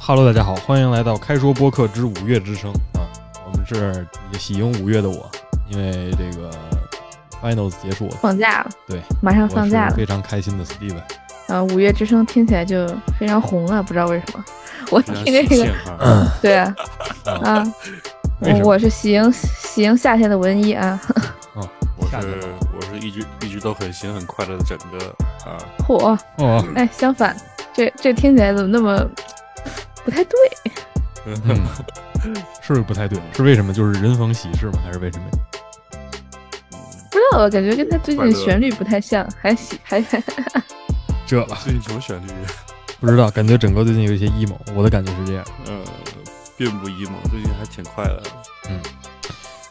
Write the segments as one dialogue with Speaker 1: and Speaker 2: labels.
Speaker 1: Hello，大家好，欢迎来到开说播客之五月之声啊！我们是也喜迎五月的我，因为这个 Finals 结束了，
Speaker 2: 放假了，
Speaker 1: 对，
Speaker 2: 马上
Speaker 1: 我
Speaker 2: 放假
Speaker 1: 是
Speaker 2: 了。
Speaker 1: 非常开心的 Steven，
Speaker 2: 呃，五月之声听起来就非常红了，不知道为什么。我 听这个，
Speaker 1: 嗯，
Speaker 2: 对啊， 啊，
Speaker 1: 为什么
Speaker 2: 我是喜迎喜迎夏天的文艺啊，
Speaker 3: 我
Speaker 1: 下去
Speaker 3: 是我是一直一直都很行很快乐的整个啊，
Speaker 2: 嚯，
Speaker 1: 哦，
Speaker 2: 哎，相反，这这听起来怎么那么不太对？
Speaker 1: 嗯，是不太对，是为什么？就是人逢喜事嘛，还是为什么？
Speaker 2: 不知道，我感觉跟他最近的旋律不太像，
Speaker 1: 嗯
Speaker 2: 还喜还还
Speaker 1: 这吧，
Speaker 3: 最近什么旋律？
Speaker 1: 不知道，感觉整个最近有一些 emo，我的感觉是这样。
Speaker 3: 嗯，并不 emo，最近还挺快乐的。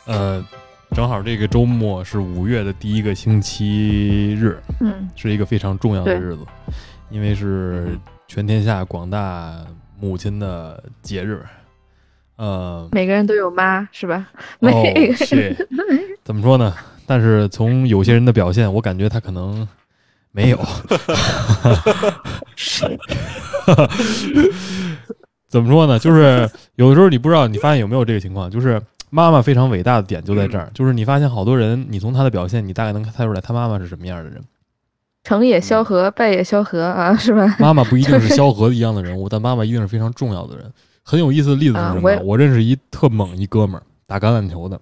Speaker 1: 呃，正好这个周末是五月的第一个星期日，
Speaker 2: 嗯，
Speaker 1: 是一个非常重要的
Speaker 2: 对
Speaker 1: 日子，因为是
Speaker 3: 嗯
Speaker 1: 全天下广大母亲的节日。 呃，
Speaker 2: 每个人都有妈是吧？每
Speaker 1: 哦
Speaker 2: 个人，
Speaker 1: 是，怎么说呢？但是从有些人的表现，我感觉他可能没有。怎么说呢？就是有的时候你不知道，你发现有没有这个情况？就是妈妈非常伟大的点就在这儿，就是你发现好多人，你从他的表现，你大概能猜出来他妈妈是什么样的人。
Speaker 2: 成也萧
Speaker 1: 嗯
Speaker 2: 何，败也萧何啊，是 吧？
Speaker 1: 妈妈不一定是萧何一样的人物，但妈妈一定是非常重要的人。很有意思的例子是什
Speaker 2: 啊
Speaker 1: 么
Speaker 2: 我
Speaker 1: 呢？
Speaker 2: 也
Speaker 1: 我认识一特猛一哥们儿，打橄榄球的，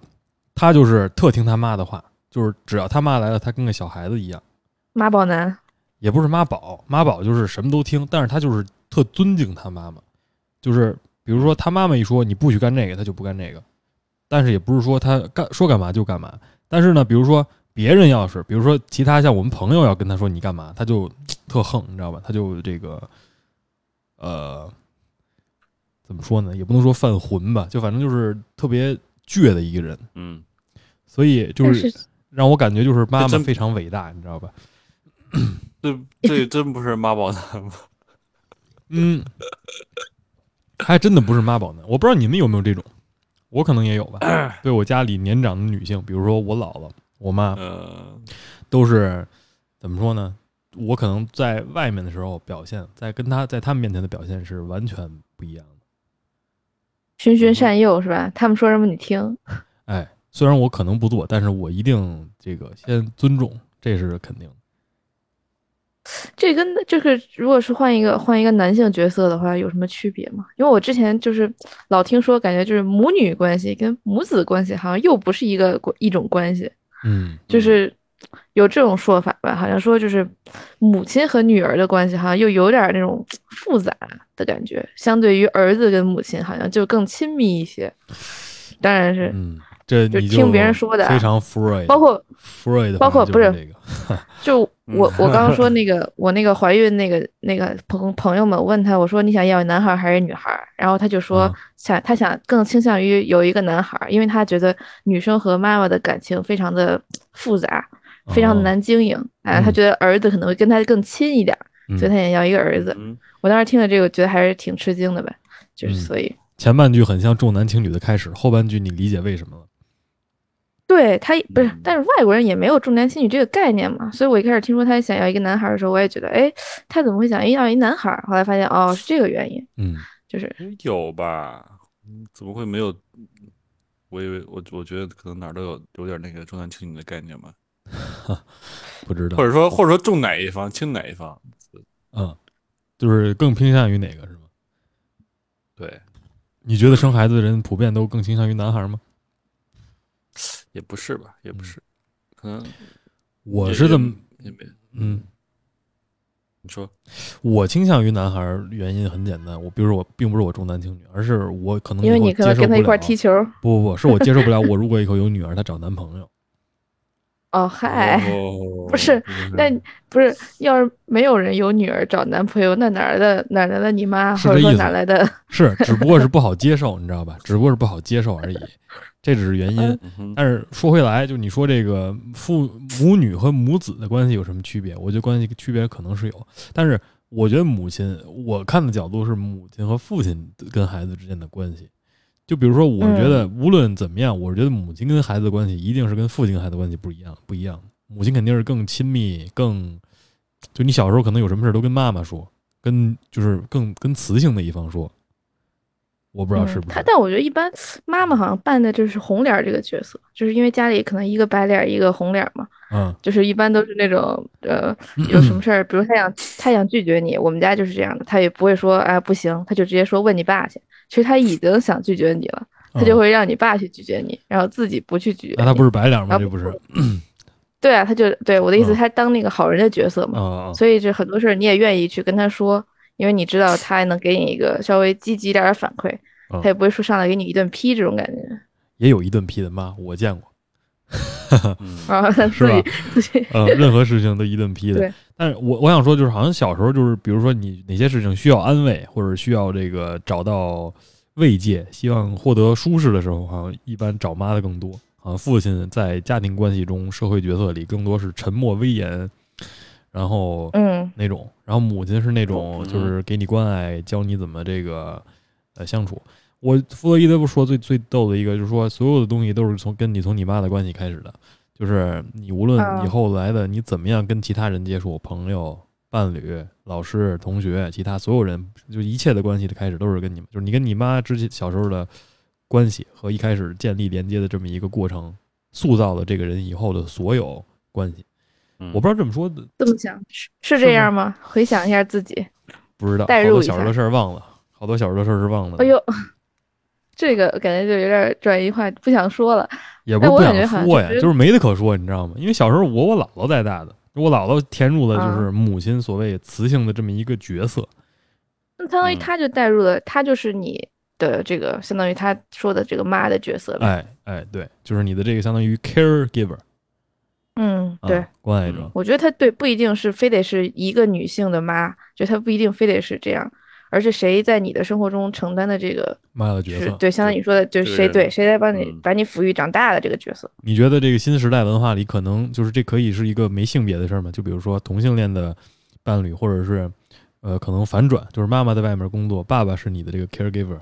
Speaker 1: 他就是特听他妈的话，就是只要他妈来了，他跟个小孩子一样，
Speaker 2: 妈宝男，
Speaker 1: 也不是妈宝，妈宝就是什么都听，但是他就是特尊敬他妈妈，就是比如说他妈妈一说你不许干这个，他就不干这个，但是也不是说他干说干嘛就干嘛，但是呢，比如说别人要是，比如说其他像我们朋友要跟他说你干嘛，他就特横，你知道吧？他就这个，呃，怎么说呢？也不能说犯浑吧，就反正就是特别倔的一个人，
Speaker 3: 嗯，
Speaker 1: 所以就
Speaker 2: 但
Speaker 1: 是
Speaker 2: 是
Speaker 1: 让我感觉就是妈
Speaker 3: 这
Speaker 1: 妈
Speaker 3: 真
Speaker 1: 非常伟大，你知道吧？
Speaker 3: 这嗯这真不是妈宝男吗？
Speaker 1: 嗯，还真的不是妈宝男。我不知道你们有没有这种，我可能也有吧。 对我家里年长的女性，比如说我姥姥、我妈，
Speaker 3: 嗯
Speaker 1: 都是怎么说呢？我可能在外面的时候表现，在跟她在她们面前的表现是完全不一样的。
Speaker 2: 循循善诱是吧？他们说什么你听，
Speaker 1: 哎，虽然我可能不做，但是我一定这个先尊重，这是肯定的。
Speaker 2: 这跟就是，如果是换一个换一个男性角色的话，有什么区别吗？因为我之前就是老听说，感觉就是母女关系跟母子关系好像又不是一个一种关系，
Speaker 1: 嗯，
Speaker 2: 就是有这种说法吧？好像说就是母亲和女儿的关系好像又有点那种复杂的感觉，相对于儿子跟母亲好像就更亲密一些。当然是，
Speaker 1: 嗯，这
Speaker 2: 就
Speaker 1: 你
Speaker 2: 听别人说的啊
Speaker 1: 非常 Freud，
Speaker 2: 包括
Speaker 1: Freud，
Speaker 2: 包括
Speaker 1: 好像
Speaker 2: 不
Speaker 1: 就是这个，
Speaker 2: 就
Speaker 3: 嗯
Speaker 2: 我我刚刚 说那个我那个怀孕那个那个朋朋友们，我问他我说你想要男孩还是女孩？然后他就说
Speaker 1: 嗯
Speaker 2: 想他想更倾向于有一个男孩，因为他觉得女生和妈妈的感情非常的复杂，非
Speaker 1: 哦
Speaker 2: 常难经营啊，他
Speaker 1: 嗯
Speaker 2: 觉得儿子可能会跟他更亲一点，
Speaker 1: 嗯
Speaker 2: 所以他也要一个儿子。
Speaker 3: 嗯，
Speaker 2: 我当时听了这个，我觉得还是挺吃惊的吧，就是
Speaker 1: 嗯
Speaker 2: 所以
Speaker 1: 前半句很像重男轻女的开始，后半句你理解为什么了？
Speaker 2: 对他不是
Speaker 3: 嗯，
Speaker 2: 但是外国人也没有重男轻女这个概念嘛，所以我一开始听说他想要一个男孩儿的时候，我也觉得，哎，他怎么会想要一男孩儿？后来发现，哦，是这个原因，
Speaker 1: 嗯，
Speaker 2: 就是
Speaker 3: 也有吧？嗯怎么会没有？我以为我我觉得可能哪儿都有有点那个重男轻女的概念吧，
Speaker 1: 不知道
Speaker 3: 或，者说或者说重哪一方轻哪一方，
Speaker 1: 嗯，就是更偏向于哪个是吗？
Speaker 3: 对，
Speaker 1: 你觉得生孩子的人普遍都更倾向于男孩吗？
Speaker 3: 也不是吧，也不是，可能
Speaker 1: 我
Speaker 3: 也
Speaker 1: 是
Speaker 3: 也
Speaker 1: 这么，
Speaker 3: 也没
Speaker 1: 嗯，
Speaker 3: 你说，
Speaker 1: 我倾向于男孩，原因很简单，我比如说我并不是我重男轻女，而是嗯我可能
Speaker 2: 因为
Speaker 1: 以后
Speaker 2: 你可能
Speaker 1: 接受
Speaker 2: 跟他
Speaker 1: 不
Speaker 2: 一块儿
Speaker 1: 了啊
Speaker 2: 踢球儿。
Speaker 1: 不不不，是我接受不了，我如果以后有女儿，她找男朋友，
Speaker 2: 哦，嗨，
Speaker 3: 哦
Speaker 2: 不是，那不是，要是没有人有女儿找男朋友，那哪来的哪来的你妈，
Speaker 1: 是
Speaker 2: 或
Speaker 1: 这
Speaker 2: 者说
Speaker 1: 意思
Speaker 2: 哪来的？
Speaker 1: 是，只不过是不好接受，你知道吧？只不过是不好接受而已，这只是原因。
Speaker 3: 嗯哼
Speaker 1: 但是说回来，就你说这个父母女和母子的关系有什么区别？我觉得关系区别可能是有，但是我觉得母亲，我看的角度是母亲和父亲跟孩子之间的关系。就比如说，我觉
Speaker 2: 嗯
Speaker 1: 得无论怎么样，我觉得母亲跟孩子的关系一定是跟父亲跟孩子的关系不一样，不一样。母亲肯定是更亲密，更就你小时候可能有什么事儿都跟妈妈说，跟就是更跟雌性的一方说，我不知道是
Speaker 2: 嗯
Speaker 1: 不是
Speaker 2: 他，。但我觉得一般妈妈好像扮的就是红脸儿这个角色，就是因为家里可能一个白脸儿一个红脸儿嘛，
Speaker 1: 嗯，
Speaker 2: 就是一般都是那种呃有什么事儿，比如他想他想拒绝你，我们家就是这样的，他也不会说哎不行，他就直接说问你爸去。其实他已经想拒绝你了，他就
Speaker 1: 嗯
Speaker 2: 会让你爸去拒绝你，然后自己不去拒绝你。
Speaker 1: 那他不是白脸吗？
Speaker 2: 啊
Speaker 1: 这不是
Speaker 2: 对啊，他就对我的意思，
Speaker 1: 嗯
Speaker 2: 他当那个好人的角色嘛，
Speaker 1: 啊
Speaker 2: 所以这很多事儿你也愿意去跟他说，因为你知道他还能给你一个稍微积极一点儿的反馈，
Speaker 1: 嗯
Speaker 2: 他也不会说上来给你一顿批这种感觉
Speaker 1: 也有一顿批的骂，我见过。
Speaker 3: 嗯
Speaker 2: 啊，自
Speaker 1: 是吧
Speaker 2: 己自己
Speaker 1: 呃，任何事情都一顿批的
Speaker 2: 对。
Speaker 1: 但是我我想说，就是好像小时候就是，比如说你哪些事情需要安慰，或者需要这个找到慰藉，希望获得舒适的时候，好像一般找妈的更多。好像父亲在家庭关系中、社会角色里更多是沉默威严，然后
Speaker 2: 嗯
Speaker 1: 那种，然后母亲是那种
Speaker 3: 嗯
Speaker 1: 就是给你关爱，教你怎么这个呃相处。我弗洛伊德不说最最逗的一个，就是说所有的东西都是从跟你从你妈的关系开始的，就是你无
Speaker 3: 嗯
Speaker 1: 论
Speaker 2: 啊
Speaker 1: 以后来的你怎么样跟其他人接触，朋友、伴侣、老师、同学、其他所有人，就一切的关系的开始都是跟你们，就是你跟你妈之前小时候的关系和一开始建立连接的这么一个过程，塑造了这个人以后的所有关系。
Speaker 3: 嗯
Speaker 1: 我不知道这么说
Speaker 2: 这么想是是
Speaker 1: 是
Speaker 2: 这
Speaker 1: 吗
Speaker 2: 样吗？回想一下自己，
Speaker 1: 不知道，
Speaker 2: 代
Speaker 1: 好多
Speaker 2: 入一
Speaker 1: 小时候
Speaker 2: 下
Speaker 1: 的事儿忘了，好多小时候的事儿是忘了的。
Speaker 2: 哎呦，这个感觉就有点儿转移话，不想说了。
Speaker 1: 也不是
Speaker 2: 哎我
Speaker 1: 不
Speaker 2: 感觉好
Speaker 1: 想
Speaker 2: 像
Speaker 1: 说
Speaker 2: 就
Speaker 1: 呀，
Speaker 2: 是
Speaker 1: 就是没得可说，你知道吗？因为小时候我我姥姥带大的，我姥姥填入了就是
Speaker 2: 嗯
Speaker 1: 母亲所谓雌性的这么一个角色。
Speaker 2: 那相当于
Speaker 3: 嗯
Speaker 2: 他就带入了，他就是你的这个，相当于他说的这个妈的角色呗。
Speaker 1: 哎哎，对，就是你的这个相当于 caregiver，
Speaker 2: 嗯，
Speaker 1: 啊、
Speaker 2: 对，
Speaker 1: 关爱者
Speaker 3: 嗯。
Speaker 2: 我觉得他对不一定是非得是一个女性的妈，就他不一定非得是这样，而是谁在你的生活中承担的这个
Speaker 1: 妈的角
Speaker 2: 是
Speaker 1: 色，
Speaker 2: 对，相当于你说的就是
Speaker 3: 对
Speaker 2: 谁
Speaker 3: 人
Speaker 2: 对谁在帮你
Speaker 3: 嗯
Speaker 2: 把你抚育长大的这个角色。
Speaker 1: 你觉得这个新时代文化里，可能就是这可以是一个没性别的事儿吗？就比如说同性恋的伴侣，或者是呃，可能反转，就是妈妈在外面工作，爸爸是你的这个 caregiver，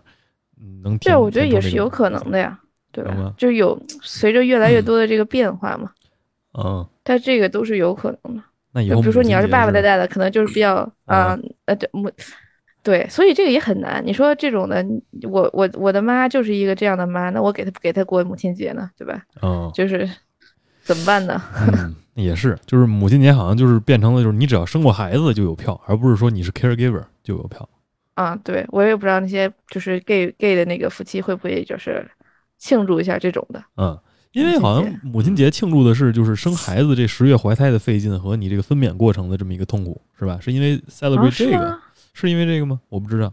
Speaker 1: 嗯能
Speaker 2: 对
Speaker 1: 填
Speaker 2: 啊，我觉得
Speaker 1: 填充
Speaker 2: 也
Speaker 1: 这个
Speaker 2: 是有
Speaker 1: 角
Speaker 2: 可
Speaker 1: 色
Speaker 2: 能的呀，对
Speaker 1: 好
Speaker 2: 吧
Speaker 1: 吧？
Speaker 2: 就是有随着越来越多的这个变化嘛，
Speaker 1: 嗯，
Speaker 2: 它这个都是有可能的。
Speaker 1: 那以
Speaker 2: 就
Speaker 1: 后
Speaker 2: 呃比如说
Speaker 1: 母
Speaker 2: 你
Speaker 1: 亲
Speaker 2: 要是
Speaker 1: 节
Speaker 2: 爸爸带大的，可能就是比较
Speaker 1: 啊
Speaker 2: 啊呃对母对，所以这个也很难。你说这种的，我我我的妈就是一个这样的妈，那我给她给她过母亲节呢，对吧？
Speaker 1: 嗯，
Speaker 2: 就是怎么办呢？
Speaker 1: 嗯，也是，就是母亲节好像就是变成了，就是你只要生过孩子就有票，而不是说你是 caregiver 就有票。
Speaker 2: 啊，对我也不知道那些就是 gay gay 的那个夫妻会不会就是庆祝一下这种的。
Speaker 1: 嗯，因为
Speaker 2: 母亲
Speaker 1: 好像
Speaker 2: 节
Speaker 1: 母亲节庆祝的是就是生孩子这十月怀胎的费劲和你这个分娩过程的这么一个痛苦，是吧？是因为
Speaker 2: 啊，
Speaker 1: celebrate
Speaker 2: 是
Speaker 1: 这个、
Speaker 2: 吗？
Speaker 1: 是因为这个吗？我不知道。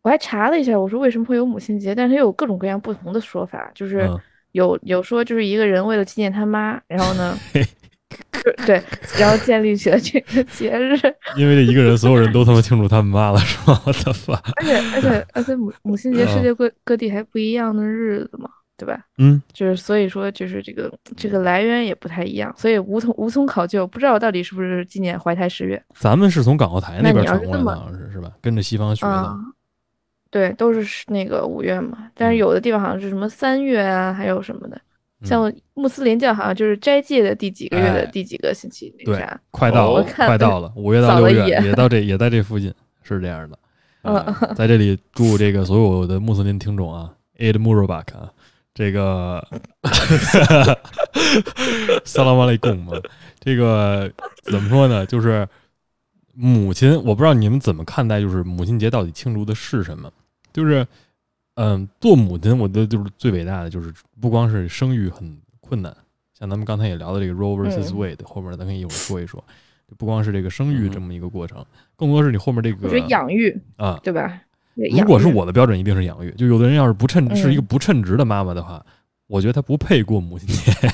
Speaker 2: 我还查了一下，我说为什么会有母亲节，但是它有各种各样不同的说法，就是
Speaker 1: 嗯
Speaker 2: 有有说就是一个人为了纪念他妈，然 后呢，就对，然后建立起了这个节日，
Speaker 1: 因为这一个人，所有人都他妈庆祝他们妈了，是 吗？我的妈！
Speaker 2: 而且而且而且母母亲节世
Speaker 1: 嗯
Speaker 2: 界各各地还不一样的日子嘛，对吧？
Speaker 1: 嗯，
Speaker 2: 就是所以说就是这个这个来源也不太一样，所以无从无从考究，不知道到底是不是纪念怀胎十月。
Speaker 1: 咱们是从港澳台
Speaker 2: 那
Speaker 1: 那边
Speaker 2: 你要
Speaker 1: 传
Speaker 2: 是
Speaker 1: 过来
Speaker 2: 这
Speaker 1: 的，
Speaker 2: 么
Speaker 1: 好像是是吧？跟着西方学的
Speaker 2: 啊，。对，都是是那个五月嘛，但是
Speaker 1: 嗯
Speaker 2: 有的地方好像是什么三月啊，还有什么的，
Speaker 1: 嗯
Speaker 2: 像穆斯林教好像就是斋戒的第几个月
Speaker 1: 哎
Speaker 2: 的第几个星期那个
Speaker 1: 对
Speaker 2: 啥，，
Speaker 1: 快到
Speaker 3: 我
Speaker 1: 了，
Speaker 2: 看
Speaker 1: 快到了，五月到
Speaker 2: 扫
Speaker 1: 六
Speaker 2: 了一
Speaker 1: 月
Speaker 2: 眼
Speaker 1: 也到这也在这附近，是这样的。
Speaker 2: 嗯
Speaker 3: 嗯
Speaker 1: 在这里祝这个所有的穆斯林听众啊，Eid Mubarak 啊，这个萨拉马雷贡嘛，啊这个怎么说呢？就是母亲，我不知道你们怎么看待，就是母亲节到底庆祝的是什么？就是，嗯，做母亲，我觉得就是最伟大的，就是不光是生育很困难，像咱们刚才也聊的这个 Roe vs
Speaker 2: 嗯
Speaker 1: Wade，、后面咱可以一会儿说一说，就不光是这个生育
Speaker 3: 嗯
Speaker 1: 这么一个过程，更多是你后面这
Speaker 2: 我
Speaker 1: 个
Speaker 2: 觉得养育
Speaker 1: 啊，
Speaker 2: 对吧？
Speaker 1: 如果是
Speaker 2: 养育
Speaker 1: 我的标准，一定是养育。就有的人要是不称
Speaker 2: 嗯
Speaker 1: 是一个不称职的妈妈的话，我觉得她不配过母亲节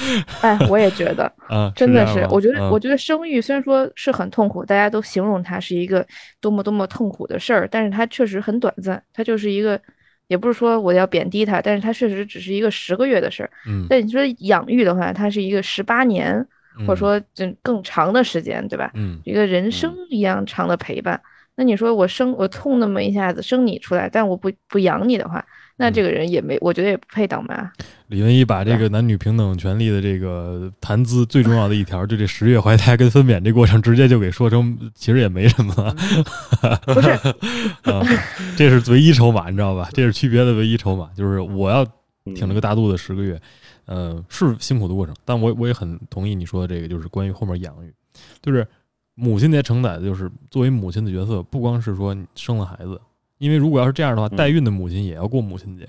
Speaker 2: 哎，我也觉得
Speaker 1: 啊。
Speaker 2: 真的
Speaker 1: 这
Speaker 2: 是
Speaker 1: 样，吗
Speaker 2: 我觉得
Speaker 1: 嗯
Speaker 2: 我觉得生育虽然说是很痛苦，大家都形容它是一个多么多么痛苦的事儿，但是它确实很短暂，它就是一个。也不是说我要贬低它，但是它确实只是一个十个月的事儿。
Speaker 1: 嗯，
Speaker 2: 但你说养育的话，它是一个十八年，
Speaker 1: 嗯
Speaker 2: 或者说这更长的时间，对吧？
Speaker 1: 嗯
Speaker 2: 一个人生一样长的陪伴。那你说我生我痛那
Speaker 1: 嗯
Speaker 2: 么一下子生你出来，但我不不养你的话，那这个人也没，我觉得也不配当妈。
Speaker 1: 李文一把
Speaker 2: 啊
Speaker 1: 这个男女平等权利的这个谈资最重要的一条，就这十月怀胎跟分娩这过程，直接就给说成其实也没什么，
Speaker 2: 嗯不是，
Speaker 1: 啊，这是唯一筹码，你知道吧？这是区别的唯一筹码，就是我要挺
Speaker 2: 嗯
Speaker 1: 着个大肚子十个月，呃，是辛苦的过程，但我我也很同意你说的这个，就是关于后面养育，就是母亲节承载的就是作为母亲的角色，不光是说你生了孩子，因为如果要是这样的话，
Speaker 3: 嗯
Speaker 1: 代孕的母亲也要过母亲节，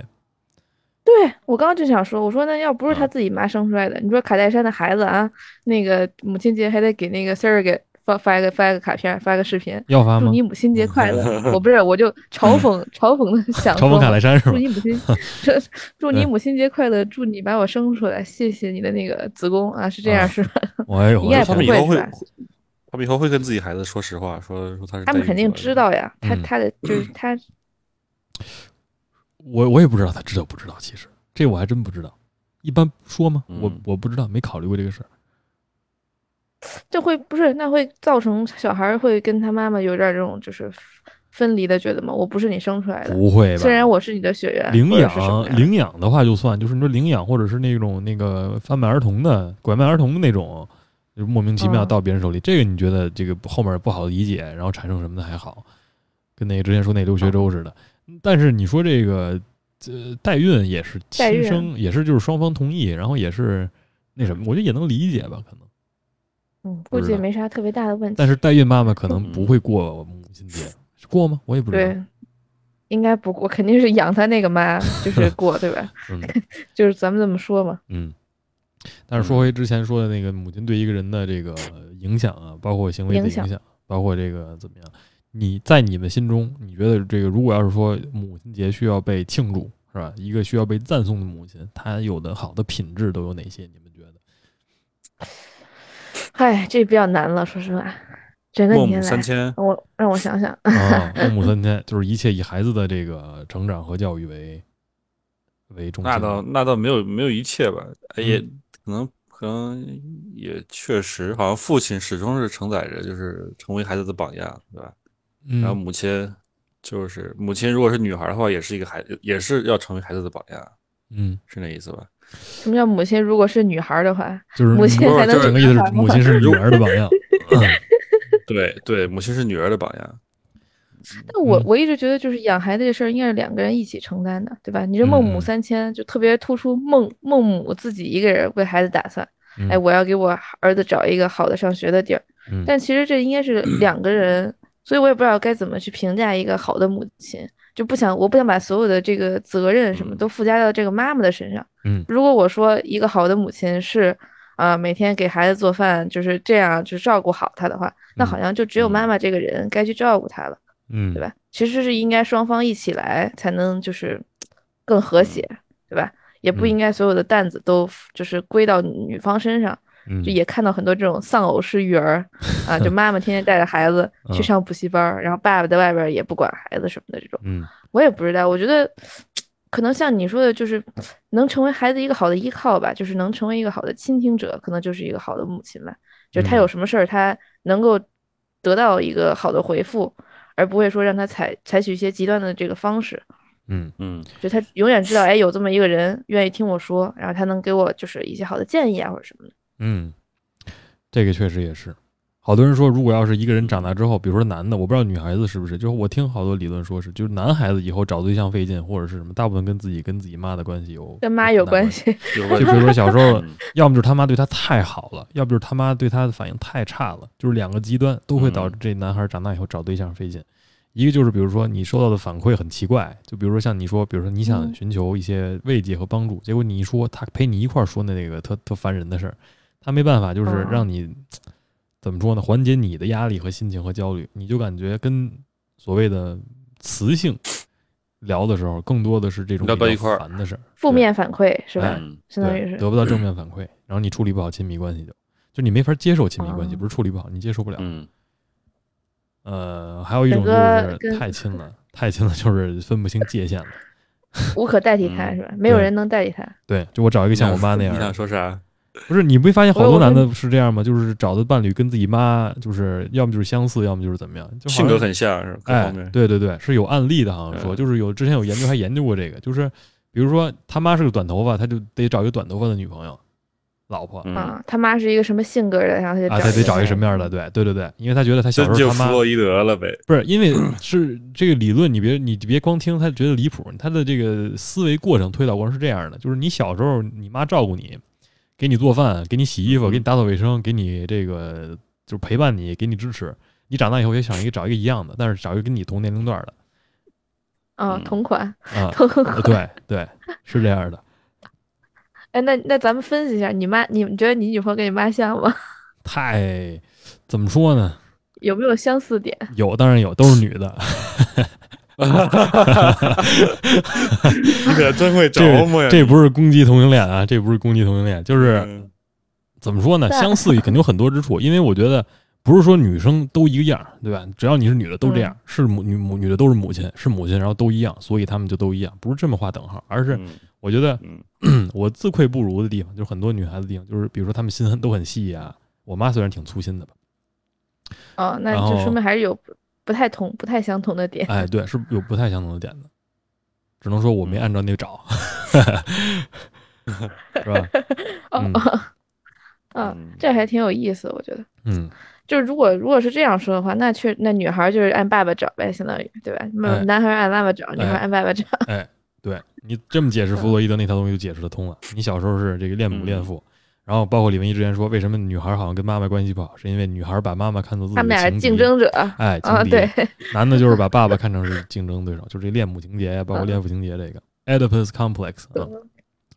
Speaker 2: 对我刚刚就想说，我说那要不是他
Speaker 1: 嗯
Speaker 2: 自己妈生出来的，你说卡戴珊的孩子啊，那个母亲节还得给那个 Siri 给发发一个发一个卡片，发个视频，
Speaker 1: 要发
Speaker 2: 祝
Speaker 1: 吗
Speaker 2: 你？母亲节快乐。我不是，我就嘲讽嘲讽的想
Speaker 1: 嗯嘲讽
Speaker 2: 说
Speaker 1: 卡
Speaker 2: 嘛
Speaker 1: 莱山是
Speaker 2: 祝
Speaker 1: 吧？
Speaker 2: 你母亲，祝祝你
Speaker 1: 嗯
Speaker 2: 母亲节快乐，祝你把我生出来，谢谢你的那个子宫啊，是这
Speaker 1: 啊
Speaker 2: 样是吧？
Speaker 1: 哎呦，
Speaker 2: 应该也
Speaker 3: 他
Speaker 2: 不
Speaker 3: 们以
Speaker 2: 会
Speaker 3: 后
Speaker 2: 是
Speaker 3: 会
Speaker 2: 吧，
Speaker 3: 他们以后会跟自己孩子说实话，说说他是
Speaker 2: 他
Speaker 3: 代
Speaker 2: 们
Speaker 3: 孕
Speaker 2: 肯定
Speaker 3: 出来的
Speaker 2: 知道呀，他
Speaker 1: 嗯
Speaker 2: 他的就是他
Speaker 1: 我我也不知道他知道不知道，其实这我还真不知道。一般说吗？我
Speaker 3: 嗯
Speaker 1: 我不知道，没考虑过这个事儿。
Speaker 2: 这会不是那会造成小孩儿会跟他妈妈有点儿这种就是分离的觉得吗？我不是你生出来的，
Speaker 1: 不会吧？
Speaker 2: 虽然我是你的血缘，
Speaker 1: 领
Speaker 2: 或者是什么
Speaker 1: 养
Speaker 2: 呀
Speaker 1: 领养的话就算，就是你说领养或者是那种那个贩卖儿童的、拐卖儿童的那种，就是莫名其妙
Speaker 2: 嗯
Speaker 1: 到别人手里，这个你觉得这个后面不好理解，然后产生什么的还好，跟那个之前说那刘学
Speaker 2: 哦
Speaker 1: 周似的。但是你说这个呃代孕也是
Speaker 2: 代
Speaker 1: 亲
Speaker 2: 孕
Speaker 1: 生，也是就是双方同意，然后也是那什么，我觉得也能理解吧，可能。
Speaker 2: 嗯，
Speaker 1: 不
Speaker 2: 估
Speaker 1: 知
Speaker 2: 计也
Speaker 1: 道
Speaker 2: 没啥特别大的问题。
Speaker 1: 但是代孕妈妈可能不会过母亲节，是过吗？我也不知道
Speaker 2: 嗯对。，应该不过，肯定是养他那个 妈就是过，对吧？
Speaker 1: 嗯
Speaker 2: 就是咱们这么说嘛。
Speaker 1: 嗯，但是说回之前说的那个母亲对一个人的这个影响啊，包括行为的影
Speaker 2: 影响
Speaker 1: 响，包括这个怎么样？你在你们心中，你觉得这个如果要是说母亲节需要被庆祝，是吧？一个需要被赞颂的母亲，她有的好的品质都有哪些？你们觉得？
Speaker 2: 唉，这比较难了，说实话，整个
Speaker 3: 孟
Speaker 2: 年
Speaker 3: 母
Speaker 2: 来
Speaker 3: 三，迁，
Speaker 2: 让我让我想想，
Speaker 1: 啊，孟母三迁，就是一切以孩子的这个成长和教育为为中心。
Speaker 3: 那倒那倒没有没有一切吧，哎也
Speaker 1: 嗯
Speaker 3: 可能可能也确实，好像父亲始终是承载着就是成为孩子的榜样，对吧？然后
Speaker 1: 嗯，
Speaker 3: 母亲就是母亲，如果是女孩的话，也是一个孩，也是要成为孩子的榜样，
Speaker 1: 嗯，
Speaker 3: 是那意思吧？
Speaker 2: 什么叫母亲？如果是女孩儿的话，
Speaker 1: 就是
Speaker 2: 母亲
Speaker 1: 不是
Speaker 3: 才能
Speaker 1: 整个意思是 母亲是女儿的榜 样。
Speaker 3: 对对，母亲是女儿的榜样，
Speaker 2: 但我
Speaker 1: 嗯
Speaker 2: 我一直觉得，就是养孩子这事儿应该是两个人一起承担的，对吧？你这孟
Speaker 1: 嗯
Speaker 2: 母三迁就特别突出孟孟母自己一个人为孩子打算，
Speaker 1: 嗯
Speaker 2: 哎，我要给我儿子找一个好的上学的地儿。
Speaker 1: 嗯
Speaker 2: 但其实这应 该是两个人，所以我也不知道该怎么去评价一个好的母亲，就不想我不想把所有的这个责任什么
Speaker 3: 嗯
Speaker 2: 都附加到这个妈妈的身上。
Speaker 1: 嗯
Speaker 2: 如果我说一个好的母亲是啊、每天给孩子做饭，就是这样，就是照顾好他的话，那好
Speaker 1: 嗯
Speaker 2: 像就只有妈
Speaker 3: 嗯
Speaker 2: 妈这个人该去照顾他了。
Speaker 1: 嗯，
Speaker 2: 对吧？其实是应该双方一起来才能就是更和谐，对吧？也不
Speaker 1: 嗯
Speaker 2: 应该所有的担子都就是归到女方身上。
Speaker 1: 嗯？
Speaker 2: 就也看到很多这种丧偶式育 儿啊，就妈妈天天带着孩子去
Speaker 1: 嗯
Speaker 2: 上补习班儿，然后爸爸在外边儿也不管孩子什么的这种。
Speaker 1: 嗯
Speaker 2: 我也不知道，我觉得可能像你说的，就是能成为孩子一个好的依靠吧，就是能成为一个好的倾听者，可能就是一个好的母亲吧。就是他有
Speaker 1: 嗯
Speaker 2: 什么事儿，他能够得到一个好的回复，而不会说让他采采取一些极端的这个方式。
Speaker 1: 嗯
Speaker 3: 嗯
Speaker 2: 就他永远知道，哎，有这么一个人愿意听我说，然后他能给我就是一些好的建议啊，或者什么的。
Speaker 1: 嗯，这个确实也是。好多人说，如果要是一个人长大之后，比如说男的，我不知道女孩子是不是，就是我听好多理论说是，就是男孩子以后找对象费劲，或者是什么，大部分跟自己跟自己妈的关系有
Speaker 2: 跟妈有关
Speaker 1: 关。
Speaker 2: 系，
Speaker 3: 有
Speaker 1: 就
Speaker 3: 关
Speaker 1: 比
Speaker 3: 系
Speaker 1: 如说小时候，
Speaker 3: 嗯
Speaker 1: 要么就是他妈对他太好了，要不就是他妈对他的反应太差了，就是两个极端都会
Speaker 3: 嗯
Speaker 1: 导致这男孩长大以后找对象费劲。一个就是比如说你收到的反馈很奇怪，就比如说像你说，比如说你想
Speaker 2: 嗯
Speaker 1: 寻求一些慰藉和帮助，结果你一说他陪你一块儿说那个特特烦人的事儿，他没办法，就是
Speaker 2: 嗯
Speaker 1: 让你、怎么说呢，缓解你的压力和心情和焦虑，你就感觉跟所谓的雌性聊的时候，更多的是这种
Speaker 3: 聊到
Speaker 1: 比较
Speaker 3: 一块儿
Speaker 1: 烦的事儿，
Speaker 2: 负
Speaker 1: 对
Speaker 2: 面反馈是吧？
Speaker 1: 哎
Speaker 3: 嗯
Speaker 2: 相当
Speaker 1: 对
Speaker 2: 于是
Speaker 1: 得不到正面反馈，然后你处理不好亲密关系就就你没法接受亲密关系，
Speaker 2: 哦
Speaker 1: 不是处理不好，你接受不了。
Speaker 3: 嗯
Speaker 1: 呃，还有一种就
Speaker 2: 整个
Speaker 1: 是
Speaker 2: 跟
Speaker 1: 太亲了，太亲了就是分不清界限了。
Speaker 2: 无可代替他
Speaker 3: 嗯
Speaker 2: 是吧？没有
Speaker 1: 对
Speaker 2: 人能代替他。
Speaker 1: 对，就我找一个像我妈那样
Speaker 3: 你想
Speaker 1: 的，
Speaker 3: 说啥？
Speaker 1: 不是你没发现好
Speaker 2: 我
Speaker 1: 多
Speaker 2: 有
Speaker 1: 男的是这样吗？就是找的伴侣跟自己妈就是要么就是相似，要么就是怎么样，就好
Speaker 3: 性格
Speaker 1: 像
Speaker 3: 很像是吧各
Speaker 1: 哎
Speaker 3: 方面，，
Speaker 1: 对对对，是有案例的，好像说
Speaker 3: 嗯
Speaker 1: 就是有之前有研究还研究过这个，就是比如说他妈是个短头发，他就得找一个短头发的女朋友、老婆
Speaker 3: 嗯，
Speaker 2: 啊，他妈是一个什么性格的，然后他就
Speaker 1: 啊，他得找一个什么样的？
Speaker 2: 对，
Speaker 1: 对对对对，因为他觉得他小
Speaker 3: 这
Speaker 1: 时
Speaker 3: 就
Speaker 1: 候他
Speaker 3: 弗
Speaker 1: 妈
Speaker 3: 洛伊德了 呗。
Speaker 1: 不是因为是这个理论，你别你别光听他觉得离谱，他的这个思维过程推导过程是这样的，就是你小时候你妈照顾你，给你做饭，给你洗衣服，
Speaker 3: 嗯
Speaker 1: 给你打扫卫生，给你这个就是陪伴你，给你支持。你长大以后也想一个找一个一样的，但是找一个跟你同年龄段的
Speaker 2: 嗯
Speaker 3: 嗯，
Speaker 2: 同款，，
Speaker 1: 啊
Speaker 2: 同款。
Speaker 1: 对对，是这样的。
Speaker 2: 哎，那那咱们分析一下，你妈，你你觉得你女朋友跟你妈像吗？
Speaker 1: 太怎么说呢？
Speaker 2: 有没有相似点？
Speaker 1: 有当然有，都是女的。
Speaker 3: 你可真会
Speaker 1: 这
Speaker 3: 琢磨呀！
Speaker 1: 这不是攻击同性恋啊，这不是攻击同性恋，就是。
Speaker 3: 嗯
Speaker 1: 怎么说呢？
Speaker 2: 对
Speaker 1: 相似肯定有很多之处，因为我觉得不是说女生都一个样儿，对吧？只要你是女的都这样，是母女母女的都是母亲，是母亲，然后都一样，所以他们就都一样，不是这么划等号，而是
Speaker 3: 嗯
Speaker 1: 我觉得
Speaker 3: 嗯
Speaker 1: 我自愧不如的地方，就是很多女孩子的地方，就是比如说她们心很都很细啊。我妈虽然挺粗心的吧，
Speaker 2: 哦，那
Speaker 1: 然
Speaker 2: 就
Speaker 1: 后
Speaker 2: 说明还是有不不太同、不太相同的点。
Speaker 1: 哎，对，是有不太相同的点的，只能说我
Speaker 3: 嗯
Speaker 1: 没按照那个找， 是吧？
Speaker 2: 哦
Speaker 1: 嗯
Speaker 2: 哦，啊，
Speaker 3: 嗯
Speaker 2: 这还挺有意思，我觉得。
Speaker 1: 嗯，
Speaker 2: 就是如果如果是这样说的话，那确那女孩儿就是按爸爸找呗，相当于对吧？那
Speaker 1: 哎
Speaker 2: 男孩儿按妈妈找，女孩儿
Speaker 1: 哎
Speaker 2: 按爸爸找。
Speaker 1: 对你这么解释弗洛伊德那套东西就解释得通了。你小时候是这个恋母
Speaker 2: 嗯
Speaker 1: 恋父，然后包括李文一之前说，为什么女孩好像跟妈妈关系不好，是因为女孩把妈妈看作自己
Speaker 2: 他
Speaker 1: 的
Speaker 2: 们俩是
Speaker 1: 情
Speaker 2: 竞
Speaker 1: 敌，
Speaker 2: 争者。
Speaker 1: 哎，
Speaker 2: 啊，
Speaker 1: 情敌
Speaker 2: 对，
Speaker 1: 男的就是把爸爸看成是竞争对手，就是这恋母情节呀，包括
Speaker 2: 嗯
Speaker 1: 恋父情节这个 Oedipus complex 啊，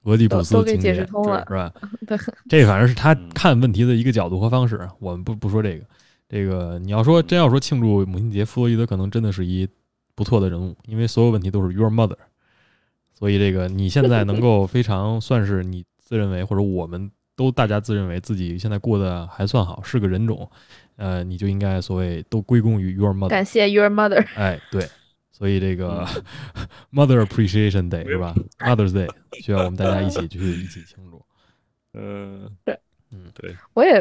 Speaker 1: 俄狄
Speaker 2: 都
Speaker 1: 浦
Speaker 2: 都
Speaker 1: 斯
Speaker 2: 给
Speaker 1: 情
Speaker 2: 解
Speaker 1: 节是
Speaker 2: 释通了。
Speaker 1: 吧？
Speaker 2: 对，
Speaker 1: 这反正是他
Speaker 3: 嗯
Speaker 1: 看问题的一个角度和方式啊，我们不不说这个。这个你要说真要说庆祝母亲节，弗洛伊德可能真的是一不错的人物，因为所有问题都是 your mother，所以这个你现在能 够非常算是你自认为或者我们都大家自认为自己现在过得还算好，是个人种，呃，你就应该所谓都归功于 your mother，
Speaker 2: 感谢 your mother。
Speaker 1: 哎，对，所以这个 mother appreciation day 是吧？Mother's Day 需要我们大家一起去一起庆祝。
Speaker 3: 嗯
Speaker 1: 嗯
Speaker 3: 对，
Speaker 2: 我也，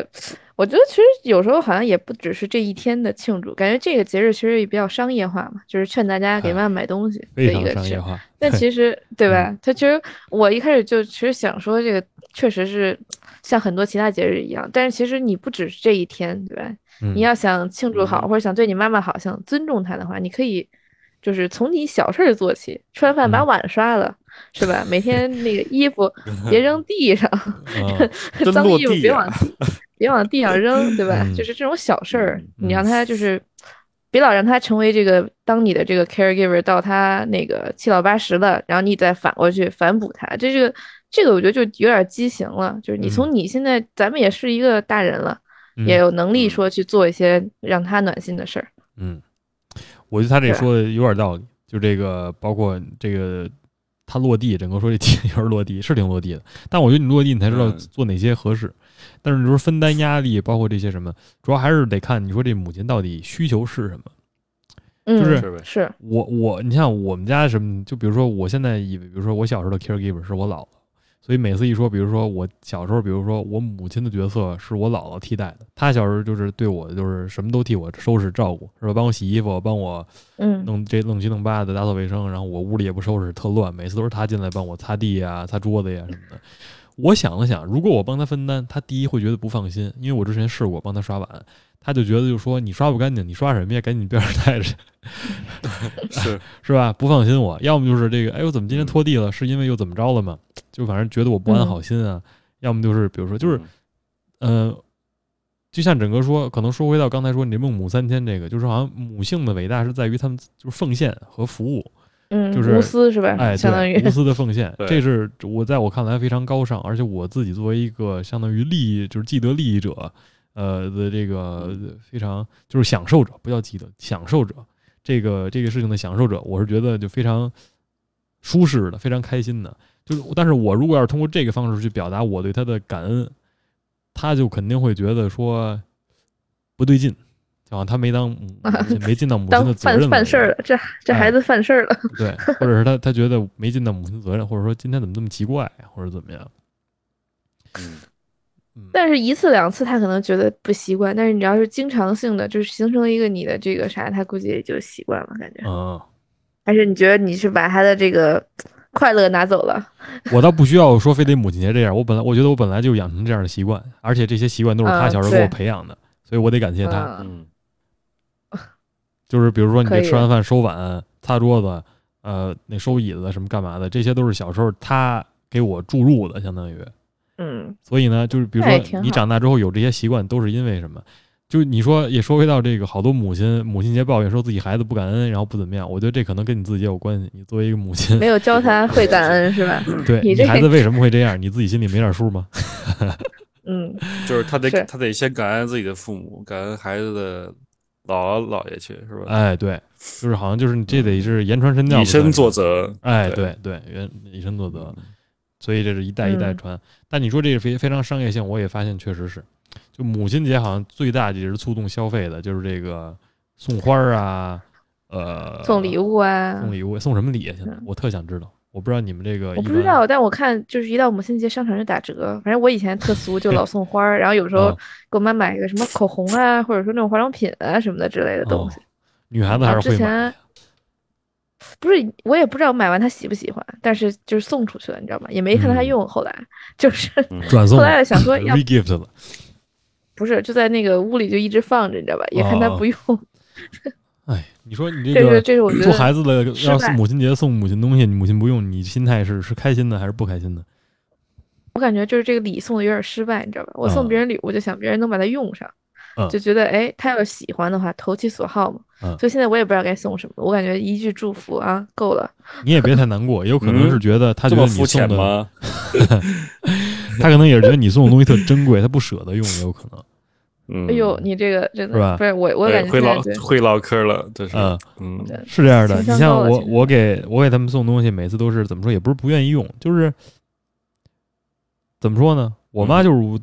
Speaker 2: 我觉得其实有时候好像也不只是这一天的庆祝，感觉这个节日其实也比较商业化嘛，就是劝大家给
Speaker 1: 哎
Speaker 2: 妈妈买东西的
Speaker 1: 非
Speaker 2: 一
Speaker 1: 常
Speaker 2: 个
Speaker 1: 商
Speaker 2: 事
Speaker 1: 业。化。嗯
Speaker 2: 但其 实，对吧？他其实我一开始就其实想说，这个确实是像很多其他节日一样，但是其实你不只是这一天，对吧？
Speaker 1: 嗯
Speaker 2: 你要想庆祝好，
Speaker 3: 嗯
Speaker 2: 或者想对你妈妈好，想尊重她的话，你可以就是从你小事儿做起，吃完饭把
Speaker 1: 嗯
Speaker 2: 碗刷了，是吧？每天那个 衣服别扔地上，
Speaker 1: 嗯
Speaker 3: 真
Speaker 2: 脏
Speaker 3: 落
Speaker 2: 衣服
Speaker 3: 地
Speaker 2: 别
Speaker 3: 呀
Speaker 2: 往地别往地上扔，对吧？
Speaker 1: 啊嗯
Speaker 2: 就是这种小事儿，
Speaker 1: 嗯
Speaker 2: 你让她就是。别老让她成为这个当你的这个 caregiver 到她那个七老八十了，然后你再反过去反哺她，这这个这个我觉得就有点畸形了。就是你从你现在、咱们也是一个大人了，
Speaker 1: 嗯
Speaker 2: 也有能力
Speaker 3: 嗯
Speaker 2: 说去做一些让他暖心的事儿。
Speaker 1: 嗯，我觉得他这
Speaker 2: 对
Speaker 1: 说的有点道理，就这个包括这个他落地，整个说这节有点落地，是挺落地的。但我觉得你落地，你才知道
Speaker 3: 嗯
Speaker 1: 做哪些合适。但是你说分担压力，包括这些什么，主要还是得看你说这母亲到底需求是什么。
Speaker 2: 嗯，
Speaker 1: 就是
Speaker 3: 是呗
Speaker 2: 是，
Speaker 1: 我我，你像我们家什么，就比如说我现在以为，比如说我小时候的 caregiver 是我姥姥，所以每次一说，比如说我小时候，比如说我母亲的角色是我姥姥替代的，她小时候就是对我就是什么都替我收拾照顾，是吧？帮我洗衣服，帮我
Speaker 2: 嗯，
Speaker 1: 弄这弄七弄八的打扫卫生，然后我屋里也不收拾，特乱，每次都是她进来帮我擦地呀、擦桌子呀、什么的。我想了想，如果我帮她分担，她第一会觉得不放心，因为我之前试过帮她刷碗，她就觉得就说你刷不干净，你刷什么呀？赶紧边上 带着。
Speaker 3: 是
Speaker 1: 是吧？不放心我，要么就是这个，哎，我怎么今天拖地了？是因为又怎么着了吗？就反正觉得我不安好心啊。要么就是比如说， 就是呃，就像整个说，可能说回到刚才说你这孟母三迁这个，就是好像母性的伟大是在于他们就是奉献和服务，
Speaker 2: 嗯，
Speaker 1: 就是
Speaker 2: 无私是吧？
Speaker 1: 哎，
Speaker 2: 相当于
Speaker 1: 对，无私的奉献，
Speaker 3: 对
Speaker 1: 这是我在我看来非常高尚，而且我自己作为一个相当于利益就是既得利益者，呃的这个非常就是享受者，不叫既得享受者，这个这个事情的享受者，我是觉得就非常舒适的，非常开心的。就是，但是我如果要是通过这个方式去表达我对他的感恩，他就肯定会觉得说不对劲，好像他没当 母没尽到母亲
Speaker 2: 当
Speaker 1: 的责
Speaker 2: 犯
Speaker 1: 任
Speaker 2: 犯事
Speaker 1: 了
Speaker 2: 儿了，这这
Speaker 1: 哎
Speaker 2: 孩子犯事儿了。
Speaker 1: 对，或者是他他觉得没尽到母亲责任，或者说今天怎么这么奇怪，或者怎么样，
Speaker 3: 嗯
Speaker 1: 嗯，
Speaker 2: 但是一次两次他可能觉得不习惯，但是你要是经常性的，就是形成一个你的这个啥，他估计也就习惯了，感觉。
Speaker 1: 嗯，
Speaker 2: 还是你觉得你是把他的这个快乐拿走了。
Speaker 1: 我倒不需要说非得母亲节这样，我本来我觉得我本来就养成这样的习惯，而且这些习惯都是他
Speaker 2: 嗯
Speaker 1: 小时候给我
Speaker 2: 对
Speaker 1: 培养的，所以我得感谢他。
Speaker 2: 嗯，
Speaker 3: 嗯，
Speaker 1: 就是比如说你
Speaker 2: 可
Speaker 1: 这
Speaker 2: 以
Speaker 1: 吃完饭收碗、擦桌子，呃，那收椅子什么干嘛的，这些都是小时候他给我注入的，相当于。
Speaker 2: 嗯，
Speaker 1: 所以呢，就是比如
Speaker 2: 那也
Speaker 1: 说
Speaker 2: 挺
Speaker 1: 你
Speaker 2: 好
Speaker 1: 长大之后有这些习惯，都是因为什么？就你说也说回到这个，好多母亲母亲节抱怨说自己孩子不感恩，然后不怎么样。我觉得这可能跟你自己也有关系。你作为一个母亲
Speaker 2: 没，有教他会感恩是吧？嗯
Speaker 1: 对
Speaker 2: 你
Speaker 1: 你
Speaker 2: 这
Speaker 1: 孩子为什么会这样，你自己心里没点数吗？
Speaker 2: 嗯，
Speaker 3: 就是他得
Speaker 2: 是
Speaker 3: 他得先感恩自己的父母，感恩孩子的姥姥姥爷去，是吧？
Speaker 1: 哎，对，就是好像就是你这得是言传身教，
Speaker 3: 以身作
Speaker 1: 则。
Speaker 3: 则，
Speaker 1: 哎，
Speaker 3: 对嗯
Speaker 1: 对对，原以身作则，所以这是一代一
Speaker 2: 嗯
Speaker 1: 代传。但你说这是非非常商业性，我也发现确实是，就母亲节好像最大也是促动消费的，就是这个送花儿啊，呃，
Speaker 2: 送礼
Speaker 1: 物，
Speaker 2: 物啊，
Speaker 1: 送礼物，啊送什么礼啊？现在我特想知道，我不知道你们这个
Speaker 2: 嗯我
Speaker 1: 一
Speaker 2: 不知
Speaker 1: 般
Speaker 2: 道，但我看就是一到母亲节商场就打折，反正我以前特俗，就老送花儿，然后有时候
Speaker 1: 嗯
Speaker 2: 给我妈买个什么口红啊，或者说那种化妆品啊什么的之类的东西。
Speaker 1: 女孩子
Speaker 2: 然
Speaker 1: 还
Speaker 2: 后
Speaker 1: 是会买
Speaker 2: 啊之前不是我也不知道买完她喜不喜欢，但是就是送出去了，你知道吗？也没看她
Speaker 1: 嗯
Speaker 2: 用，后来就是
Speaker 1: 转送
Speaker 2: 后来 想说要
Speaker 1: re gift 了。
Speaker 2: 不是就在那个屋里就一直放着，你知道吧？也看她
Speaker 1: 哦
Speaker 2: 不用，
Speaker 1: 哎，你说你这
Speaker 2: 这
Speaker 1: 个
Speaker 2: 是这是我觉
Speaker 1: 做
Speaker 2: 得
Speaker 1: 孩子的
Speaker 2: 失
Speaker 1: 要
Speaker 2: 败
Speaker 1: 是母亲节送母亲东西，你母亲不用，你心态是是开心的还是不开 心的？
Speaker 2: 我感觉就是这个礼送的有点失败，你知道吧？我送别人礼物，就想别人能把它用上，
Speaker 1: 嗯
Speaker 2: 就觉得哎，他要是喜欢的话，投其所好嘛。
Speaker 1: 嗯
Speaker 2: 所以现在我也不知道该送什么，我感觉一句祝福啊够了。
Speaker 1: 你也别太难 过，也有可能是觉得他
Speaker 3: 这
Speaker 1: 觉得
Speaker 3: 么
Speaker 1: 你
Speaker 3: 肤
Speaker 1: 送
Speaker 3: 浅
Speaker 1: 的嗯
Speaker 3: 吗？
Speaker 1: 他可能也是觉得你送的东西特珍贵，他不舍得用，也有可能。
Speaker 3: 嗯，
Speaker 2: 哎呦，你这个真
Speaker 1: 是
Speaker 2: 的
Speaker 1: 吧哎
Speaker 2: 不是我，我
Speaker 3: 对
Speaker 2: 感觉
Speaker 3: 会
Speaker 2: 现在
Speaker 3: 唠
Speaker 2: 对
Speaker 3: 会唠嗑了，这是
Speaker 1: 嗯，
Speaker 3: 嗯，
Speaker 1: 是这样的，你
Speaker 2: 情商
Speaker 1: 像
Speaker 2: 高了
Speaker 1: 我
Speaker 2: 其，实
Speaker 1: 我给我给他们送东西，每次都是怎么说，也不是不愿意用，就是怎么说呢？我
Speaker 2: 嗯
Speaker 1: 妈就是无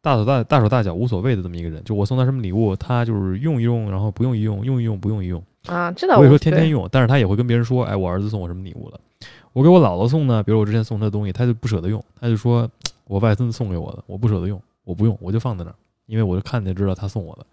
Speaker 1: 大手大大手大脚无所谓的这么一个人，就我送她什么礼物，她就是用一用，然后不用一用，用一用不用一用。
Speaker 2: 啊，知道
Speaker 1: 我
Speaker 2: 我
Speaker 1: 也说天天
Speaker 2: 对
Speaker 1: 用，但是她也会跟别人说，哎，我儿子送我什么礼物了。我给我姥姥送呢，比如我之前送她的东西，她就不舍得用，她就说我外孙子送给我的，我不舍得用，我不用，我就放在那儿，因为我就看见知道他送我的。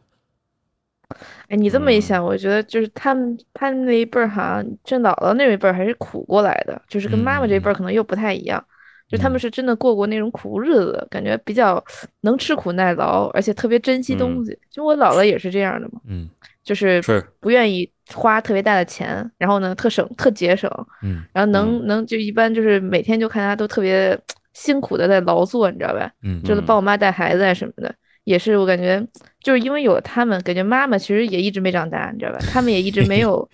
Speaker 2: 哎，你这么一
Speaker 3: 嗯
Speaker 2: 想，我觉得就是他们他们那一辈儿好像正姥姥那一辈儿还是苦过来的，就是跟妈妈这一辈儿可能又不太一样，就他们是真的过过那种苦日子的，感觉比较能吃苦耐劳，而且特别珍惜东
Speaker 3: 嗯
Speaker 2: 西。就我姥姥也是这样的嘛，
Speaker 1: 嗯
Speaker 2: 就是
Speaker 3: 是
Speaker 2: 不愿意花特别大的钱，然后呢特省特节省，
Speaker 1: 嗯
Speaker 2: 然后能能就一般就是每天就看她都特别辛苦的在劳作，你知道吧？
Speaker 1: 嗯，
Speaker 2: 就是
Speaker 3: 嗯
Speaker 2: 帮我妈带孩子啊什么的，也是我感觉就是因为有了他们，感觉妈妈其实也一直没长大，你知道吧？他们也一直没 有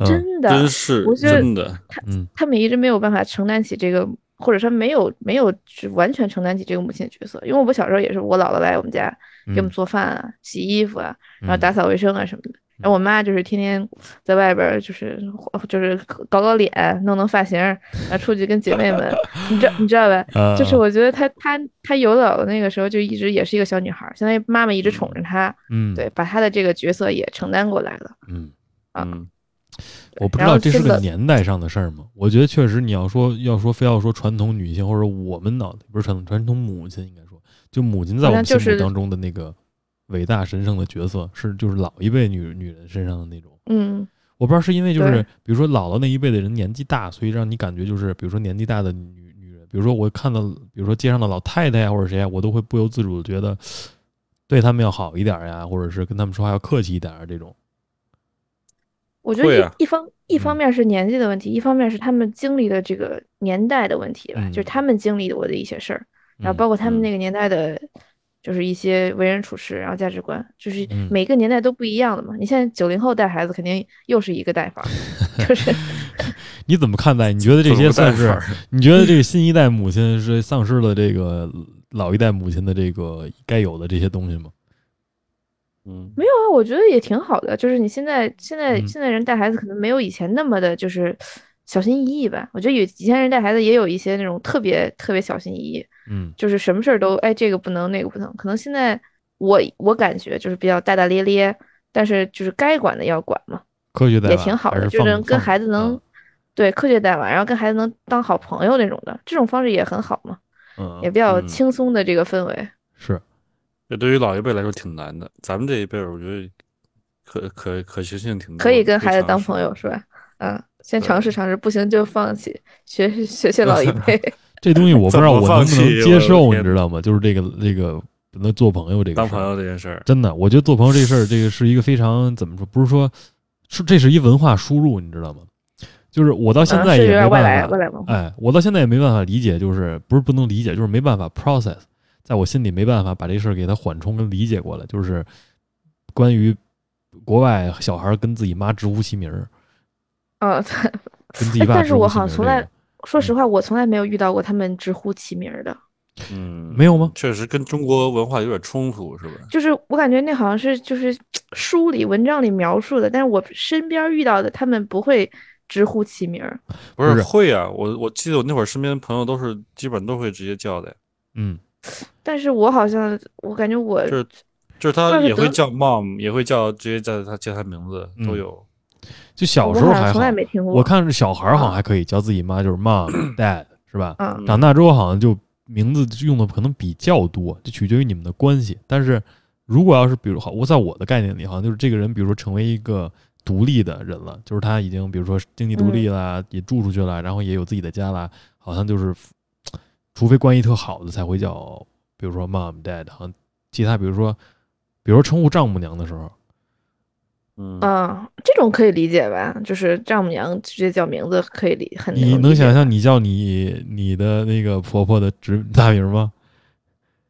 Speaker 1: 嗯
Speaker 2: 真的，
Speaker 3: 真是
Speaker 2: 我觉得
Speaker 3: 真的，
Speaker 1: 嗯
Speaker 2: 他们也一直没有办法承担起这个，或者说没有没有只完全承担起这个母亲的角色。因为我小时候也是，我姥姥来我们家给我们
Speaker 1: 嗯
Speaker 2: 做饭啊、洗衣服啊，然后
Speaker 1: 嗯
Speaker 2: 打扫卫生啊什么的。然后我妈就是天天在外边儿，就是就是搞搞脸，弄弄发型儿，然后出去跟姐妹 们，你知道你知道吧？
Speaker 1: 呃
Speaker 2: 就是我觉得她她她有姥姥那个时候就一直也是一个小女孩儿，相当于妈妈一直宠着她，
Speaker 1: 嗯
Speaker 2: 对，把她的这个角色也承担过来了。
Speaker 1: 嗯，
Speaker 2: 啊
Speaker 3: 嗯，
Speaker 1: 我不知
Speaker 2: 然
Speaker 1: 道
Speaker 2: 后
Speaker 1: 这
Speaker 2: 就是
Speaker 1: 个
Speaker 2: 冷
Speaker 1: 年代上的事儿吗？我觉得确实，你要说要说非要说传统女性或者我们脑不是传统传统母亲，应该说就母亲在我
Speaker 2: 好
Speaker 1: 们
Speaker 2: 像
Speaker 1: 心
Speaker 2: 就
Speaker 1: 目
Speaker 2: 是
Speaker 1: 当中的那个伟大神圣的角色，是就是老一辈女女人身上的那种。
Speaker 2: 嗯，
Speaker 1: 我不知道是因为就是
Speaker 2: 对
Speaker 1: 比如说姥姥那一辈的人年纪大，所以让你感觉就是比如说年纪大的女女人，比如说我看到比如说街上的老太太呀或者谁呀，我都会不由自主的觉得对他们要好一点呀，或者是跟他们说话要客气一点啊这种。
Speaker 2: 我觉得
Speaker 3: 会
Speaker 2: 一、
Speaker 3: 啊
Speaker 2: 一方一方
Speaker 1: 嗯
Speaker 2: 面是年纪的问题，一方面是他们经历的这个年代的问题吧，就是
Speaker 1: 嗯
Speaker 2: 他们经历过的一些事儿，然后
Speaker 1: 嗯
Speaker 2: 包括他们
Speaker 3: 嗯
Speaker 2: 那个年代的，就是一些为人处事，然后价值观，就是
Speaker 1: 嗯
Speaker 2: 每个年代都不一样的嘛。你现在九零后带孩子，肯定又是一个带法儿，就是 啊
Speaker 1: 你怎么看待？你觉得这些算
Speaker 3: 不带
Speaker 1: 是？
Speaker 3: 法儿
Speaker 1: 你觉得这个新一代母亲是丧失了这个老一代母亲的这个该有的这些东西吗？
Speaker 3: 嗯，
Speaker 2: 没有啊，我觉得也挺好的。就是你现在现在
Speaker 1: 嗯
Speaker 2: 现在人带孩子，可能没有以前那么的，就是小心翼翼吧。我觉得有以前人带孩子也有一些那种特别特别小心翼翼，
Speaker 1: 嗯
Speaker 2: 就是什么事儿都哎这个不能那个不能。可能现在我我感觉就是比较大大咧咧，但是就是该管的要管嘛，
Speaker 1: 科学代
Speaker 2: 也
Speaker 1: 吧
Speaker 2: 挺好
Speaker 1: 还
Speaker 2: 的，
Speaker 1: 是
Speaker 2: 就
Speaker 1: 放
Speaker 2: 能跟
Speaker 1: 放
Speaker 2: 孩子能、
Speaker 1: 嗯
Speaker 2: 对科学带娃，然后跟孩子能当好朋友那种的，这种方式也很好嘛，
Speaker 1: 嗯
Speaker 2: 也比较
Speaker 3: 嗯
Speaker 2: 轻松的这个氛围。
Speaker 1: 是
Speaker 3: 这对于老一辈来说挺难的，咱们这一辈儿我觉得可可可行性挺多的，
Speaker 2: 可以跟孩子
Speaker 3: 尝
Speaker 2: 当
Speaker 3: 试
Speaker 2: 朋友是吧？嗯，先尝试尝试，不行就放弃，学学 学老一辈。
Speaker 1: 这东西我不知道我能不
Speaker 3: 怎么放弃
Speaker 1: 能接受，
Speaker 3: 我的天
Speaker 1: 你知道吗？就是这个这个那做朋友这个
Speaker 3: 当
Speaker 1: 事
Speaker 3: 朋
Speaker 1: 儿
Speaker 3: 友这件事儿，
Speaker 1: 真的，我觉得做朋友这事儿，这个是一个非常怎么说？不是说是这是一文化输入，你知道吗？就是我到现
Speaker 2: 嗯
Speaker 1: 在
Speaker 2: 是有
Speaker 1: 也
Speaker 2: 点
Speaker 1: 没
Speaker 2: 外来
Speaker 1: 办法
Speaker 2: 外，来文化。
Speaker 1: 哎，我到现在也没办法理解，就是不是不能理解，就是没办法 process，在我心里没办法把这事儿给它缓冲跟理解过来，就是关于国外小孩跟自己妈直呼其名儿， 跟
Speaker 2: 嗯，
Speaker 1: 啊自己
Speaker 2: 哎
Speaker 1: 爸
Speaker 2: 但是
Speaker 1: 直呼
Speaker 2: 我
Speaker 1: 其
Speaker 2: 好
Speaker 1: 名儿
Speaker 2: 像从
Speaker 1: 这
Speaker 2: 来
Speaker 1: 个嗯
Speaker 2: 说实话，我从来没有遇到过他们直呼其名儿的。
Speaker 3: 嗯，
Speaker 1: 没有吗？
Speaker 3: 确实跟中国文化有点冲突，是吧？
Speaker 2: 就是我感觉那好像是就是书里文章里描述的，但是我身边遇到的他们不会直呼其名儿。
Speaker 3: 不
Speaker 1: 不
Speaker 3: 是
Speaker 1: 是
Speaker 3: 会啊，我我记得我那会儿身边朋友都是基本都会直接叫的，
Speaker 1: 嗯，
Speaker 2: 但是我好像我感觉我
Speaker 3: 就是就是他
Speaker 2: 但是
Speaker 3: 也会
Speaker 2: 德
Speaker 3: 叫 mom，也会叫直接叫他叫他名字
Speaker 1: 嗯
Speaker 3: 都有。
Speaker 1: 就小
Speaker 2: 我
Speaker 1: 时候
Speaker 2: 好像
Speaker 1: 还好
Speaker 2: 从，来没听过。
Speaker 1: 我看是小孩儿好像还可以叫自己妈就是 mom dad 是吧？
Speaker 2: 嗯，
Speaker 1: 长大之后好像就名字用的可能比较多，就取决于你们的关系。但是如果要是比如好，我在我的概念里，好像就是这个人，比如说成为一个独立的人了，就是他已经比如说经济独
Speaker 2: 嗯
Speaker 1: 立啦，也住出去了，然后也有自己的家啦，好像就是除非关系特好的才会叫，比如说 mom dad，好像其他比如说比如说称呼丈母娘的时候，
Speaker 3: 嗯，
Speaker 2: 嗯，这种可以理解吧？就是丈母娘直接叫名字可以理很
Speaker 1: 你
Speaker 2: 理
Speaker 1: 能
Speaker 2: 解
Speaker 1: 想象你叫你你的那个婆婆的直大名吗？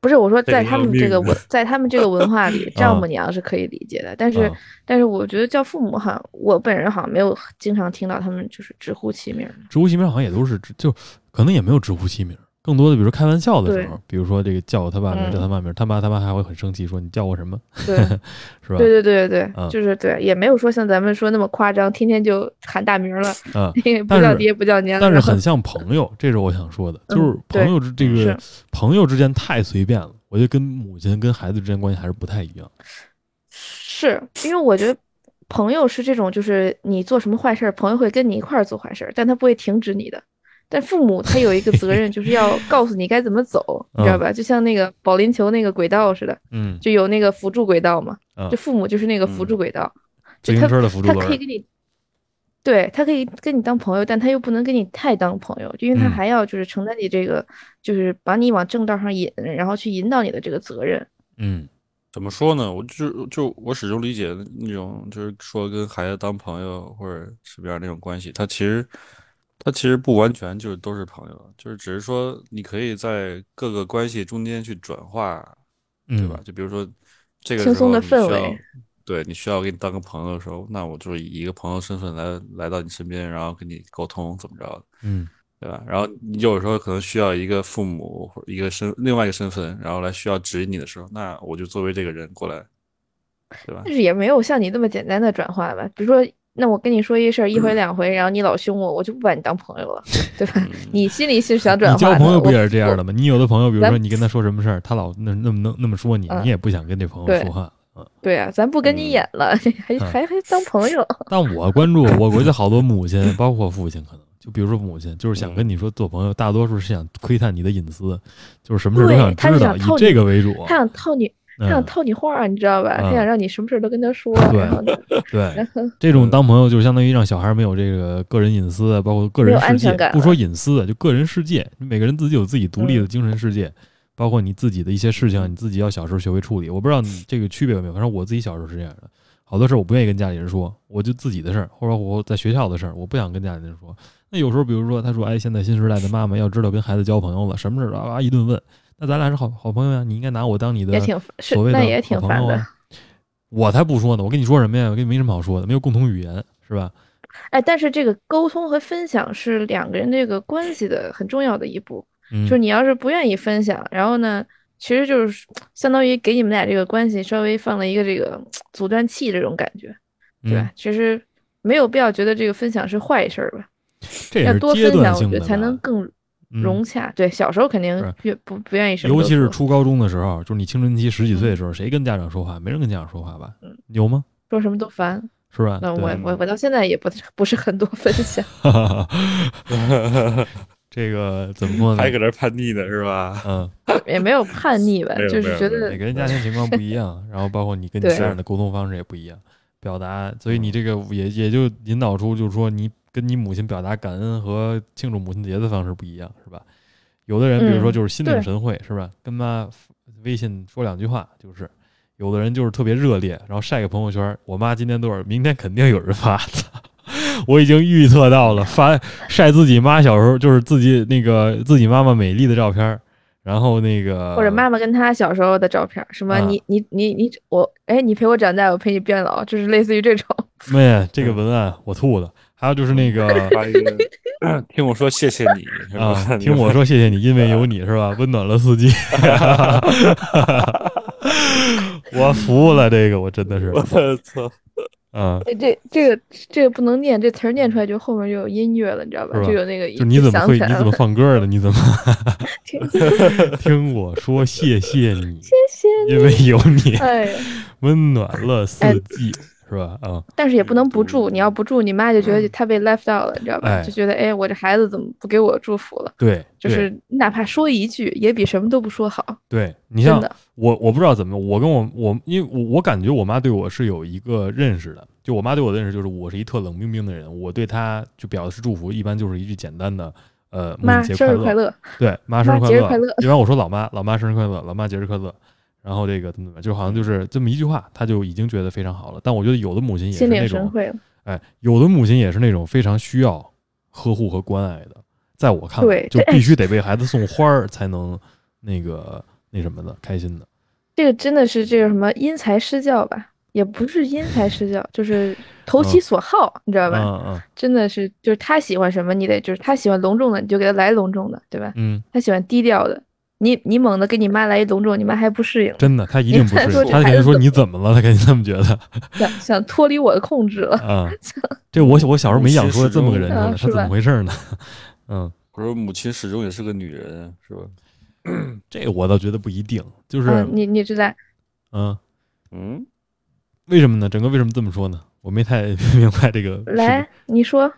Speaker 2: 不是我说，
Speaker 3: 这
Speaker 2: 在
Speaker 3: 个
Speaker 2: 他
Speaker 3: 要
Speaker 2: 们这
Speaker 3: 命
Speaker 2: 个
Speaker 3: 的
Speaker 2: 文，在他们这个文化 里，丈母娘是可以理解的。但是
Speaker 1: 啊，
Speaker 2: 但是我觉得叫父母好像，我本人好像没有经常听到他们就是直呼其名儿。
Speaker 1: 直呼其名好像也都是直就可能也没有直呼其名，更多的比如说开玩笑的时候，比如说这个叫我他爸名，
Speaker 2: 嗯
Speaker 1: 叫他妈名，他妈他妈还会很生气，说你叫我什么，
Speaker 2: 对，
Speaker 1: 是吧？
Speaker 2: 对对对对
Speaker 1: 嗯
Speaker 2: 对，就是对，也没有说像咱们说那么夸张，天天就喊大名儿了，
Speaker 1: 啊、
Speaker 2: 也不
Speaker 1: 但
Speaker 2: 叫
Speaker 1: 是
Speaker 2: 爹不叫娘。
Speaker 1: 但是
Speaker 2: 然后
Speaker 1: 很像朋友，这是我想说的，
Speaker 2: 嗯
Speaker 1: 就是
Speaker 2: 对
Speaker 1: 朋友之这个
Speaker 2: 是
Speaker 1: 朋友之间太随便了，我觉得跟母亲跟孩子之间关系还是不太一样。
Speaker 2: 是因为我觉得朋友是这种，就是你做什么坏事儿，朋友会跟你一块儿做坏事儿，但他不会停止你的。但父母他有一个责任，就是要告诉你该怎么走，你知道
Speaker 1: 嗯
Speaker 2: 吧？就像那个保龄球那个轨道似的，
Speaker 1: 嗯，
Speaker 2: 就有那个辅助轨道嘛，
Speaker 1: 嗯
Speaker 2: 就父母就是那个辅助轨道，
Speaker 1: 自
Speaker 2: 就
Speaker 1: 行
Speaker 2: 他
Speaker 1: 车的辅助
Speaker 2: 他
Speaker 1: 轮
Speaker 2: 可以
Speaker 1: 儿，
Speaker 2: 跟你，对他可以跟你当朋友，但他又不能跟你太当朋友，因为他
Speaker 1: 嗯
Speaker 2: 还要就是承担你这个，就是把你往正道上引，然后去引导你的这个责任。
Speaker 1: 嗯
Speaker 3: 怎么说呢？我就就我始终理解那种，就是说跟孩子当朋友或者什么样那种关系，他其实他其实不完全就是都是朋友，就是只是说你可以在各个关系中间去转化，
Speaker 1: 嗯，
Speaker 3: 对吧？？就比如说这个
Speaker 2: 轻
Speaker 3: 时
Speaker 2: 松
Speaker 3: 候
Speaker 2: 的
Speaker 3: 你
Speaker 2: 氛
Speaker 3: 需要
Speaker 2: 围，
Speaker 3: 对你需要给你当个朋友的时候，那我就是以一个朋友身份来来到你身边，然后跟你沟通怎么着的。
Speaker 1: 嗯
Speaker 3: 对吧？然后你有时候可能需要一个父母或者一个身另外一个身份，然后来需要指引你的时候，那我就作为这个人过来，对吧
Speaker 2: 但？是也没有像你那么简单的转化吧。比如说，那我跟你说一事儿，一回两回，然后你老凶我，我就不把你当朋友 了，对吧？你心里是想转
Speaker 1: 嗯你
Speaker 2: 化的，
Speaker 1: 交朋友不
Speaker 2: 我
Speaker 1: 也是这样
Speaker 2: 我
Speaker 1: 的吗？你有的朋友，比如
Speaker 2: 咱
Speaker 1: 说你跟他说什么事儿，他老那那么那那么说你，
Speaker 2: 嗯
Speaker 1: 你也不想跟这朋友
Speaker 2: 对
Speaker 1: 说话。嗯，
Speaker 2: 对啊，咱不跟你
Speaker 3: 嗯
Speaker 2: 演了， 还还还当朋 友。
Speaker 1: 但我关注我国家好多母亲，包括父亲，可能就比如说母亲，就是想
Speaker 3: 嗯
Speaker 1: 跟你说做朋友，大多数是想窥探你的隐私，就是什么事儿都
Speaker 2: 对
Speaker 1: 想
Speaker 2: 他是
Speaker 1: 知道，
Speaker 2: 想套
Speaker 1: 以这个为主。
Speaker 2: 他想套你，他想
Speaker 1: 嗯，
Speaker 2: 套你话儿，你知道吧？他
Speaker 1: 嗯
Speaker 2: 想让你什么事儿都跟他说，
Speaker 1: 对
Speaker 2: 然后呢，
Speaker 1: 对，
Speaker 2: 然后
Speaker 1: 这种当朋友就相当于让小孩没有这个个人隐私，啊包括个
Speaker 2: 没
Speaker 1: 人
Speaker 2: 有安
Speaker 1: 世界
Speaker 2: 全感，了嗯
Speaker 1: 不说隐私，啊就个人世界，你每个人自己有自己独立的精神世界。包括你自己的一些事情，你自己要小时候学会处理。我不知道
Speaker 2: 嗯
Speaker 1: 你这个区别有没有，反正我自己小时候是这样的。好多事儿我不愿意跟家里人说，我就自己的事儿，或者我在学校的事儿，我不想跟家里人说。那有时候，比如说他说：“哎，现在新时代的妈妈要知道跟孩子交朋友了，什么事儿啊啊一顿问。”那咱俩是好好朋友呀，你应该拿我当你的
Speaker 2: 也挺是
Speaker 1: 所谓的
Speaker 2: 那也挺
Speaker 1: 好
Speaker 2: 烦
Speaker 1: 朋友
Speaker 2: 的
Speaker 1: 啊。。我才不说呢，我跟你说什么呀？我跟你没什么好说的，没有共同语言，是吧？
Speaker 2: 哎，但是这个沟通和分享是两个人这个关系的很重要的一步，
Speaker 1: 嗯，
Speaker 2: 就是你要是不愿意分享，然后呢，其实就是相当于给你们俩这个关系稍微放了一个这个阻断器这种感觉，对吧？
Speaker 1: 嗯，
Speaker 2: 其实没有必要觉得这个分享是坏事儿吧，
Speaker 1: 这也
Speaker 2: 要
Speaker 1: 是
Speaker 2: 多
Speaker 1: 阶
Speaker 2: 分
Speaker 1: 段
Speaker 2: 享，我
Speaker 1: 性
Speaker 2: 觉
Speaker 1: 的
Speaker 2: 得
Speaker 1: 吧
Speaker 2: 才能更融
Speaker 1: 嗯
Speaker 2: 洽。对，小时候肯定
Speaker 1: 是
Speaker 2: 越不不愿意什么嗯
Speaker 1: 尤
Speaker 2: 都
Speaker 1: 其是
Speaker 2: 说
Speaker 1: 初高中的时候，就是你青春期十几岁的时候，谁跟家长说话？没人跟家长说话吧？有吗？
Speaker 2: 说什么都烦。
Speaker 1: 是吧？
Speaker 2: 嗯那
Speaker 1: 对嗯
Speaker 2: 我我我到现在也不不是很多分享，
Speaker 1: 哈哈哈， 这个怎么说呢？
Speaker 3: 还搁那叛逆呢是吧？
Speaker 1: 嗯，
Speaker 2: 也没有叛逆吧
Speaker 3: 没，有
Speaker 2: 就
Speaker 3: 没
Speaker 2: 是
Speaker 3: 有
Speaker 2: 觉
Speaker 3: 没有
Speaker 2: 得
Speaker 1: 每个人家庭情况不一样，然后包括你跟你
Speaker 2: 对嗯
Speaker 1: 家人的沟通方式也不一样，表达，所以你这个也也就引导出，就是说你跟你母亲表达感恩和庆祝母亲节的方式不一样，是吧？有的人，比如说
Speaker 2: 嗯
Speaker 1: 就是心领
Speaker 2: 对
Speaker 1: 神会，是吧？跟妈微信说两句话，就是有的人就是特别热烈，然后晒个朋友圈，我妈今天多少，明天肯定有人发。操 我已经预测到了，发晒自己妈小时候，就是自己那个自己妈妈美丽的照片儿，然后那个
Speaker 2: 或者妈妈跟她小时候的照片儿，什么
Speaker 1: 啊
Speaker 2: 你你你你我，哎，你陪我长大，我陪你变老，就是类似于这种。
Speaker 1: 妹哎这个文案我吐了。还有就是 那个
Speaker 3: 发一个， 听我说谢谢哎你，是吧
Speaker 1: 啊，听我，说，谢谢你，因为有你 是吧，温暖了四季。 我服了，这个我真的是，
Speaker 3: 我操，
Speaker 1: 啊，
Speaker 2: 哎这这个这个不能念，这词儿念出来就后面就有音乐了，你知道吧？
Speaker 1: 是吧
Speaker 2: 就有那个
Speaker 1: 就你怎么
Speaker 2: 想
Speaker 1: 会，
Speaker 2: 起来
Speaker 1: 你怎么
Speaker 2: 了
Speaker 1: 放歌的？你怎么
Speaker 2: 听
Speaker 1: 听我说，谢谢你，
Speaker 2: 谢
Speaker 1: 因为有你
Speaker 2: 谢。， 哎呀，
Speaker 1: 温暖了四季，是吧？啊，
Speaker 2: 但是也不能不住，你要不住，你妈就觉得她被 left out 了，你知道吧？
Speaker 1: 嗯哎
Speaker 2: 就觉得哎，我这孩子怎么不给我祝福了？
Speaker 1: 对，
Speaker 2: 就是哪怕说一句，也比什么都不说好。
Speaker 1: 对对你
Speaker 2: 真
Speaker 1: 像
Speaker 2: 的，
Speaker 1: 我我不知道怎么，我跟我我，因为我我感觉我妈对我是有一个认识的，就我妈对我的认识就是我是一特冷冰冰的人，我对她就表示祝福，一般就是一句简单的，呃，母
Speaker 2: 妈
Speaker 1: 亲节
Speaker 2: 生日
Speaker 1: 快
Speaker 2: 快乐，
Speaker 1: 对，妈生日
Speaker 2: 妈
Speaker 1: 快
Speaker 2: 节日
Speaker 1: 乐，
Speaker 2: 快乐
Speaker 1: 一般我说老妈，老妈生日快乐，老妈节日快乐，然后这个怎么怎么，就好像就是这么一句话，她就已经觉得非常好了。但我觉得有的母亲也是
Speaker 2: 心
Speaker 1: 那
Speaker 2: 领神
Speaker 1: 种，
Speaker 2: 会了。
Speaker 1: 哎，有的母亲也是那种非常需要呵护和关爱的。在我看来
Speaker 2: 对，
Speaker 1: 就
Speaker 2: 这
Speaker 1: 必须得为孩子送花儿才能那个那什么的开心的。
Speaker 2: 这个真的是这个什么因材施教吧，也不是因材施教，就是投其
Speaker 1: 嗯
Speaker 2: 所好，你知道吧？
Speaker 1: 嗯嗯
Speaker 2: 真的是，就是他喜欢什么，你得就是他喜欢隆重的，你就给他来隆重的，对吧？
Speaker 1: 嗯，
Speaker 2: 他喜欢低调的，你你猛的给你妈来一隆重，你妈还不适应，
Speaker 1: 真的，她一定不
Speaker 2: 你看
Speaker 1: 是
Speaker 2: 说，这
Speaker 1: 她肯
Speaker 2: 孩
Speaker 1: 定
Speaker 2: 子
Speaker 1: 说你怎么了，她肯定这么觉 得
Speaker 2: 想想脱离我的控制了。
Speaker 1: 啊。这我我小时候没养出来这么个人出来，
Speaker 2: 嗯
Speaker 1: 她
Speaker 2: 是
Speaker 1: 怎么
Speaker 2: 吧
Speaker 1: 回事呢？ 嗯，
Speaker 3: 我说母亲始终也是个女人，是吧？
Speaker 1: 这我倒觉得不一定， 就是
Speaker 2: 嗯，你你知道，
Speaker 1: 嗯。
Speaker 3: 嗯，
Speaker 1: 为什么呢？整个为什么这么说呢？我没太 明白这个。
Speaker 2: 来， 你说，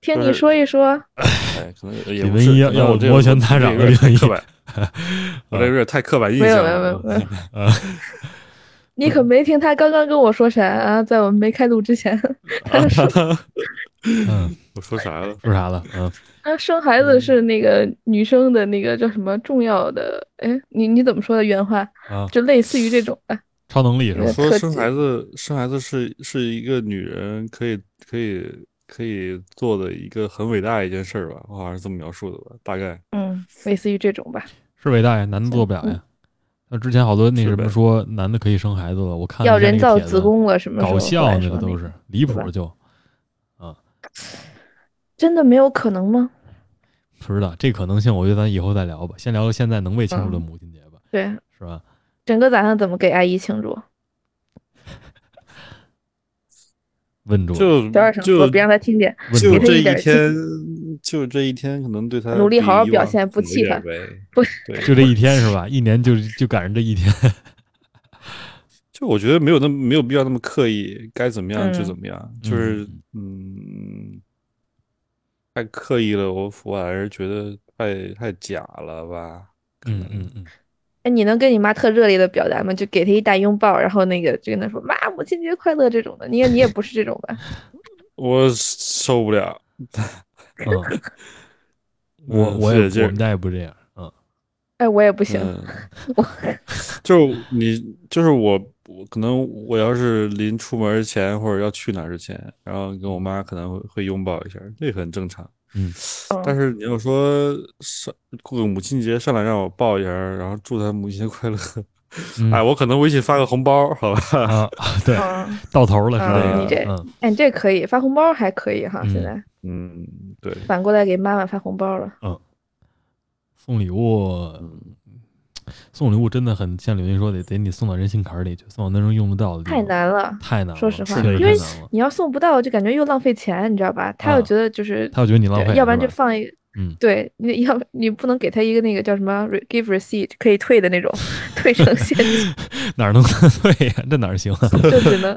Speaker 2: 听
Speaker 3: 就
Speaker 2: 你
Speaker 3: 是
Speaker 2: 说一说，
Speaker 3: 哎，可能也
Speaker 1: 李
Speaker 3: 不
Speaker 1: 文
Speaker 3: 是
Speaker 1: 一
Speaker 3: 可能
Speaker 1: 要
Speaker 3: 我这个
Speaker 1: 摩拳擦掌
Speaker 3: 我这个有
Speaker 1: 的
Speaker 3: 点
Speaker 1: 李
Speaker 3: 刻
Speaker 1: 文
Speaker 3: 板，我这个有点太刻板印
Speaker 2: 没
Speaker 3: 象
Speaker 2: 有没有没
Speaker 3: 了
Speaker 2: 有。没有，
Speaker 1: 啊
Speaker 2: 你可没听他刚刚跟我说啥啊？在我们没开录之前，他说
Speaker 3: 啊
Speaker 1: 嗯，
Speaker 3: 我说啥了？
Speaker 1: 说啥了？嗯，
Speaker 2: 啊，生孩子是那个女生的那个叫什么重要的？哎，你你怎么说的原话？
Speaker 1: 啊
Speaker 2: 就类似于这种的。
Speaker 1: 超能力是吧
Speaker 2: 对？
Speaker 3: 说
Speaker 2: 特
Speaker 3: 生
Speaker 2: 技
Speaker 3: 孩子，生孩子是是一个女人可以可以可以做的一个很伟大的一件事儿吧，我好像是这么描述的吧，大概。
Speaker 2: 嗯，类似于这种吧，
Speaker 1: 是伟大呀，男的做不了
Speaker 2: 嗯
Speaker 1: 呀。那之前好多那
Speaker 3: 是
Speaker 1: 什
Speaker 3: 呗
Speaker 1: 么说男的可以生孩子了，我看了
Speaker 2: 要
Speaker 1: 一下
Speaker 2: 人
Speaker 1: 那个
Speaker 2: 造
Speaker 1: 帖子
Speaker 2: 子宫了什么时候
Speaker 1: 搞
Speaker 2: 后
Speaker 1: 笑
Speaker 2: 来
Speaker 1: 那
Speaker 2: 说
Speaker 1: 个都
Speaker 2: 那
Speaker 1: 是离谱
Speaker 2: 吧
Speaker 1: 就
Speaker 2: 真的没有可能吗？
Speaker 1: 不知道这可能性，我觉得咱以后再聊吧，先聊聊现在能为庆祝的
Speaker 2: 嗯
Speaker 1: 母亲节吧，
Speaker 2: 对，
Speaker 1: 是吧？
Speaker 2: 整个打算怎么给阿姨庆祝？
Speaker 1: 问住，
Speaker 3: 就
Speaker 2: 小点声，
Speaker 3: 就
Speaker 2: 我别让她听见。
Speaker 1: 嗯问
Speaker 3: 就
Speaker 1: 住
Speaker 2: 给他
Speaker 3: 这
Speaker 2: 一点儿
Speaker 3: 天，就这一天，可能对他
Speaker 2: 努力
Speaker 3: 比
Speaker 2: 好好
Speaker 3: 以
Speaker 2: 表
Speaker 3: 往
Speaker 2: 现不
Speaker 3: 好一
Speaker 2: 气
Speaker 3: 点
Speaker 2: 愤
Speaker 3: 呗。
Speaker 2: 不
Speaker 3: 对，
Speaker 1: 就这一天是吧？一年就就赶上这 一天，
Speaker 3: 就我觉得没有那么没有必要那么刻意，该怎么样就
Speaker 2: 嗯
Speaker 3: 怎么样，就是嗯，太刻意了，我我还是觉得太太假了吧。可
Speaker 1: 嗯
Speaker 3: 能
Speaker 1: 嗯嗯，
Speaker 2: 哎，你能跟你妈特热烈的表达吗？就给她一大拥抱，然后那个就跟她说“妈，母亲节快乐”这种的。你也你也不是这种吧？
Speaker 3: 我受不了。
Speaker 1: 嗯，我
Speaker 3: 嗯
Speaker 1: 我
Speaker 3: 是
Speaker 1: 也
Speaker 3: 这
Speaker 1: 我们家也不这样，嗯
Speaker 2: 哎，我也不行。
Speaker 3: 嗯
Speaker 2: 我，
Speaker 3: 就是你，就是我，我可能我要是临出门儿前或者要去哪儿之前，然后跟我妈可能会会拥抱一下儿，这很正常。
Speaker 1: 嗯，
Speaker 3: 但是你要说上过个母亲节上来让我抱一下儿，然后祝她母亲节快乐，
Speaker 1: 嗯
Speaker 3: 哎，我可能微信发个红包儿，好吧？
Speaker 1: 啊，对，
Speaker 2: 嗯，
Speaker 1: 到头了
Speaker 2: 啊
Speaker 1: 是
Speaker 2: 你
Speaker 1: 这
Speaker 2: 这
Speaker 1: 个，嗯，
Speaker 2: 哎，你这可以发红包还可以哈，现
Speaker 1: 嗯
Speaker 2: 在
Speaker 3: 嗯，对，
Speaker 2: 反过来给妈妈发红包了。
Speaker 1: 送礼物，送礼物真的很像柳云说的，得你送到人心坎儿里去，送到那种用得到的地方
Speaker 2: 太，难了，
Speaker 1: 太难了，
Speaker 2: 说实话，
Speaker 1: 确实
Speaker 2: 因
Speaker 1: 太
Speaker 2: 为
Speaker 1: 难了。
Speaker 2: 你要送不到，就感觉又浪费钱，你知道吧？他
Speaker 1: 啊
Speaker 2: 又觉得就是，
Speaker 1: 他又觉得你浪
Speaker 2: 对
Speaker 1: 费了，
Speaker 2: 要不然
Speaker 1: 是
Speaker 2: 就
Speaker 1: 吧
Speaker 2: 放一个，
Speaker 1: 嗯
Speaker 2: 对，你要你不能给他一个那个叫什么 re- give receipt 可以退的那种 退成现金，
Speaker 1: 哪儿能对呀？这哪儿行啊？ 嗯
Speaker 2: 就只能，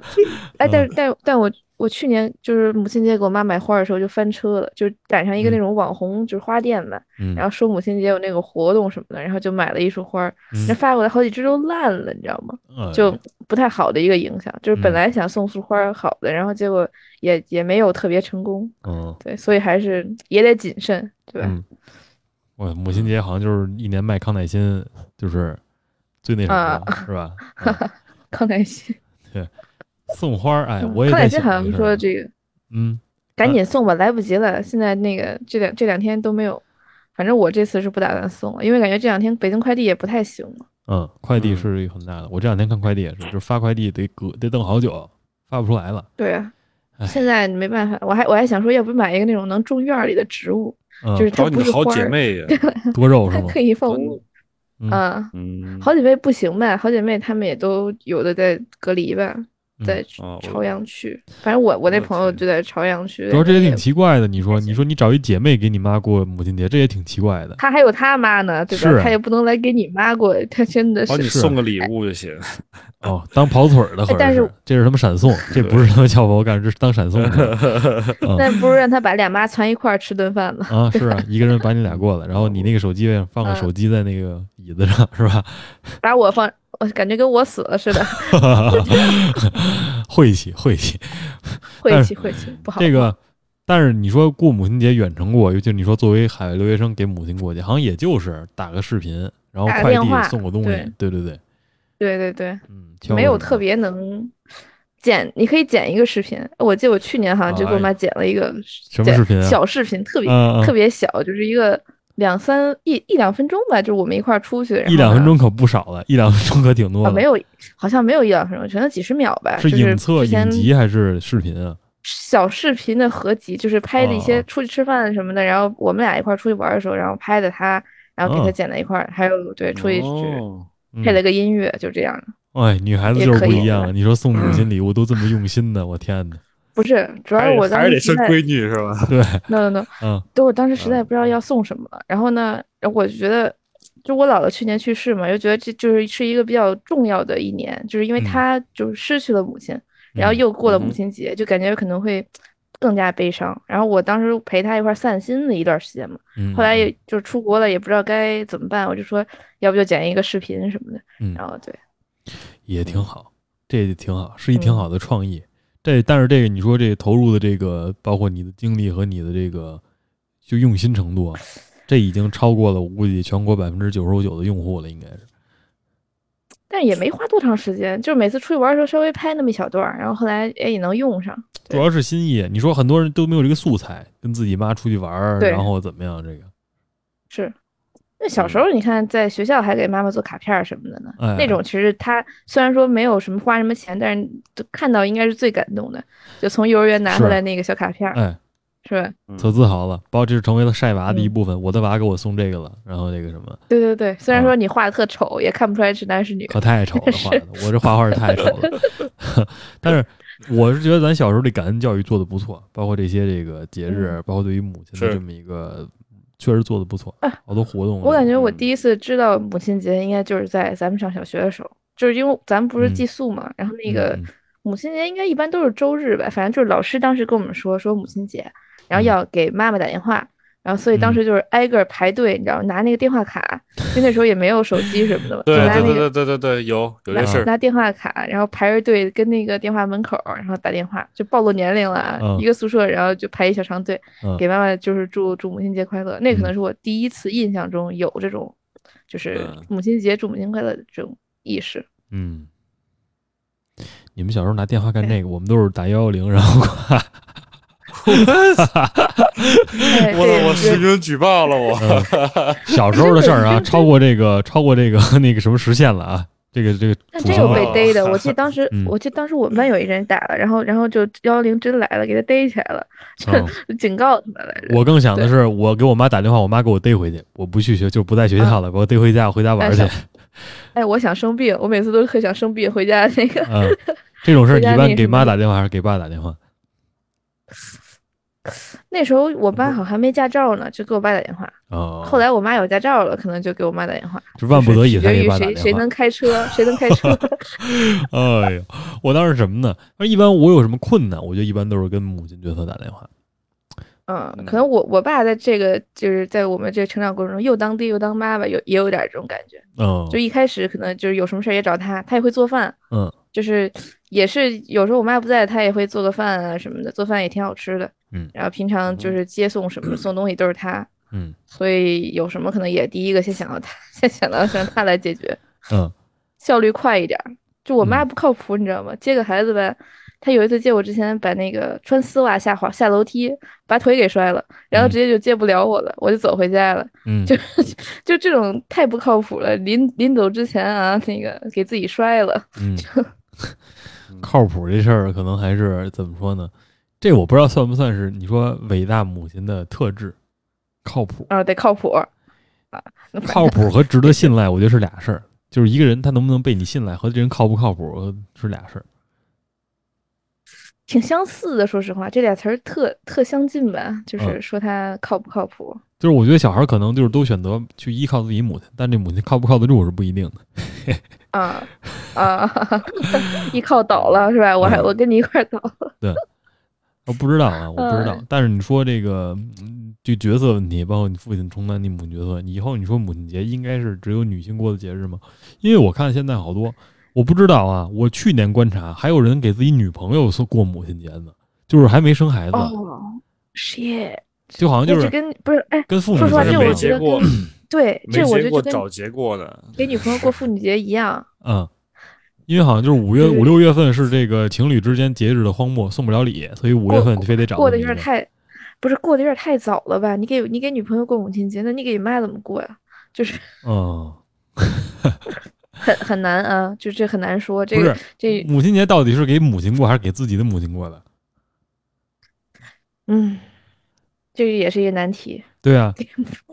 Speaker 2: 哎，但是但但我我去年就是母亲节给我妈买花的时候就翻车了，就赶上一个
Speaker 1: 嗯
Speaker 2: 那种网红就是花店嘛，
Speaker 1: 嗯
Speaker 2: 然后说母亲节有那个活动什么的，然后就买了一束花儿，
Speaker 1: 嗯
Speaker 2: 那发过来好几只都烂了，你知道吗？
Speaker 1: 哎
Speaker 2: 就不太好的一个影响，就是本
Speaker 1: 嗯
Speaker 2: 来想送束花儿好的，然后结果也也没有特别成功，
Speaker 1: 嗯
Speaker 2: 对，所以还是也得谨慎，对吧？
Speaker 1: 嗯，我母亲节好像就是一年卖康乃馨，就是最那什么的是 吧？啊
Speaker 2: 康乃馨，
Speaker 1: 送花儿，哎，
Speaker 2: 嗯
Speaker 1: 我也
Speaker 2: 康乃
Speaker 1: 在
Speaker 2: 馨
Speaker 1: 想
Speaker 2: 好像
Speaker 1: 个事
Speaker 2: 说
Speaker 1: 儿
Speaker 2: 这个
Speaker 1: 嗯
Speaker 2: 赶紧送吧，来不及了，现在那个这两这两天都没有，反正我这次是不打算送了，因为感觉这两天北京快递也不太行了。
Speaker 1: 嗯，快递
Speaker 3: 嗯
Speaker 1: 是一个很大的，我这两天看快递也是，就是发快递得隔得等好久，发不出来了。
Speaker 2: 对啊
Speaker 1: 唉，
Speaker 2: 现在没办法，我还我还想说，要不买一个那种能种院儿里的植物，
Speaker 1: 嗯，
Speaker 2: 就是它
Speaker 3: 找你
Speaker 2: 不
Speaker 3: 的
Speaker 2: 是
Speaker 3: 好
Speaker 2: 花
Speaker 3: 姐
Speaker 2: 儿，
Speaker 3: 妹呀，
Speaker 1: 多肉是
Speaker 2: 它
Speaker 1: 吗？
Speaker 2: 可以放
Speaker 3: 嗯
Speaker 2: 屋。
Speaker 1: 嗯
Speaker 2: 啊，
Speaker 3: 嗯，
Speaker 2: 好姐妹不行吧？好姐妹她们也都有的在隔离吧，
Speaker 1: 嗯
Speaker 2: 在
Speaker 3: 哦我
Speaker 2: 朝阳区。反正我我那
Speaker 3: 我的
Speaker 2: 朋友
Speaker 3: 天
Speaker 2: 就在朝阳区，
Speaker 1: 主要这也
Speaker 2: 也
Speaker 1: 挺奇怪的，你说，你说你找一姐妹给你妈过母亲节，这也挺奇怪的。
Speaker 2: 她还有她妈呢，对
Speaker 1: 是
Speaker 2: 吧？
Speaker 1: 啊
Speaker 2: 她也不能来给你妈过，她真的
Speaker 3: 帮你
Speaker 2: 是。
Speaker 1: 是
Speaker 3: 送个礼物就行。
Speaker 1: 哦，当跑腿儿的，好像
Speaker 2: 哎但是
Speaker 1: 是这是他们闪送，这不是他们叫我干，这是当闪送 的
Speaker 2: 那不如让她把俩妈攒一块儿吃顿饭呢？
Speaker 1: 啊！是啊，一个人把你俩过了，然后你那个手机放个
Speaker 2: 嗯
Speaker 1: 手机在那个椅子上，是吧？
Speaker 2: 把我放，我感觉跟我死了似的，
Speaker 1: 晦气晦气，
Speaker 2: 晦
Speaker 1: 但
Speaker 2: 气晦气，不好。
Speaker 1: 这个。但是你说过母亲节远程过，尤其你说作为海外留学生给母亲过去，好像也就是打个视频，然后
Speaker 2: 打个
Speaker 1: 快
Speaker 2: 电话
Speaker 1: 递送个东西，对对对，
Speaker 2: 对对对，
Speaker 1: 嗯，
Speaker 2: 没有特
Speaker 1: 别。
Speaker 2: 别能剪，你可以剪一个视频。我记得我去年好像就给我
Speaker 1: 哎
Speaker 2: 妈剪了一个
Speaker 1: 什么
Speaker 2: 剪
Speaker 1: 视频啊
Speaker 2: 小视频，特别
Speaker 1: 嗯嗯
Speaker 2: 特别小，就是一个两三一一两分钟吧，就是我们一块儿出去，然
Speaker 1: 一两
Speaker 2: 后呢
Speaker 1: 分钟可不少了，一两分钟可挺多
Speaker 2: 啊，
Speaker 1: 了。
Speaker 2: 没有，好像没有一两分钟，全都几十秒吧。
Speaker 1: 是
Speaker 2: 就
Speaker 1: 影册、
Speaker 2: 之前
Speaker 1: 影集还是视频啊？
Speaker 2: 小视频的合集，就是拍的一
Speaker 1: 哦
Speaker 2: 些
Speaker 1: 哦
Speaker 2: 出去吃饭什么的，然后我们俩一块儿出去玩的时候，然后拍的他，然后给
Speaker 1: 哦
Speaker 2: 他剪在一块儿，还有对出去就是
Speaker 3: 哦，
Speaker 1: 嗯
Speaker 2: 配了个音乐，就这样。
Speaker 1: 哎，女孩子
Speaker 2: 也
Speaker 1: 就是
Speaker 2: 可
Speaker 1: 不
Speaker 2: 以
Speaker 1: 一样啊！你说送母亲礼物都这么用心的，我天哪！
Speaker 2: 不是，主要
Speaker 3: 还
Speaker 2: 是
Speaker 3: 是
Speaker 2: 我当
Speaker 3: 还是得
Speaker 2: 时实
Speaker 3: 生
Speaker 2: 在
Speaker 3: 闺女是 吧？
Speaker 1: 对，
Speaker 2: no no no，
Speaker 1: 嗯
Speaker 2: 对我当时实在不知道要送什么了。然后呢，然后我就觉得，就我姥姥去年去世嘛，就觉得这就是是一个比较重要的一年，就是因为
Speaker 1: 嗯
Speaker 2: 她就是失去了母亲，然后又过了
Speaker 3: 嗯
Speaker 2: 母
Speaker 3: 哼
Speaker 2: 亲节，就感觉可能会更加悲伤。然后我当时陪她一块儿散心了一段时间嘛，
Speaker 1: 嗯
Speaker 2: 后来也就是出国了，也不知道该怎么办，我就说要不就剪一个视频什么的。
Speaker 1: 嗯
Speaker 2: 然后对，
Speaker 1: 也挺好，这挺好，是一挺
Speaker 2: 嗯
Speaker 1: 好的创意。这但是这个你说这投入的这个，包括你的精力和你的这个就用心程度啊，这已经超过了我估计全国百分之九十九的用户了，应该是。
Speaker 2: 但也没花多长时间，就是每次出去玩的时候稍微拍那么一小段儿，然后后来哎也能用上。
Speaker 1: 主要是心意，你说很多人都没有这个素材，跟自己妈出去玩儿，
Speaker 2: 对
Speaker 1: 然后怎么样？这个
Speaker 2: 是，那小
Speaker 1: 嗯
Speaker 2: 时候你看，在学校还给妈妈做卡片儿什么的呢，
Speaker 1: 哎
Speaker 2: 那种其实他虽然说没有什么花什么钱，但是都看到应该是最感动的，就从幼儿园拿
Speaker 1: 是
Speaker 2: 回来那个小卡片儿，
Speaker 1: 哎，
Speaker 2: 是吧？
Speaker 1: 可自豪了，包括这是成为了晒娃的一
Speaker 2: 嗯
Speaker 1: 部分。我的娃给我送这个了，然后这个什 么，
Speaker 2: 对对对，虽然
Speaker 1: 啊
Speaker 2: 说你画的特丑，也看不出来是男是女。
Speaker 1: 可太丑了，
Speaker 2: 是
Speaker 1: 画的，我这画画是太丑了。 但是我是觉得咱小时候这感恩教育做的不错，包括这些这个节日，
Speaker 2: 嗯
Speaker 1: 包括对于母亲的
Speaker 3: 是
Speaker 1: 这么一个，确实做的不错，好多活动。
Speaker 2: 啊我感觉我
Speaker 3: 嗯
Speaker 2: 第一次知道母亲节，应该就是在咱们上小学的时候，就是因为咱们不是
Speaker 1: 嗯
Speaker 2: 寄宿嘛，然后那
Speaker 1: 嗯
Speaker 2: 个
Speaker 1: 嗯
Speaker 2: 母亲节应该一般都是周日吧，反正就是老师当时跟我们说说母亲节，然
Speaker 1: 嗯
Speaker 2: 后要给妈妈打电话，然后所以当时就是挨个排队，你知道拿那个电话卡，因为那时候也没有手机什么的嘛，
Speaker 3: 对
Speaker 2: 拿
Speaker 3: 对
Speaker 2: 那
Speaker 3: 对
Speaker 2: 个
Speaker 3: 对对对对，有有
Speaker 2: 拿
Speaker 3: 这事儿，
Speaker 2: 拿电话卡，然后排着队跟那个电话门口，然后打电话，就暴露年龄了啊，
Speaker 1: 嗯
Speaker 2: 一个宿舍，然后就排一小长队，
Speaker 1: 嗯
Speaker 2: 给妈妈就是祝祝母亲节快乐，那可
Speaker 1: 嗯
Speaker 2: 能是我第一次印象中有这种，就是
Speaker 3: 嗯
Speaker 2: 母亲节祝母亲快乐的这种意 识。
Speaker 1: 嗯，你们小时候拿电话干这个，我们都是打幺幺零，然后挂。
Speaker 2: 哎，
Speaker 3: 我
Speaker 2: 对
Speaker 3: 我
Speaker 2: 对
Speaker 3: 实名举报了我。
Speaker 1: 嗯小时候的事儿啊，超过这个，超过这个 那个什么时限了啊！这个这个
Speaker 2: 但
Speaker 1: 吐
Speaker 2: 真有
Speaker 1: 槽
Speaker 2: 被
Speaker 1: 了，
Speaker 2: 逮的，我记得当时
Speaker 1: 嗯，
Speaker 2: 我记得当时我们班有一人打了，然后然后就幺幺零真来了，给他逮起来 了，
Speaker 1: 嗯
Speaker 2: 就 警告他来着。
Speaker 1: 我更想的是，我给我妈打电话，我妈给我逮回去，我不去学，就不在学
Speaker 2: 啊
Speaker 1: 校了，把我逮回家，我回家玩去
Speaker 2: 哎。哎，我想生病，我每次都特想生病回家那个，
Speaker 1: 嗯嗯，这种事儿
Speaker 2: 回
Speaker 1: 你
Speaker 2: 家
Speaker 1: 一
Speaker 2: 那
Speaker 1: 般给
Speaker 2: 什么
Speaker 1: 妈打电话还是给爸打电话？
Speaker 2: 那时候我
Speaker 1: 嗯
Speaker 2: 爸好像还没驾照呢，就给我爸打电话。
Speaker 1: 啊。
Speaker 2: 后来我妈有驾照了，可能就给我妈打电话。
Speaker 1: 就万不得已
Speaker 2: 取
Speaker 1: 才
Speaker 2: 决
Speaker 1: 给
Speaker 2: 于
Speaker 1: 爸打
Speaker 2: 谁谁
Speaker 1: 电话
Speaker 2: 能。开车，谁能开 车。
Speaker 1: 哎呦，我当时什么呢？一般我有什么困难，我就一般都是跟母亲角色打电话。
Speaker 2: 嗯，可
Speaker 3: 嗯
Speaker 2: 能我我爸在这个就是在我们这个成长过程中又当爹又当妈吧，有也有点这种感觉。
Speaker 1: 嗯
Speaker 2: 就一开始可能就是有什么事儿也找他，他也会做饭，
Speaker 1: 嗯，
Speaker 2: 就是也是有时候我妈不在，他也会做个饭啊什么的，做饭也挺好吃的。
Speaker 1: 嗯
Speaker 2: 然后平常就是接送什么、送东西都是他，
Speaker 1: 嗯
Speaker 2: 所以有什么可能也第一个先想到他，先想到让他来解决，
Speaker 1: 嗯
Speaker 2: 效率快一点儿。就我妈不靠谱，你知道吗？接个孩子吧，她有一次接我之前，把那个穿丝袜下滑下楼梯，把腿给摔了，然后
Speaker 1: 嗯
Speaker 2: 直接就接不了我了，我就走回家了。
Speaker 1: 嗯，
Speaker 2: 就就这种太不靠谱了，临临走之前啊，那个给自己摔了，
Speaker 1: 嗯， 靠谱这事儿可能还是怎么说呢？这我不知道算不算是你说伟大母亲的特质，靠谱、
Speaker 2: 啊，得靠谱啊，那反
Speaker 1: 靠谱和值得信赖，我觉得是俩事儿。就是一个人他能不能被你信赖和这人靠不靠谱是俩事儿。
Speaker 2: 挺相似的。说实话，这俩词儿特特相近吧，就是
Speaker 1: 嗯
Speaker 2: 说他靠不靠谱。
Speaker 1: 就是我觉得小孩儿可能就是都选择去依靠自己母亲，但这母亲靠不靠得住是不一定的。
Speaker 2: 啊 啊！ 一靠倒了是吧？我
Speaker 1: 嗯
Speaker 2: 还我跟你一块儿 倒，
Speaker 1: 我不知道啊，我不知道
Speaker 2: 嗯。
Speaker 1: 但是你说这个嗯就角色问题，包括你父亲承担你母亲角色，你以后你说母亲节应该是只有女性过的节日吗？因为我看现在好多，我不知道啊。我去年观察，还有人给自己女朋友送过母亲节呢，就是还没生孩子，
Speaker 2: 哦，shit，
Speaker 1: 就好像就
Speaker 2: 那这
Speaker 1: 是
Speaker 2: 跟不是哎，
Speaker 1: 跟父母
Speaker 2: 说实话，
Speaker 1: 一
Speaker 2: 这
Speaker 1: 样
Speaker 2: 我
Speaker 3: 没
Speaker 2: 觉得
Speaker 3: 结果
Speaker 2: 跟对，
Speaker 3: 没
Speaker 2: 这我觉
Speaker 3: 结
Speaker 2: 得
Speaker 3: 过
Speaker 2: 就跟
Speaker 3: 找结果 的，
Speaker 2: 给女朋友过妇女节一样。
Speaker 1: 嗯，因为好像就是五月
Speaker 2: 就是
Speaker 1: 五六月份是这个情侣之间节日的荒漠，送不了礼，所以五月份非得找
Speaker 2: 过
Speaker 1: 这
Speaker 2: 得
Speaker 1: 么
Speaker 2: 有
Speaker 1: 一
Speaker 2: 点
Speaker 1: 个
Speaker 2: 太，不是过得有点太早了吧？你给你给女朋友过母亲节，那你给你妈怎么过呀？ 就是
Speaker 1: 嗯。
Speaker 2: 很很难啊，就这很难说。这
Speaker 1: 不
Speaker 2: 个
Speaker 1: 是
Speaker 2: 这
Speaker 1: 母亲节到底是给母亲过还是给自己的母亲过的？
Speaker 2: 嗯，这也是一个难题。
Speaker 1: 对啊，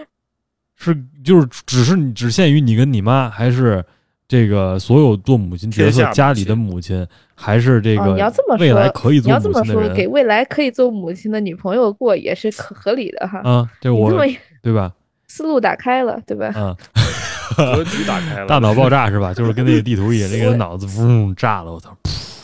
Speaker 1: 是就是只是你只限于你跟你妈，还是这个所有做母亲角
Speaker 3: 天
Speaker 1: 色
Speaker 3: 下母
Speaker 1: 家里的母亲，还是这
Speaker 2: 哦，
Speaker 1: 个
Speaker 2: 你要这么说，
Speaker 1: 未来可以
Speaker 2: 你
Speaker 1: 做
Speaker 2: 要这
Speaker 1: 母
Speaker 2: 么
Speaker 1: 亲的
Speaker 2: 说，给
Speaker 1: 人
Speaker 2: 未来可以做母亲的女朋友过也是可合理的哈。
Speaker 1: 啊？这
Speaker 2: 你
Speaker 1: 我
Speaker 2: 这么一
Speaker 1: 对吧？
Speaker 2: 思路打开了，对吧？
Speaker 1: 啊，
Speaker 3: 格局打开了，嗯
Speaker 1: 大脑爆炸是吧？就是跟那个地图 一样，那个脑子嗡炸了，我操！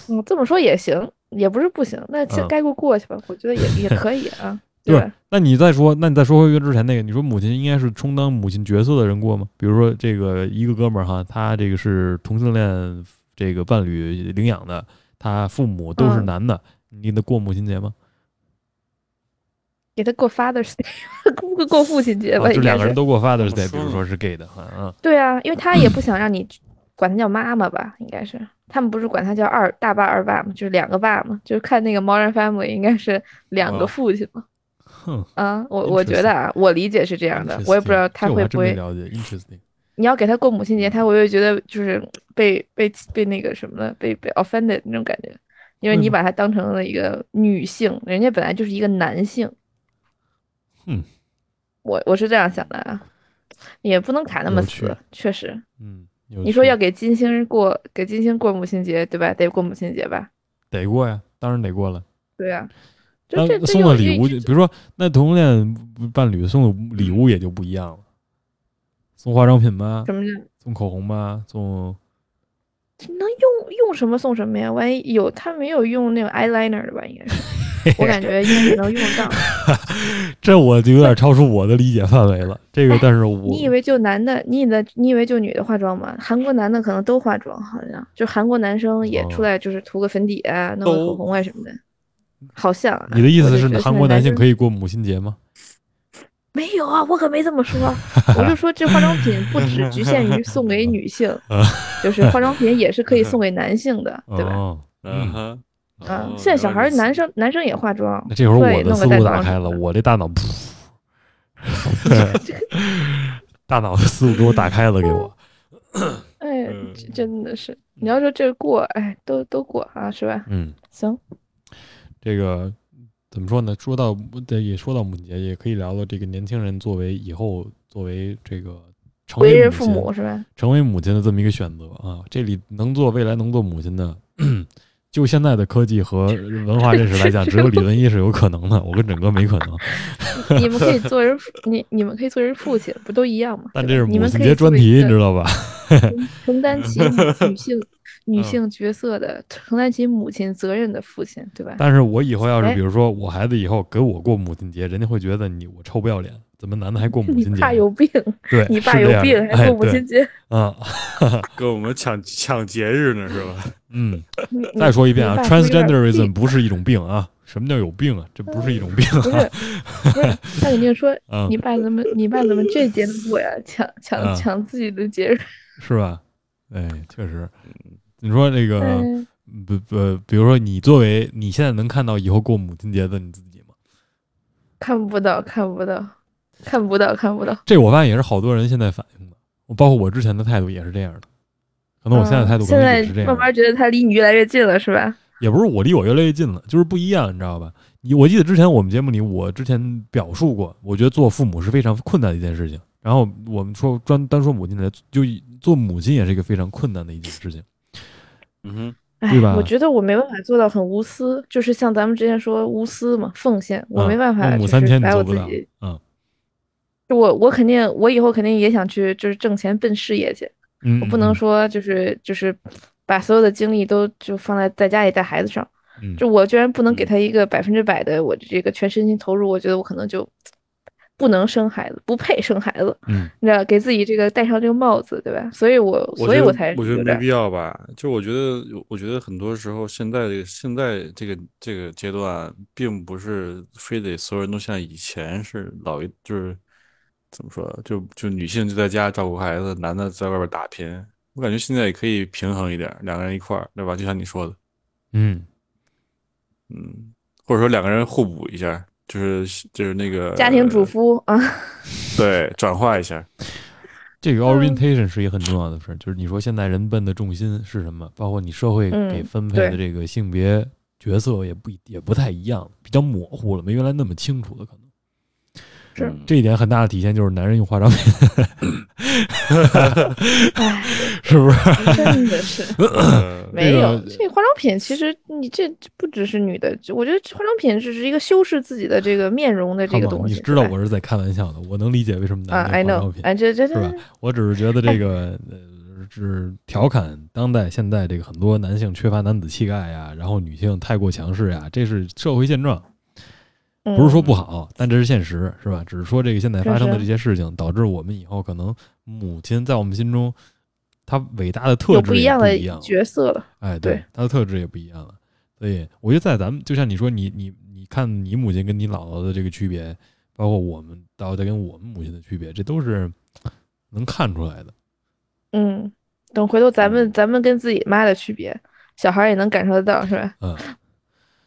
Speaker 2: 嗯，这么说也行，也不是不行。那这
Speaker 1: 嗯
Speaker 2: 该过过去吧，我觉得也也可以 啊，
Speaker 1: 就
Speaker 2: 对
Speaker 1: 是
Speaker 2: 吧？
Speaker 1: 那你再说，那你再说回之前那个，你说母亲应该是充当母亲角色的人过吗？比如说这个一个哥们儿哈，他这个是同性恋这个伴侣领养的，他父母都是
Speaker 2: 嗯
Speaker 1: 男的，你得过母亲节吗？
Speaker 2: 给他过 Father's Day，过过父亲节吧，
Speaker 1: 啊、就
Speaker 2: 应该
Speaker 1: 两
Speaker 2: 是
Speaker 1: 个人都过 Father's Day，
Speaker 3: 我
Speaker 1: 比
Speaker 3: 说
Speaker 1: 如
Speaker 3: 了
Speaker 1: 说是 gay 的话啊，
Speaker 2: 对啊，因为他也不想让你管他叫妈妈吧，应该是他们不是管他叫二大爸二爸嘛，就是两个爸嘛，就是看那个 Modern Family 应该是两
Speaker 1: 哦
Speaker 2: 个父亲嘛。
Speaker 1: 哼，
Speaker 2: 啊，我我觉得啊，我理解 是这样的，我也不知道
Speaker 1: Interesting，
Speaker 2: 他
Speaker 1: 嗯这我
Speaker 2: 会
Speaker 1: 还
Speaker 2: 不
Speaker 1: 真没
Speaker 2: 会，
Speaker 1: 了解，interesting，
Speaker 2: 你要给他过母亲节，他会不会觉得就是被被被那个什么了，被被 offended 那种感觉？因为
Speaker 1: 会
Speaker 2: 你
Speaker 1: 吗
Speaker 2: 把他当成了一个女性，人家本来就是一个男性。
Speaker 1: 嗯，
Speaker 2: 我我是这样想的啊，也不能卡那么
Speaker 1: 有
Speaker 2: 死
Speaker 1: 趣，
Speaker 2: 确实。
Speaker 1: 嗯，
Speaker 2: 你说要
Speaker 1: 有趣
Speaker 2: 给金星过给金星过母亲节，对吧？得过母亲节吧？
Speaker 1: 得过呀，当然得过了。
Speaker 2: 对啊，这
Speaker 1: 但
Speaker 2: 这这
Speaker 1: 送的
Speaker 2: 又
Speaker 1: 礼
Speaker 2: 这
Speaker 1: 物就，
Speaker 2: 这
Speaker 1: 比如说那同性恋伴侣送的礼物也就不一样了，送化妆品吗？
Speaker 2: 什么叫
Speaker 1: 送口红吗？送
Speaker 2: 能用用什么送什么呀？万一有他没有用那种 eyeliner 的吧？应该是， 我感觉应该也能用上。
Speaker 1: 这我就有点超出我的理解范围了。这个，但是 我
Speaker 2: 哎你以为就男的，你以为你以为就女的化妆吗？韩国男的可能都化妆，好像就韩国男生也出
Speaker 1: 哦
Speaker 2: 来就是涂个粉底啊，弄个口
Speaker 3: 都
Speaker 2: 红啊什么的。好像啊、
Speaker 1: 哦你的意思是韩国男性
Speaker 2: 以？
Speaker 1: 可以过母亲节吗？
Speaker 2: 没有啊，我可没这么说，我就说这化妆品不只局 限于送给女性
Speaker 1: 啊，
Speaker 2: 就是化妆品也是可以送给男性的，对吧？
Speaker 1: 哦，
Speaker 3: 嗯
Speaker 1: 嗯，
Speaker 3: 哼，
Speaker 2: 嗯
Speaker 3: 哦，
Speaker 2: 现在小孩儿男，
Speaker 3: 原来如
Speaker 2: 生男生也化妆
Speaker 1: 那，这会儿我
Speaker 2: 对，
Speaker 1: 的
Speaker 2: 弄
Speaker 1: 思
Speaker 2: 个带
Speaker 1: 路
Speaker 2: 妆
Speaker 1: 打
Speaker 2: 什
Speaker 1: 开
Speaker 2: 么
Speaker 1: 了，
Speaker 2: 的
Speaker 1: 我这大脑噗， 大脑的思路给我打开了，给 我。
Speaker 2: 哎，
Speaker 3: 嗯
Speaker 2: 这真的是，你要说这过，哎，都都过啊，是吧？
Speaker 1: 嗯，
Speaker 2: 行，
Speaker 1: 这个怎么说呢？说到对，也说到母亲节，也可以聊聊这个年轻人作为以后作为这个成
Speaker 2: 为
Speaker 1: 为
Speaker 2: 人
Speaker 1: 母
Speaker 2: 父
Speaker 1: 亲
Speaker 2: 母是吧？
Speaker 1: 成为母亲的这么一个选择啊。这里能做未来能做母亲的， 就现在的科技和文化认识 来讲，只有李文一是有可能的，我跟整个没可能。
Speaker 2: 你们可以做人父，你你们可以做人父亲，不都一样吗？
Speaker 1: 但这
Speaker 2: 对吧
Speaker 1: 是
Speaker 2: 你
Speaker 1: 母
Speaker 2: 们
Speaker 1: 亲
Speaker 2: 可以
Speaker 1: 节
Speaker 2: 作
Speaker 1: 专
Speaker 2: 为一
Speaker 1: 题，
Speaker 2: 个
Speaker 1: 你知道吧？
Speaker 2: 承担起女 女性女
Speaker 1: 嗯
Speaker 2: 性角色的，承担起母亲责任的父亲，对吧？
Speaker 1: 但是我以后要是
Speaker 2: 哎
Speaker 1: 比如说我孩子以后给我过母亲节，人家会觉得你我臭不要脸，怎么男的还过母
Speaker 2: 你
Speaker 1: 亲节
Speaker 2: 爸
Speaker 1: 呢？
Speaker 2: 有病，
Speaker 1: 对，
Speaker 2: 你爸
Speaker 1: 是这
Speaker 2: 有
Speaker 1: 样
Speaker 2: 病，
Speaker 1: 的
Speaker 2: 还
Speaker 1: 哎
Speaker 2: 过母
Speaker 1: 对
Speaker 2: 亲节。
Speaker 1: 啊，
Speaker 3: 跟我们抢抢节日呢是吧？
Speaker 1: 嗯，
Speaker 2: 你你
Speaker 1: 再说一遍啊
Speaker 2: 你爸是不是有点
Speaker 1: ，transgenderism
Speaker 2: 病
Speaker 1: 不是一种病啊，什么叫有病啊？这不是一种病
Speaker 2: 不
Speaker 1: 啊，
Speaker 2: 是不是，他肯定说
Speaker 1: 嗯
Speaker 2: 你，爸怎么你爸怎么这节都过呀？抢
Speaker 1: 嗯
Speaker 2: 抢抢自己的节日。
Speaker 1: 是吧？哎，确实，你说这个，
Speaker 2: 嗯，
Speaker 1: 不不，比如说你作为你现在能看到以后过母亲节的你自己吗？
Speaker 2: 看不到，看不到，看不到，看不到。
Speaker 1: 这我发现也是好多人现在反映的，我包括我之前的态度也是这样的，可能我现在
Speaker 2: 嗯
Speaker 1: 态度可
Speaker 2: 现
Speaker 1: 能也
Speaker 2: 在
Speaker 1: 是这样
Speaker 2: 慢
Speaker 1: 的，
Speaker 2: 慢觉得他离你越来越近了，是吧？
Speaker 1: 也不是我离我越来越近了，就是不一样，你知道吧？你我记得之前我们节目里，我之前表述过，我觉得做父母是非常困难的一件事情。然后我们说专单说母亲来，就以做母亲也是一个非常困难的一件事情。
Speaker 3: 嗯哼，
Speaker 2: 哎
Speaker 1: 对吧，
Speaker 2: 我觉得我没办法做到很无私，就是像咱们之前说无私嘛，奉献，我
Speaker 1: 啊
Speaker 2: 没办法，
Speaker 1: 孟母
Speaker 2: 就
Speaker 1: 三
Speaker 2: 是
Speaker 1: 迁你
Speaker 2: 把
Speaker 1: 做
Speaker 2: 我
Speaker 1: 不
Speaker 2: 自
Speaker 1: 到
Speaker 2: 己，，
Speaker 1: 嗯
Speaker 2: 我我肯定，我以后肯定也想去，就是挣钱奔事业去，
Speaker 1: 嗯，
Speaker 2: 我不能
Speaker 1: 嗯
Speaker 2: 说就是就是把所有的精力都就放在在家里带孩子上，
Speaker 1: 嗯
Speaker 2: 就我居然不能给
Speaker 3: 嗯
Speaker 2: 他一个百分之百的我这个全身心投入，我觉得我可能就不能生孩子，不配生孩子，
Speaker 1: 嗯
Speaker 2: 你知道，给自己这个戴上这个帽子，对吧？所以我
Speaker 3: 我
Speaker 2: 所以
Speaker 3: 觉
Speaker 2: 我
Speaker 3: 得
Speaker 2: 才
Speaker 3: 我觉
Speaker 2: 有
Speaker 3: 得
Speaker 2: 点
Speaker 3: 没必要吧。就我觉得，我觉得很多时候现在这个现在这个这个阶段啊，并不是非得所有人都像以前是老一就是怎么说，就就女性就在家照顾孩子，男的在外边打拼。我感觉现在也可以平衡一点，两个人一块儿，对吧？就像你说的，
Speaker 1: 嗯，
Speaker 3: 嗯，或者说两个人互补一下，就是就是那个
Speaker 2: 家庭主妇
Speaker 1: 呃
Speaker 2: 啊。
Speaker 3: 对转化一下，
Speaker 1: 这
Speaker 2: 嗯
Speaker 1: 个 orientation 是一个很重要的事儿，就是你说现在人奔的重心是什么，包括你社会
Speaker 2: 嗯
Speaker 1: 给分配的
Speaker 2: 对
Speaker 1: 这个性别角色也不一也不太一样，比较模糊了，没原来那么清楚了，可能
Speaker 2: 嗯是
Speaker 3: 嗯
Speaker 1: 这一点很大的体现就是男人用化妆品，
Speaker 2: 唉，
Speaker 1: 是不是？
Speaker 2: 真的是
Speaker 3: 呃
Speaker 2: 没有
Speaker 1: 这个
Speaker 2: 这化妆品，其实你这这不只是女的，就我觉得这化妆品只是一个修饰自己的这个面容的 这
Speaker 1: 看
Speaker 2: 个
Speaker 1: 吧，
Speaker 2: 东
Speaker 1: 你
Speaker 2: 西。
Speaker 1: 知道
Speaker 2: 对吧
Speaker 1: 我是在开玩笑的，我能理解为什么
Speaker 2: 啊
Speaker 1: 男
Speaker 2: ，I
Speaker 1: 人用化
Speaker 2: know，
Speaker 1: 妆品，
Speaker 2: 哎，这这这
Speaker 1: 是吧我只是觉得这个呃，是调侃当代现在这个很多男性缺乏男子气概呀，然后女性太过强势呀，这是社会现状，
Speaker 2: 嗯
Speaker 1: 不是说不好，但这是现实，是吧？只是说这个现在发生的这些事情，导致我们以后可能母亲在我们心中，她伟大的
Speaker 2: 嗯
Speaker 1: 特
Speaker 2: 有
Speaker 1: 质
Speaker 2: 不一
Speaker 1: 也
Speaker 2: 样
Speaker 1: 不
Speaker 2: 的
Speaker 1: 一样了，
Speaker 2: 角色了。
Speaker 1: 哎，
Speaker 2: 对，
Speaker 1: 她的特质也不一样了。所以我觉得在咱们，就像你说，你你你看你母亲跟你姥姥的这个区别，包括我们到再跟我们母亲的区别，这都是能看出来的。
Speaker 2: 嗯，等回头咱
Speaker 1: 嗯
Speaker 2: 们咱们跟自己妈的区别，小孩儿也能感受得到，是吧？
Speaker 1: 嗯，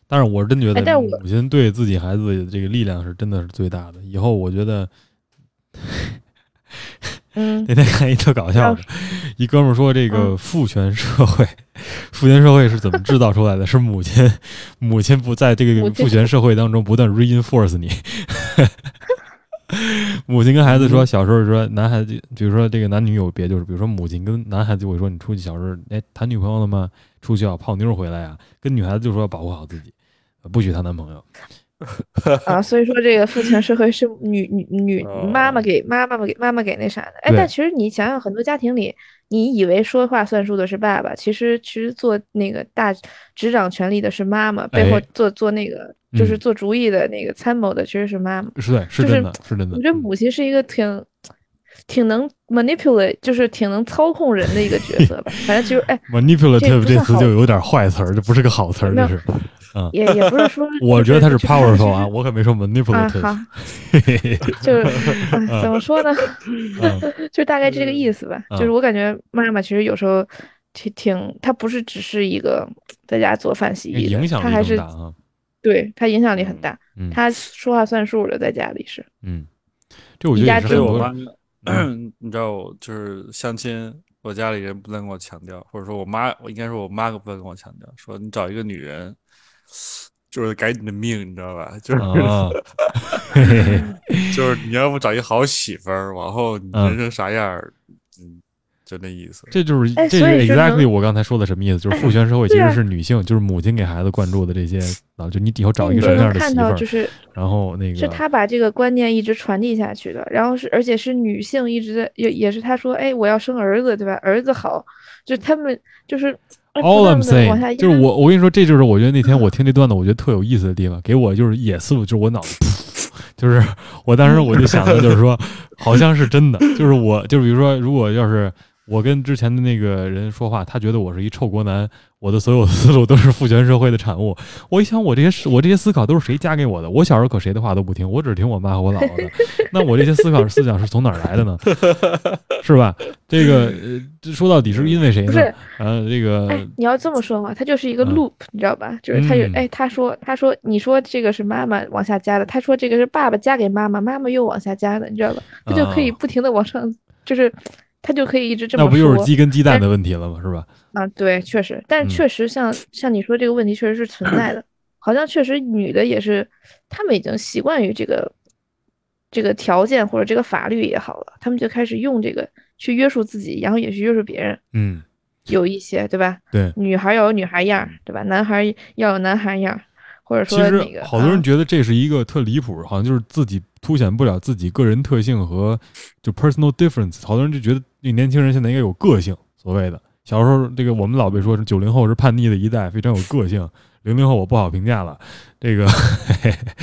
Speaker 1: 但是我是真觉得
Speaker 2: 哎但我
Speaker 1: 母亲对自己孩子的这个力量是真的是最大的。以后我觉得
Speaker 2: 嗯，
Speaker 1: 那天看一特搞笑的，一哥们儿说这个父权社会，父权社会是怎么制造出来的？是母亲， 母亲不在这
Speaker 2: 母
Speaker 1: 个
Speaker 2: 亲
Speaker 1: 父权社会当中不断 reinforce 你。 母亲跟孩子
Speaker 2: 嗯
Speaker 1: 说，小时候说男孩子，比如说这个男女有别，就是比如说母亲跟男孩子就会说，你出去小时候，哎，谈女朋友了吗？出去要泡妞回来呀、跟女孩子就说要保护好自己，不许谈男朋友。
Speaker 2: 啊，所以说这个父权社 会是女女女妈妈
Speaker 3: 哦
Speaker 2: 给妈妈给妈妈给那啥的。哎，
Speaker 1: 对
Speaker 2: 但其实你想想，很多家庭里，你以为说话算数的是爸爸，其实其实做那个大执掌权力的是妈妈，背后
Speaker 1: 哎
Speaker 2: 做做那个就是
Speaker 1: 嗯
Speaker 2: 做主意的那个参谋的其实是妈妈。
Speaker 1: 是对，是
Speaker 2: 就是
Speaker 1: 真的，是真的。
Speaker 2: 我觉得母亲是一个挺挺能 manipulate，就是挺能操控人的一个角色吧。反正 就是哎，这
Speaker 1: manipulative
Speaker 2: 不
Speaker 1: 这
Speaker 2: 是
Speaker 1: 词
Speaker 2: 好
Speaker 1: 就有点坏词儿，这不是个好词儿，
Speaker 2: 没
Speaker 1: 这
Speaker 2: 有
Speaker 1: 是。
Speaker 2: 也也不是说 就，
Speaker 1: 我觉得他是
Speaker 2: 就看上去
Speaker 1: powerful 啊，我可没说
Speaker 2: 啊
Speaker 1: manipulative。
Speaker 2: 好， 就是、哎、怎么说呢？
Speaker 1: 嗯
Speaker 2: 就大概这个意思吧。
Speaker 1: 嗯
Speaker 2: 就是我感觉妈妈其实有时候挺挺，她不是只是一个在家做饭洗衣的，
Speaker 1: 影响
Speaker 2: 她
Speaker 1: 力
Speaker 2: 还
Speaker 1: 更
Speaker 2: 是
Speaker 1: 大啊。
Speaker 2: 对她影响力很大，
Speaker 1: 嗯
Speaker 2: 她说话算数的，在家里是。
Speaker 1: 嗯，这我觉
Speaker 2: 一
Speaker 1: 得也
Speaker 2: 家
Speaker 1: 是
Speaker 3: 所
Speaker 1: 很
Speaker 3: 以
Speaker 2: 之
Speaker 3: 我
Speaker 1: 多
Speaker 3: 妈
Speaker 1: 人，嗯
Speaker 3: 你知道我就是相亲，我家里人不断跟我强调，或者说我妈，我应该说我妈不断跟我强调，说你找一个女人，就是改你的命，你知道吧？就是、
Speaker 1: 啊，嘿嘿嘿
Speaker 3: 就是你要不找一好媳妇儿，往后你
Speaker 1: 嗯
Speaker 3: 人生啥样儿，嗯，就那意思。
Speaker 1: 这就是
Speaker 2: 哎
Speaker 1: 这
Speaker 2: 所
Speaker 1: 是
Speaker 2: 以说能
Speaker 1: exactly 我刚才说的什么意思，就是父权社会其
Speaker 2: 对
Speaker 1: 实
Speaker 2: 啊
Speaker 1: 是女性，就是母亲给孩子灌注的这些啊，就你以后找一
Speaker 2: 你
Speaker 1: 个
Speaker 2: 就
Speaker 1: 什么
Speaker 2: 嗯能
Speaker 1: 样的
Speaker 2: 看
Speaker 1: 媳妇
Speaker 2: 到，
Speaker 1: 儿
Speaker 2: 就，是
Speaker 1: 然后那
Speaker 2: 是
Speaker 1: 个
Speaker 2: 他把这个观念一直传递下去的，然后是而且是女性一直在也也是他说，哎，我要生儿子，对吧？儿子好，就他们就是哎不
Speaker 1: All
Speaker 2: 断
Speaker 1: I'm
Speaker 2: 的往下
Speaker 1: saying
Speaker 2: 压，
Speaker 1: 就是我，我跟你说，这就是我觉得那天我听这段子，我觉得特有意思的地方，给我就是也是就是我脑子，就是 我当时我就想的就是说，好像是真的，就是我就是比如说，如果要是我跟之前的那个人说话，他觉得我是一臭国男，我的所有思路都是父权社会的产物。我一想，我这些思我这些思考都是谁加给我的？我小时候可谁的话都不听，我只听我妈和我姥姥 的。那我这些思考思想是从哪儿来的呢？是吧？这个呃，这说到底是因为谁
Speaker 2: 不
Speaker 1: 呢
Speaker 2: 是？
Speaker 1: 呃，这
Speaker 2: 哎
Speaker 1: 个，
Speaker 2: 你要这么说嘛，它就是一个
Speaker 1: 嗯
Speaker 2: loop，、你知道吧？就是他有
Speaker 1: 嗯
Speaker 2: 哎，他说他说你说这个是妈妈往下加的，他说这个是爸爸加给妈妈，妈妈又往下加的，你知道吧？他就可以
Speaker 1: 啊
Speaker 2: 不停的往上，就是他就可以一直这么
Speaker 1: 那
Speaker 2: 说。哎
Speaker 1: 不又是鸡跟鸡蛋的问题了吗？是吧？
Speaker 2: 啊，对，确实，但
Speaker 1: 嗯
Speaker 2: 确实像像你说这个问题确实是存在的，好像确实女的也是，她们已经习惯于这个这个条件或者这个法律也好了，她们就开始用这个去约束自己，然后也去约束别人，
Speaker 1: 嗯，
Speaker 2: 有一些对吧？
Speaker 1: 对
Speaker 2: 女孩要有女孩样儿，对吧？男孩要有男孩样儿，或者
Speaker 1: 其
Speaker 2: 说那
Speaker 1: 实
Speaker 2: 个
Speaker 1: 好多人
Speaker 2: 啊，
Speaker 1: 觉得这是一个特离谱，好像就是自己凸显不了自己个人特性和就 personal difference。好多人就觉得这年轻人现在应该有个性，所谓的小时候这个我们老被说是九零后是叛逆的一代，非常有个性。零零后我不好评价了，这个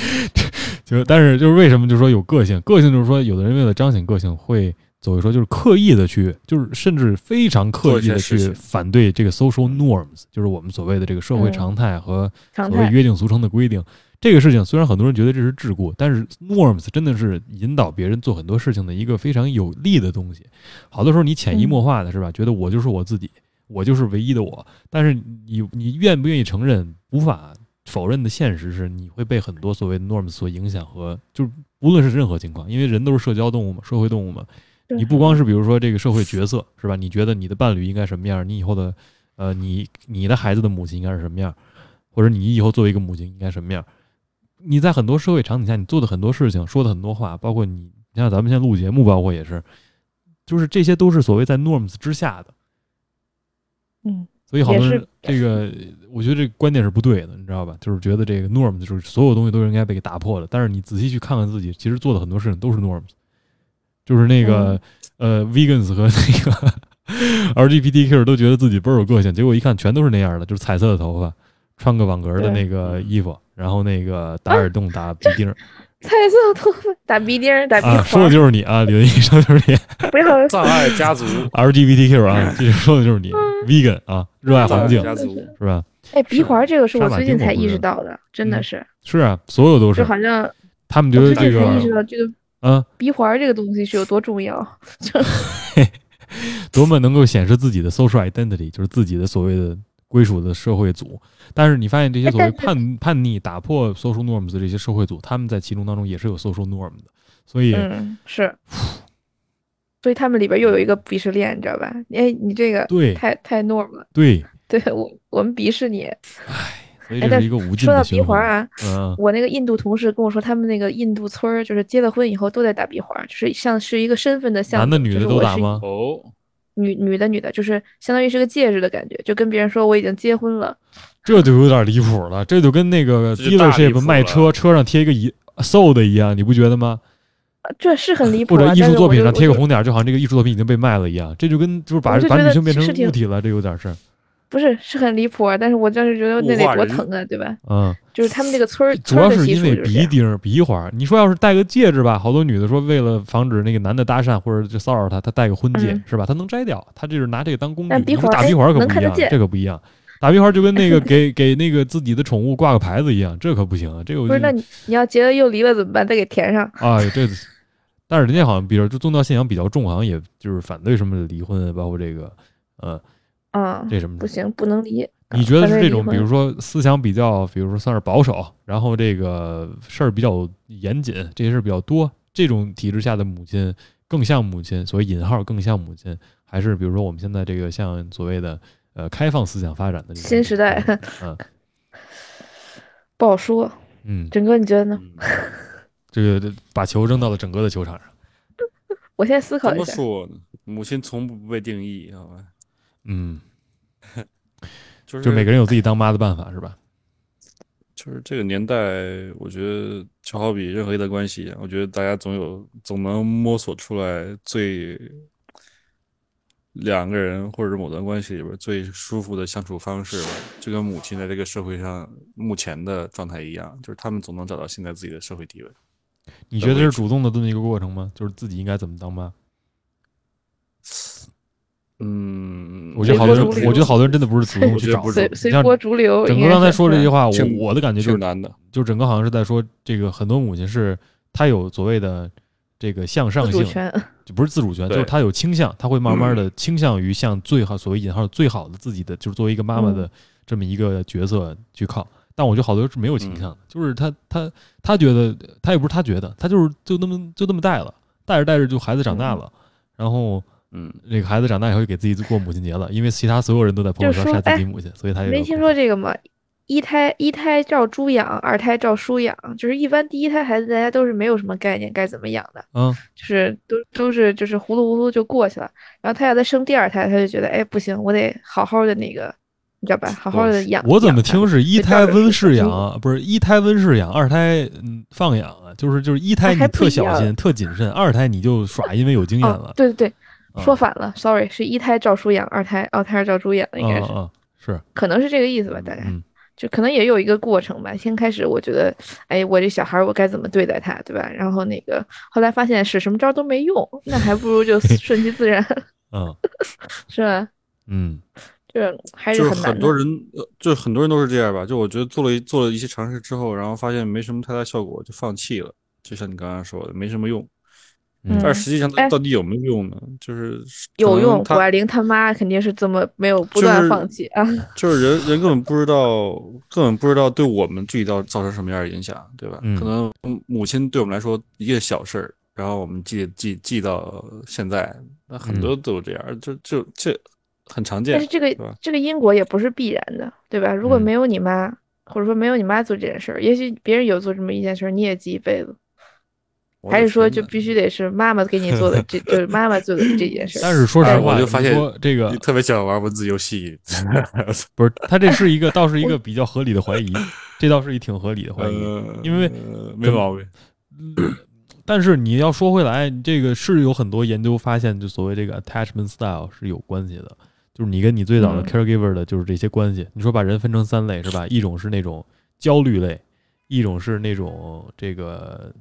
Speaker 1: 就但是就是为什么就说有个性？个性就是说有的人为了彰显个性会。所以说，就是刻意的去，就是甚至非常刻意
Speaker 3: 做
Speaker 1: 的
Speaker 3: 一些事
Speaker 1: 去
Speaker 3: 情
Speaker 1: 反对这个 social norms，就是我们所谓的这个社会
Speaker 2: 嗯
Speaker 1: 常态和
Speaker 2: 常
Speaker 1: 所谓
Speaker 2: 态，
Speaker 1: 约定俗成的规定。这个事情虽然很多人觉得这是桎梏，但是 norms 真的是引导别人做很多事情的一个非常有利的东西。好多时候你潜移默化的是吧，觉得我就是我自己，我就是唯一的我。但是你你愿不愿意承认，无法否认的现实是，你会被很多所谓 norms 所影响和就是无论是任何情况，因为人都是社交动物嘛，社会动物嘛，
Speaker 2: 对
Speaker 1: 你不光是比如说这个社会角色是吧？你觉得你的伴侣应该什么样？你以后的呃，你你的孩子的母亲应该是什么样？或者你以后作为一个母亲应该什么样？你在很多社会场景下，你做的很多事情，说的很多话，包括你像咱们现在录节目，包括也是，就是这些都是所谓在 norms 之下的。
Speaker 2: 嗯，
Speaker 1: 所以好多
Speaker 2: 也
Speaker 1: 人
Speaker 2: 是
Speaker 1: 这个，我觉得这个观点是不对的，你知道吧？就是觉得这个 norms 就是所有东西都应该被打破的。但是你仔细去看看自己，其实做的很多事情都是 norms，就是那个、
Speaker 2: 嗯
Speaker 1: 呃 vegans 和那个 LGBTQ 都觉得自己倍儿有个性，结果一看全都是那样的，就是彩色的头发，穿个网格的那
Speaker 2: 对嗯
Speaker 1: 个衣服，然后那个打耳洞、打鼻钉儿
Speaker 2: 彩色头发，打鼻钉儿，打鼻
Speaker 1: 啊，说
Speaker 2: 环
Speaker 1: 的
Speaker 2: 儿，
Speaker 1: 就是你啊，李文医生就是 你。
Speaker 2: 不要
Speaker 3: 葬爱家族，
Speaker 1: LGBTQ 啊，这说的就是你
Speaker 2: 嗯
Speaker 1: vegan 啊，热爱
Speaker 3: 葬
Speaker 1: 环
Speaker 3: 爱
Speaker 1: 境
Speaker 3: 家族，
Speaker 1: 是吧？
Speaker 2: 哎，鼻
Speaker 3: 是
Speaker 2: 环儿这个是
Speaker 1: 杀
Speaker 2: 我
Speaker 1: 马
Speaker 2: 最
Speaker 1: 丁
Speaker 2: 近
Speaker 1: 我
Speaker 2: 才
Speaker 1: 不
Speaker 2: 意
Speaker 1: 知
Speaker 2: 识
Speaker 1: 道
Speaker 2: 到的，真
Speaker 1: 嗯
Speaker 2: 的是，
Speaker 1: 是啊，所有都。
Speaker 2: 就是好像
Speaker 1: 他们觉
Speaker 2: 我
Speaker 1: 得
Speaker 2: 最
Speaker 1: 这
Speaker 2: 近才意识
Speaker 1: 个
Speaker 2: 到这个。
Speaker 1: 嗯，
Speaker 2: 鼻环儿这个东西是有多 重要。
Speaker 1: 多么能够显示自己的 social identity，就是自己的所谓的归属的社会组。但是你发现这些所谓
Speaker 2: 哎但是
Speaker 1: 叛叛逆、打破 social norms 的这些社会组，他们在其中当中也是有 social norm 的，所以
Speaker 2: 嗯，是。所以他们里边又有一个鄙视链，你知道吧？哎，你这个
Speaker 1: 对
Speaker 2: 太太 norm 了，
Speaker 1: 对，
Speaker 2: 对我我们鄙视你。
Speaker 1: 所以
Speaker 2: 哎
Speaker 1: 这
Speaker 2: 但
Speaker 1: 是一个无尽
Speaker 2: 说到
Speaker 1: 的
Speaker 2: 鼻
Speaker 1: 循
Speaker 2: 环儿
Speaker 1: 环。
Speaker 2: 啊，
Speaker 1: 嗯，
Speaker 2: 我那个印度同事跟我说，他们那个印度村儿就是结了婚以后都在打鼻环儿，就是像是一个身份的象
Speaker 1: 男
Speaker 2: 征。
Speaker 1: 的女
Speaker 2: 就
Speaker 1: 的
Speaker 2: 是
Speaker 1: 都
Speaker 2: 我
Speaker 1: 打
Speaker 2: 是
Speaker 1: 吗？
Speaker 3: 哦，
Speaker 2: 女女的女的，就是相当于是个戒指的感觉，就跟别人说我已经结婚了。
Speaker 1: 这就有点离谱了，这就跟那个
Speaker 3: 这就大离谱
Speaker 1: dealership
Speaker 3: 了
Speaker 1: 卖车车上贴一个一 sold 一样，你不觉得吗？
Speaker 2: 呃这是很离谱
Speaker 1: 或
Speaker 2: 啊。
Speaker 1: 者艺
Speaker 2: 但
Speaker 1: 术
Speaker 2: 是
Speaker 1: 作
Speaker 2: 我
Speaker 1: 品
Speaker 2: 就
Speaker 1: 上贴个
Speaker 2: 我就
Speaker 1: 红点儿，就好像这个艺术作品已经被卖了一样，这就跟就是把
Speaker 2: 我就
Speaker 1: 把
Speaker 2: 觉
Speaker 1: 女
Speaker 2: 得
Speaker 1: 性变成
Speaker 2: 是挺
Speaker 1: 物体了，这有点事儿。
Speaker 2: 不是是很离谱啊，但是我当时觉得
Speaker 3: 物
Speaker 2: 那得
Speaker 3: 化
Speaker 2: 多
Speaker 3: 人
Speaker 2: 疼啊，对吧？
Speaker 1: 嗯，
Speaker 2: 就是他们那个村儿，
Speaker 1: 主
Speaker 2: 村儿
Speaker 1: 要
Speaker 2: 的
Speaker 1: 是
Speaker 2: 哎习
Speaker 1: 因
Speaker 2: 俗
Speaker 1: 为
Speaker 2: 就是这
Speaker 1: 鼻
Speaker 2: 样
Speaker 1: 钉儿、鼻环儿。你说要是戴个戒指吧，好多女的说为了防止那个男的搭讪或者就骚扰她，她戴个婚戒、
Speaker 2: 嗯
Speaker 1: 是吧？她能摘掉，她就是拿这个当工具。
Speaker 2: 但鼻
Speaker 1: 你说
Speaker 2: 环儿
Speaker 1: 打
Speaker 2: 哎
Speaker 1: 鼻环儿可
Speaker 2: 能
Speaker 1: 不
Speaker 2: 看
Speaker 1: 一
Speaker 2: 得
Speaker 1: 样，
Speaker 2: 见
Speaker 1: 这可不一样。打鼻环儿就跟那个 给给那个自己的宠物挂个牌子一样，这可不行啊！这个我
Speaker 2: 不，
Speaker 1: 就是
Speaker 2: 那你你要结了又离了怎么办？再给填上。
Speaker 1: 哎，这，但是人家好像比较就宗教信仰比较重，好像也就是反对什么离婚，啊包括这个，呃，
Speaker 2: 嗯，
Speaker 1: 这什么
Speaker 2: 不行，不能离。
Speaker 1: 你觉得
Speaker 2: 反
Speaker 1: 是这
Speaker 2: 对离
Speaker 1: 种，比
Speaker 2: 婚
Speaker 1: 如说思想比较，比如说算是保守，然后这个事儿比较严谨，这些事儿比较多，这种体制下的母亲更像母亲，所谓引号更像母亲，还是比如说我们现在这个像所谓的呃开放思想发展的这种
Speaker 2: 新时代
Speaker 1: 母亲，嗯
Speaker 2: 不好说。
Speaker 1: 嗯，
Speaker 2: 整个你觉得呢？
Speaker 3: 嗯
Speaker 1: 这个把球扔到了整个的球场上，
Speaker 2: 我现在思考
Speaker 3: 怎
Speaker 2: 一
Speaker 3: 么
Speaker 2: 下，
Speaker 3: 说呢？母亲从不被定义，好吧？
Speaker 1: 嗯，
Speaker 3: 就是
Speaker 1: 就每个人有自己当妈的办法是吧？
Speaker 3: 就是这个年代，我觉得就好比任何一段关系一样，我觉得大家总有总能摸索出来最两个人或者某段关系里边最舒服的相处方式吧。就跟母亲在这个社会上目前的状态一样，就是他们总能找到现在自己的社会地位。
Speaker 1: 你
Speaker 2: 呃
Speaker 1: 觉得是主动的这么一个过程吗？就是自己应该怎么当妈？
Speaker 3: 嗯，
Speaker 1: 我觉得好
Speaker 2: 随
Speaker 1: 多
Speaker 2: 波
Speaker 1: 人
Speaker 2: 逐，流
Speaker 1: 我觉得好多人真的不是主动去找
Speaker 3: 我觉得不是
Speaker 1: 的。
Speaker 2: 随
Speaker 3: 你
Speaker 2: 随
Speaker 1: 像
Speaker 2: 波逐流。
Speaker 1: 整
Speaker 2: 应
Speaker 1: 个
Speaker 2: 该
Speaker 1: 刚才
Speaker 2: 是
Speaker 1: 说这
Speaker 2: 算
Speaker 1: 句话，我
Speaker 3: 挺
Speaker 1: 我的感觉就是
Speaker 3: 挺难的。
Speaker 1: 就整个好像是在说，这个很多母亲是她有所谓的这个向上
Speaker 2: 自主
Speaker 1: 性，
Speaker 2: 权，
Speaker 1: 就不是自主权，就
Speaker 3: 对
Speaker 1: 是她有倾向，她会慢慢的倾向于向最好所谓引号最好的自己的，就是作为一个妈
Speaker 2: 嗯
Speaker 1: 妈的这么一个角色去靠。但我觉得好多是没有倾向的，就是她她她觉得她也不是她觉得，她就是就那么就那么带了，带着带着就孩子长
Speaker 2: 嗯
Speaker 1: 大了，然后
Speaker 3: 嗯，
Speaker 1: 这个孩子长大以后就给自己过母亲节了，因为其他所有人都在朋友圈
Speaker 2: 就是
Speaker 1: 晒
Speaker 2: 说哎
Speaker 1: 自己母亲，所以她也
Speaker 2: 没
Speaker 1: 有
Speaker 2: 听说这个吗？一胎一胎照猪养，二胎照书养，就是一般第一胎孩子大家都是没有什么概念该怎么养的，
Speaker 1: 嗯
Speaker 2: 就是都都是就是糊噜糊噜就过去了。然后他要再生第二胎，他就觉得哎不行，我得好好的那个，你知道吧？好好的养。
Speaker 1: 我怎么
Speaker 2: 养它
Speaker 1: 听是一
Speaker 2: 就照
Speaker 1: 胎
Speaker 2: 着
Speaker 1: 温
Speaker 2: 是
Speaker 1: 室
Speaker 2: 嗯
Speaker 1: 养啊，不是一胎温室养，二胎嗯放养啊，就是就是一胎
Speaker 2: 啊
Speaker 1: 你
Speaker 2: 还不
Speaker 1: 特
Speaker 2: 一
Speaker 1: 小
Speaker 2: 样
Speaker 1: 心、特谨慎，二胎你就耍，因为有经验
Speaker 2: 哦
Speaker 1: 了，。
Speaker 2: 对对
Speaker 1: 啊
Speaker 2: 对，说反了，sorry，是一胎照书养，二胎二胎照猪养，应该
Speaker 1: 啊
Speaker 2: 是，哎
Speaker 1: 啊啊是，
Speaker 2: 可能是这个意思吧，大概
Speaker 1: 嗯
Speaker 2: 就可能也有一个过程吧。先开始我觉得，哎，我这小孩儿我该怎么对待他，对吧？然后那个后来发现使什么招都没用，那还不 如就顺其自然，
Speaker 1: 嗯
Speaker 2: 是吧？
Speaker 1: 嗯
Speaker 2: 这还是
Speaker 3: 就是
Speaker 2: 难
Speaker 3: 很
Speaker 2: 的。
Speaker 3: 多人，呃就是很多人都是这样吧。就我觉得做了一做了一些尝试之后，然后发现没什么太大效果，就放弃了。就像你刚刚说的，没什么用。
Speaker 1: 嗯
Speaker 3: 但是实际上它
Speaker 2: 哎
Speaker 3: 到底有没有用呢？就是
Speaker 2: 有
Speaker 3: 可能
Speaker 2: 用，谷
Speaker 3: 它
Speaker 2: 爱凌他妈肯定是这么没有
Speaker 3: 就
Speaker 2: 不断
Speaker 3: 是
Speaker 2: 放弃啊，
Speaker 3: 就是人人根本不知道，根本不知道对我们具体到造成什么样的影响，对吧？
Speaker 1: 嗯
Speaker 3: 可能母亲对我们来说一件小事儿，然后我们记记记到现在，那很多
Speaker 1: 嗯
Speaker 3: 都这样，就就这很常见
Speaker 2: 但是。这
Speaker 3: 对吧
Speaker 2: 个这个因果也不是必然的，对吧？如果
Speaker 1: 嗯
Speaker 2: 没有你妈，或者说没有你妈做这件事儿，也许别人有做这么一件事儿，你也记一辈子。
Speaker 3: 我的
Speaker 2: 还是说就
Speaker 3: 天哪
Speaker 2: 必须得是妈妈给你 做的这，就是妈妈做的这件事儿。
Speaker 1: 但是说实
Speaker 3: 哎
Speaker 1: 话，
Speaker 3: 我就
Speaker 1: 你
Speaker 3: 发现
Speaker 1: 说这个
Speaker 3: 你特别想玩文字游 戏，
Speaker 1: 不是，他这是一个倒是一个比较合理的怀疑，这倒是一挺合理的怀 疑。
Speaker 3: 呃
Speaker 1: 因为
Speaker 3: 呃没毛病。
Speaker 1: 但是你要说回来，这个是有很多研究发现，就所谓这个 attachment style 是有关系的，就是你跟你最早的
Speaker 2: 嗯
Speaker 1: caregiver 的就是这些关系。你说把人分成三类是吧？一种是那种焦虑类，一种是那种这个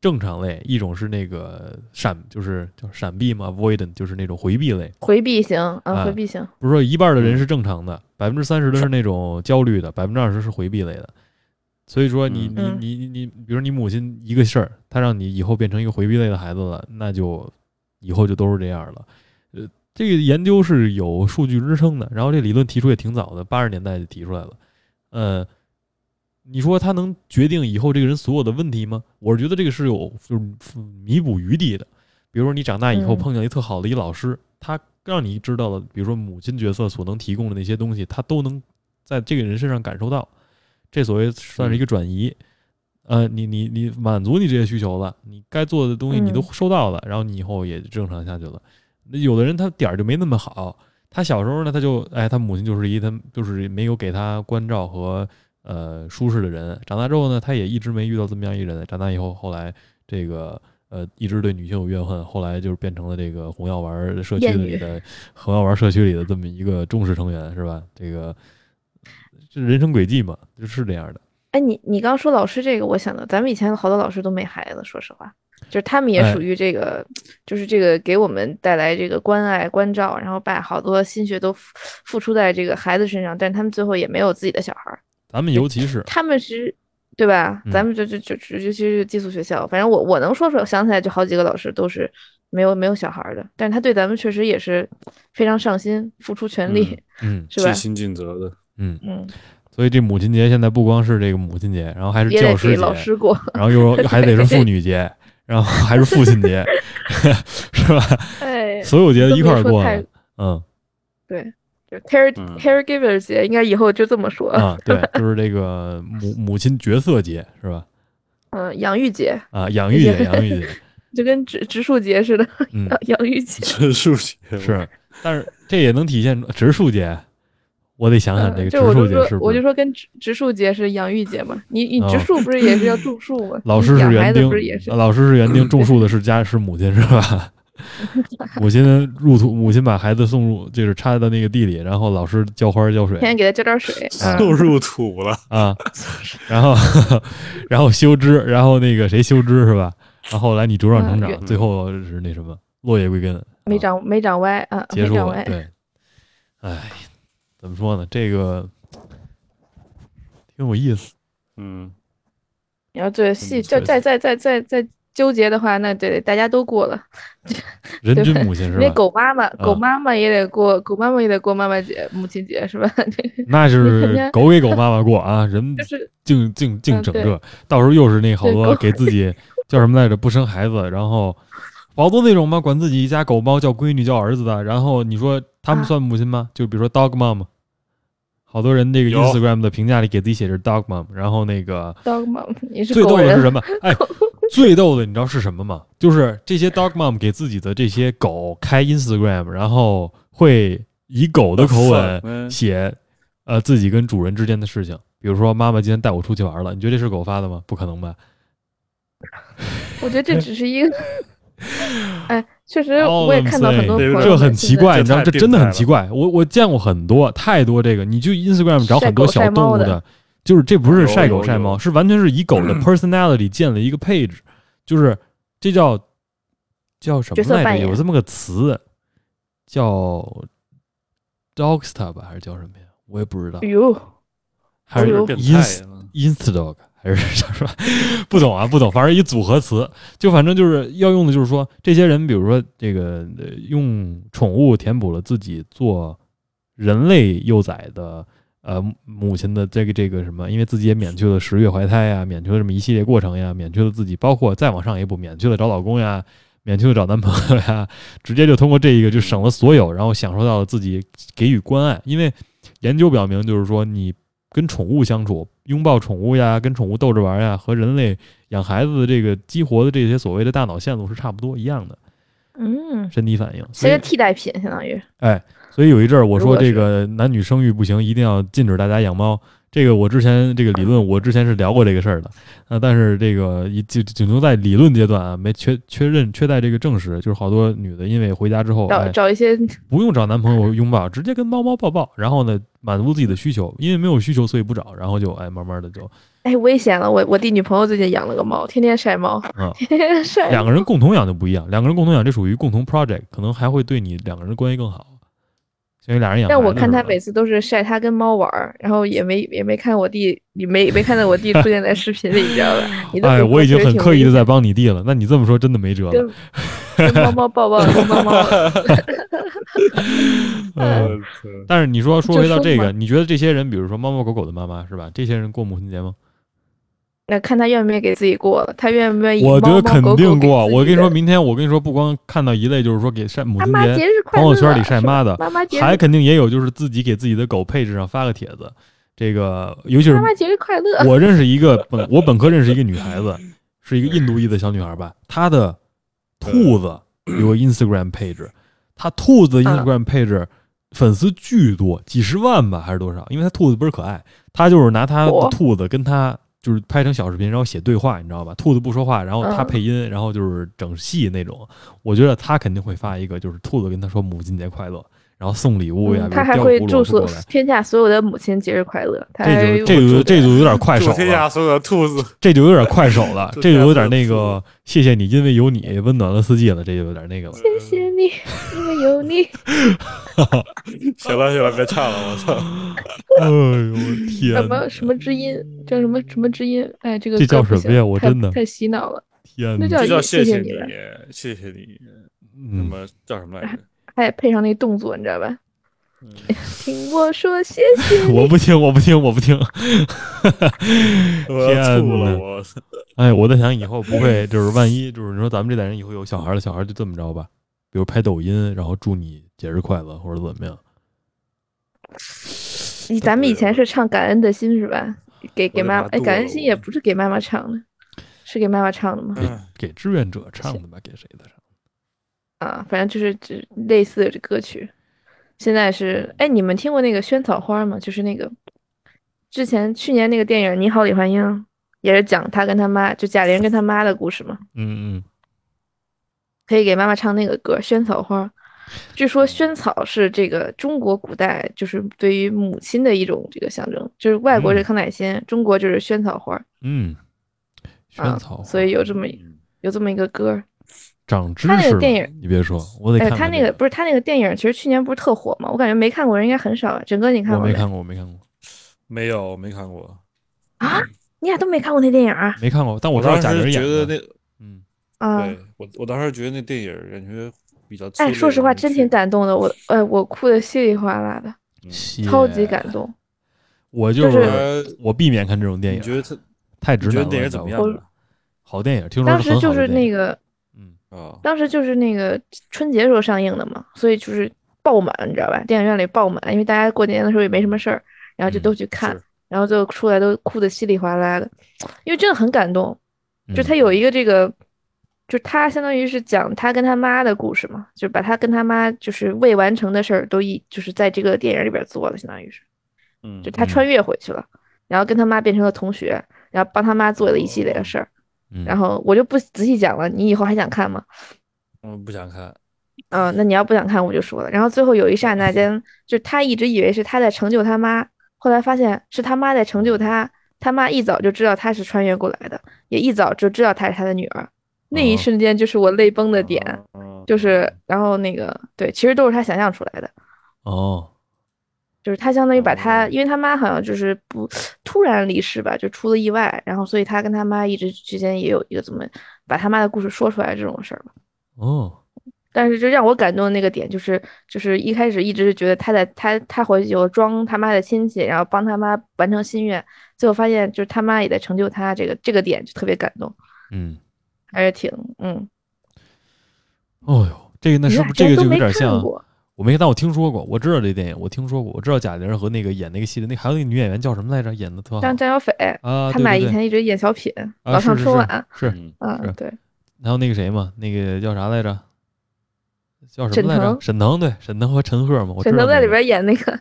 Speaker 1: 正常类，一种是那个闪，就是叫闪避嘛，avoidant 就是那种回避类。
Speaker 2: 回避型啊，
Speaker 1: 啊
Speaker 2: 回避型，
Speaker 1: 不是说一半的人是正常的，百分之三十的是那种焦虑的，百分之二十是回避类的。所以说你、
Speaker 2: 嗯
Speaker 1: 你你你你，比如说你母亲一个事儿，她让你以后变成一个回避类的孩子了，那就以后就都是这样了。呃，这个研究是有数据支撑的，然后这理论提出也挺早的，八十年代就提出来了。呃，你说它能决定以后这个人所有的问题吗？我是觉得这个是有就是弥补余地的。比如说你长大以后
Speaker 2: 嗯
Speaker 1: 碰见一特好的一老师，他让你知道了，比如说母亲角色所能提供的那些东西，他都能在这个人身上感受到。这所谓算
Speaker 2: 嗯
Speaker 1: 是一个转移。呃，你你你满足你这些需求了，你该做的东西你都
Speaker 2: 嗯
Speaker 1: 收到了，然后你以后也正常下去了。那有的人他点儿就没那么好，他小时候呢，他就哎，他母亲就是一他就是没有给他关照和呃舒适的人。长大之后呢，他也一直没遇到这么样一人。长大以后，后来这个呃一直对女性有怨恨，后来就是变成了这个红药丸儿社区
Speaker 2: 厌
Speaker 1: 里
Speaker 2: 女
Speaker 1: 的红药丸儿社区里的这么一个重视成员，是吧？这个这人生轨迹嘛，就是这样的。
Speaker 2: 哎，你你刚说老师这个，我想到咱们以前好多老师都没孩子，说实话，就是他们也
Speaker 1: 哎
Speaker 2: 属于这个，就是这个给我们带来这个关爱关照，然后把好多心血都付付出在这个孩子身上，但他们最后也没有自己的小孩儿，
Speaker 1: 咱们尤其是
Speaker 2: 他们是，对吧？
Speaker 1: 嗯
Speaker 2: 咱们就就就就尤其是寄宿学校，反正我我能说出来，想起来就好几个老师都是没有没有小孩儿的，但是他对咱们确实也是非常上心，付出全力，
Speaker 1: 嗯
Speaker 2: 是吧
Speaker 3: 尽？心尽责 的，
Speaker 1: 嗯，
Speaker 2: 嗯，
Speaker 1: 所以这母亲节现在不光是这个母亲节，然后还是
Speaker 2: 也得
Speaker 1: 教师节，
Speaker 2: 给老 师过，
Speaker 1: 然后又又还得是妇女节，然后还是父亲节， 是吧？
Speaker 2: 哎，
Speaker 1: 所有节
Speaker 2: 这
Speaker 1: 都
Speaker 2: 么
Speaker 1: 一块儿
Speaker 2: 说
Speaker 1: 过
Speaker 2: 太
Speaker 1: 了，嗯
Speaker 2: 对，就 care
Speaker 3: 嗯
Speaker 2: caregiver 节应该以后就这么说，
Speaker 1: 啊，对，就是这个母母亲角色节是吧？
Speaker 2: 嗯，养育节，
Speaker 1: 啊，养育节，
Speaker 2: 也
Speaker 1: 养育节，
Speaker 2: 就跟植植树节似的，
Speaker 1: 嗯，
Speaker 2: 养 育节。
Speaker 3: 植树节
Speaker 1: 是，但是这也能体现出植树节，我得想想这个
Speaker 2: 嗯
Speaker 1: 植
Speaker 2: 就我
Speaker 1: 树
Speaker 2: 就
Speaker 1: 节是
Speaker 2: 说，
Speaker 1: 不
Speaker 2: 我就是说跟植植树节是养育节嘛，你你
Speaker 1: 哦
Speaker 2: 植树不是也是要种树吗？
Speaker 1: 老
Speaker 2: 你
Speaker 1: 师是
Speaker 2: 养
Speaker 1: 园
Speaker 2: 孩子
Speaker 1: 丁
Speaker 2: 不是也，是
Speaker 1: 呃？老师是园丁，种树的是家是母亲是吧？ 母亲入土，母亲把孩子送入，就是插到那个地里，然后老师浇花浇水
Speaker 2: 天天给它浇点水，嗯
Speaker 3: 种入土了，
Speaker 1: 啊，然后 然后修枝，然后那个谁修枝是吧？然后后来你茁壮成
Speaker 2: 嗯
Speaker 1: 长，最后是那什么落叶归根，
Speaker 2: 没
Speaker 1: 啊
Speaker 2: 长没长歪啊，
Speaker 1: 结
Speaker 2: 没
Speaker 1: 束
Speaker 2: 长
Speaker 1: 了。
Speaker 2: 歪。
Speaker 1: 对，哎，怎么说呢？这个挺有意思。
Speaker 3: 嗯，
Speaker 2: 你要对细
Speaker 1: 确
Speaker 2: 就
Speaker 1: 实
Speaker 2: 再再再再再纠结的话，那得大家都过了，
Speaker 1: 人
Speaker 2: 对
Speaker 1: 均
Speaker 2: 吧
Speaker 1: 母亲是
Speaker 2: 那
Speaker 1: 吧？
Speaker 2: 狗妈妈狗
Speaker 1: 嗯
Speaker 2: 妈妈也得过，狗妈妈也得过妈妈节、母亲节是吧？
Speaker 1: 那就
Speaker 2: 你肯
Speaker 1: 是
Speaker 2: 定
Speaker 1: 狗给狗妈妈过啊，人
Speaker 2: 就是
Speaker 1: 净净净
Speaker 2: 嗯
Speaker 1: 整
Speaker 2: 对
Speaker 1: 这，到时候又是那好
Speaker 2: 对
Speaker 1: 多
Speaker 2: 狗
Speaker 1: 给自 己叫什么来着？不生孩子，然后好多那种嘛，管自己一家狗猫叫闺女叫儿子的，然后你说他们
Speaker 2: 啊
Speaker 1: 算母亲吗？就比如说 dog mom，好多人这个
Speaker 3: 有
Speaker 1: Instagram 的评价里给自己写着 dog mom，然后那个
Speaker 2: dog mom，你是
Speaker 1: 最
Speaker 2: 狗
Speaker 1: 逗的是
Speaker 2: 人
Speaker 1: 什 么？哎，最逗的你知道是什么吗？就是这些 dog mom 给自己的这些狗开 Instagram，然后会以狗的口吻
Speaker 3: 嗯
Speaker 1: 写呃自己跟主人之间的事情，比如说妈妈今天带我出去玩了，你觉得这是狗发的吗？不可能吧？
Speaker 2: 我觉得这只是 一个，哎，确实
Speaker 1: 哦
Speaker 2: 我也看到很多
Speaker 3: 对
Speaker 2: 朋友
Speaker 3: 对
Speaker 2: 们
Speaker 1: 这很奇怪，
Speaker 3: 这
Speaker 1: 你知道
Speaker 3: 太
Speaker 1: 这
Speaker 3: 病
Speaker 1: 真的
Speaker 3: 态
Speaker 1: 很
Speaker 3: 了
Speaker 1: 奇怪。我我见过很多太多这个，你去 Instagram 找
Speaker 2: 晒
Speaker 1: 很多
Speaker 2: 狗
Speaker 1: 小
Speaker 2: 晒
Speaker 1: 动
Speaker 2: 猫
Speaker 1: 物
Speaker 2: 的
Speaker 1: 的，就是这不是
Speaker 3: 有
Speaker 1: 晒狗
Speaker 3: 有
Speaker 1: 晒
Speaker 3: 有
Speaker 1: 猫，是完全是以狗 的 personality 建了一个 page，就是这叫叫什
Speaker 2: 角色
Speaker 1: 么来
Speaker 2: 扮
Speaker 1: 着？有
Speaker 2: 演
Speaker 1: 这么个词叫 dogsta 吧，还是叫什么呀？我也不知道
Speaker 2: 现在，哎，呦，
Speaker 1: 还是
Speaker 2: 哎
Speaker 3: 有
Speaker 2: 呦
Speaker 3: 点变
Speaker 1: ins
Speaker 3: 态。
Speaker 1: Instadog 还是叫什么？ 不懂啊，不懂，反正一组合词，就反正就是要用的就是说，这些人，比如说这个、呃、用宠物填补了自己做人类幼崽的呃母亲的这个这个什么，因为自己也免去了十月怀胎呀，免去了这么一系列过程呀，免去了自己，包括再往上一步，免去了找老公呀。免去了找男朋友呀，直接就通过这一个就省了所有，然后享受到了自己给予关爱。因为研究表明，就是说你跟宠物相处，拥抱宠物呀，跟宠物逗着玩呀，和人类养孩子的这个激活的这些所谓的大脑线路是差不多一样的
Speaker 2: 嗯，
Speaker 1: 身体反应。
Speaker 2: 是
Speaker 1: 所
Speaker 2: 个
Speaker 1: 以，
Speaker 2: 替代品，相当于
Speaker 1: 哎，所以有一阵儿我
Speaker 2: 如
Speaker 1: 说
Speaker 2: 果
Speaker 1: 这
Speaker 2: 是
Speaker 1: 个男女生育不行，一定要禁止大家养猫。这个我之前这个理论，我之前是聊过这个事儿的，呃，但是这个一仅仅留在理论阶段啊，没确确认确在这个证实，就是好多女的因为回家之后，
Speaker 2: 找
Speaker 1: 哎，
Speaker 2: 找一些
Speaker 1: 不用找男朋友拥抱，直接跟猫猫抱抱，然后呢满足自己的需求，因为没有需求所以不找，然后就哎慢慢的就
Speaker 2: 哎危险了。我我弟女朋友最近养了个猫，天天晒猫，
Speaker 1: 嗯
Speaker 2: 天天晒
Speaker 1: 两个人共同养就不一样，两个人共同养这属于共同 project，可能还会对你两个人的关系更好。因为俩人养孩
Speaker 2: 但
Speaker 1: 子是吧，
Speaker 2: 我看他每次都是晒他跟猫玩儿，然后也没也没看我弟，也没没看到我弟出现在视频里，你知道吧？你都
Speaker 1: 哎，
Speaker 2: 觉得
Speaker 1: 我已经
Speaker 2: 确实
Speaker 1: 很
Speaker 2: 挺
Speaker 1: 刻意的
Speaker 2: 危
Speaker 1: 在帮你弟了。那你这么说真的没辙了。
Speaker 2: 跟跟猫猫抱抱，跟猫猫
Speaker 1: 嗯，但是你说说
Speaker 2: 就
Speaker 1: 回到
Speaker 2: 说
Speaker 1: 这个，
Speaker 2: 嘛
Speaker 1: 你觉得这些人，比如说猫猫狗狗的妈妈是吧？这些人过母亲节吗？
Speaker 2: 那看他愿不愿意给自己过了，他愿不愿意？
Speaker 1: 我觉得肯定过。
Speaker 2: 过。
Speaker 1: 我跟你说，，明天我跟你说，不光看到一类，就是说给晒母
Speaker 2: 妈
Speaker 1: 亲
Speaker 2: 妈
Speaker 1: 节
Speaker 2: 节日快
Speaker 1: 朋
Speaker 2: 乐！
Speaker 1: 友圈里晒妈的，
Speaker 2: 妈妈节日
Speaker 1: 还肯定也有就是自己给自己的狗配置上发个帖子。这个尤其是
Speaker 2: 妈妈节日快乐！
Speaker 1: 我认识一个本，我本科认识一个女孩子，是一个印度裔的小女孩吧。她的兔子有个 Instagram
Speaker 2: 嗯
Speaker 1: page，她兔子的 Instagram page 粉丝巨多，几十万吧还是多少？因为她兔子倍儿可爱，她就是拿她的
Speaker 2: 我
Speaker 1: 兔子跟她就是拍成小视频，然后写对话，你知道吧？兔子不说话，然后她
Speaker 2: 嗯
Speaker 1: 配音，然后就是整戏那种。我觉得她肯定会发一个，就是兔子跟她说母亲节快乐，然后送礼物呀，
Speaker 2: 嗯
Speaker 1: 比
Speaker 2: 他
Speaker 1: 如
Speaker 2: 还
Speaker 1: 叼
Speaker 2: 会
Speaker 1: 个
Speaker 2: 祝
Speaker 1: 葫芦
Speaker 2: 所
Speaker 1: 过来。
Speaker 2: 天下所有的母亲节日快乐。他还
Speaker 1: 这
Speaker 2: 会
Speaker 1: 就这
Speaker 2: 祝
Speaker 1: 就这就有点
Speaker 2: 哎
Speaker 1: 快手
Speaker 3: 祝
Speaker 1: 了，
Speaker 3: 天下所有的兔子，，
Speaker 1: 这就有点快手了
Speaker 3: 就
Speaker 1: 这就有点
Speaker 3: 太
Speaker 1: 那
Speaker 3: 不错
Speaker 1: 个
Speaker 3: 了，
Speaker 1: 谢谢你，因为有你温暖了四季了，这就有点那 个了。
Speaker 2: 谢谢 你，因为有你。
Speaker 3: 行了行了，别唱了，我操！
Speaker 1: 哎呦
Speaker 2: 什
Speaker 1: 天
Speaker 2: 么
Speaker 1: 哪
Speaker 2: 什么之音，叫什么什么之音？哎，这个
Speaker 1: 这
Speaker 2: 歌
Speaker 1: 叫
Speaker 2: 不
Speaker 1: 什么
Speaker 2: 行
Speaker 1: 呀我
Speaker 2: 太
Speaker 1: 真的
Speaker 2: 太洗脑了。
Speaker 1: 天
Speaker 2: 那
Speaker 1: 哪！
Speaker 3: 这
Speaker 2: 叫
Speaker 3: 叫
Speaker 2: 谢
Speaker 3: 谢
Speaker 2: 谢
Speaker 3: 你
Speaker 2: 你了，
Speaker 3: 谢谢你，什
Speaker 1: 嗯，
Speaker 3: 么叫什么来着？
Speaker 2: 还得配上那动作，你知道吧？
Speaker 3: 嗯
Speaker 2: 听我说谢谢
Speaker 1: 我不听，我不听，我不听。
Speaker 3: 我要吐
Speaker 1: 天哪啊
Speaker 3: 了，我操！
Speaker 1: 哎，我在想以后不会就是万一就是你说咱们这代人以后有小孩了，小孩就这么着吧，比如拍抖音，然后祝你节日快乐或者怎么样。
Speaker 2: 你。咱们以前是唱感恩的心是吧？给给
Speaker 3: 我的
Speaker 2: 妈
Speaker 3: 妈
Speaker 2: 哎，感
Speaker 3: 剁
Speaker 2: 恩
Speaker 3: 了
Speaker 2: 心
Speaker 3: 我
Speaker 2: 也不是给妈妈唱的，是给妈妈唱的吗？
Speaker 3: 嗯
Speaker 1: 给给志愿者唱的吧，给谁的唱？
Speaker 3: 嗯
Speaker 2: 啊，反正就是这类似的歌曲。现在
Speaker 3: 嗯
Speaker 2: 是，哎，你们听过那个《萱草花》吗？就是那个之前去年那个电影《你好，李焕英》，也是讲他跟他妈，就贾玲跟他妈的故事嘛。
Speaker 1: 嗯嗯，
Speaker 2: 可以给妈妈唱那个歌《萱草花》。据
Speaker 1: 嗯
Speaker 2: 说萱草是这个中国古代就是对于母亲的一种这个象征，就是外国是康乃馨，中国就是萱草花。
Speaker 1: 嗯，萱草花、
Speaker 2: 啊，所以有这么有这么一个歌。
Speaker 1: 长知识
Speaker 2: 他
Speaker 1: 了。
Speaker 2: 那个电影
Speaker 1: 你别说，我得
Speaker 2: 哎，
Speaker 1: 看看、
Speaker 2: 他那个不是他那个电影，其实去年不是特火吗？我感觉没看过人应该很少啊。整个你看
Speaker 1: 我
Speaker 2: 过
Speaker 1: 没
Speaker 2: 没
Speaker 1: 看过，我没看过，
Speaker 3: 没有，我没看过。
Speaker 2: 啊？你俩都没看过那电影啊？
Speaker 1: 没看过。但
Speaker 3: 我
Speaker 1: 知道
Speaker 3: 当
Speaker 1: 贾
Speaker 3: 时
Speaker 1: 玲
Speaker 3: 觉得
Speaker 1: 演
Speaker 3: 那
Speaker 1: 的。，嗯，
Speaker 2: 啊，
Speaker 3: 对我我当时觉得那电影感觉比较
Speaker 2: 哎，
Speaker 3: 催
Speaker 2: 说
Speaker 3: 泪
Speaker 2: 实话，
Speaker 3: 人
Speaker 2: 真
Speaker 3: 去
Speaker 2: 挺感动的，我呃，我哭的稀里哗啦的，
Speaker 3: 嗯
Speaker 2: 超级感。动。
Speaker 1: 我就
Speaker 2: 就是
Speaker 3: 呃
Speaker 1: 我避免看这种电
Speaker 3: 你
Speaker 1: 影，
Speaker 3: 觉得他
Speaker 1: 太直
Speaker 3: 你觉
Speaker 1: 男
Speaker 3: 得
Speaker 1: 了。
Speaker 3: 电影
Speaker 1: 你知
Speaker 3: 怎
Speaker 1: 道
Speaker 3: 么
Speaker 1: 吗
Speaker 3: 样啊？
Speaker 1: 好电影，听说
Speaker 2: 当
Speaker 1: 是
Speaker 2: 时
Speaker 1: 很
Speaker 2: 就
Speaker 1: 好
Speaker 2: 是
Speaker 1: 的电
Speaker 2: 那
Speaker 1: 影，
Speaker 2: 个，
Speaker 1: 嗯，
Speaker 3: 啊，
Speaker 2: 当时就是那个春节时候上映的嘛，所以就是爆满，你知道吧？电影院里爆满，因为大家过年的时候也没什么事儿，然后
Speaker 1: 嗯
Speaker 2: 就都去看，
Speaker 3: 是
Speaker 2: 然后就出来都哭的稀里哗啦的，因为真的很感动。就
Speaker 1: 嗯
Speaker 2: 他有一个这个，就他相当于是讲他跟他妈的故事嘛，就把他跟他妈就是未完成的事儿都一就是在这个电影里边做了，相当于是，
Speaker 3: 嗯
Speaker 2: 就他穿越回去了，然后跟他妈变成了同学，然后帮他妈做了一系列的事儿，
Speaker 1: 嗯
Speaker 2: 然后我就不仔细讲了，你以后还想看吗？
Speaker 3: 嗯不想看，
Speaker 2: 嗯、那你要不想看我就说了。然后最后有一刹那间，就他一直以为是他在成就他妈，后来发现是他妈在成就他。他妈一早就知道他是穿越过来的，也一早就知道她是他的女儿。那
Speaker 1: 哦
Speaker 2: 一瞬间就是我泪崩的点，
Speaker 3: 嗯
Speaker 2: 就是然后那个对，其实都是他想象出来的，
Speaker 1: 哦，
Speaker 2: 就是他相当于把他，
Speaker 3: 哦
Speaker 2: 因为他妈好像就是不突然离世吧，就出了意外，然后所以他跟他妈一直之间也有一个怎么把他妈的故事说出来这种事儿吧。
Speaker 1: 哦，
Speaker 2: 但是就让我感动的那个点就是，就是一开始一直是觉得他在他他回去以后装他妈的亲戚，然后帮他妈完成心愿，最后发现就是他妈也在成就他这个这个点就特别感动，
Speaker 1: 嗯，
Speaker 2: 还是挺嗯，
Speaker 1: 哦呦，这个那
Speaker 2: 你
Speaker 1: 是
Speaker 2: 俩
Speaker 1: 不是
Speaker 2: 竟
Speaker 1: 这
Speaker 2: 然
Speaker 1: 个就
Speaker 2: 都
Speaker 1: 有
Speaker 2: 没
Speaker 1: 点
Speaker 2: 看
Speaker 1: 像？啊
Speaker 2: 过
Speaker 1: 我没，但我听说过，我知道这电影，我听说过，我知道贾玲和那个演那个戏的那还有那个女演员叫什么来着，演的特好
Speaker 2: 张张小斐，
Speaker 1: 啊，
Speaker 2: 他
Speaker 1: 对
Speaker 2: 们俩
Speaker 1: 对
Speaker 2: 以
Speaker 1: 对
Speaker 2: 前一直演小品，
Speaker 1: 啊
Speaker 2: 老
Speaker 1: 是
Speaker 2: 上
Speaker 1: 是
Speaker 2: 春
Speaker 1: 是
Speaker 2: 晚，
Speaker 1: 是，
Speaker 3: 嗯
Speaker 1: 是
Speaker 2: 嗯，对，
Speaker 1: 还有那个谁嘛，那个叫啥来着？叫什
Speaker 2: 沈
Speaker 1: 么来着？
Speaker 2: 腾
Speaker 1: 沈腾对，沈腾和陈赫嘛，我知
Speaker 2: 沈
Speaker 1: 道
Speaker 2: 腾在
Speaker 1: 那
Speaker 2: 里
Speaker 1: 个
Speaker 2: 边演那个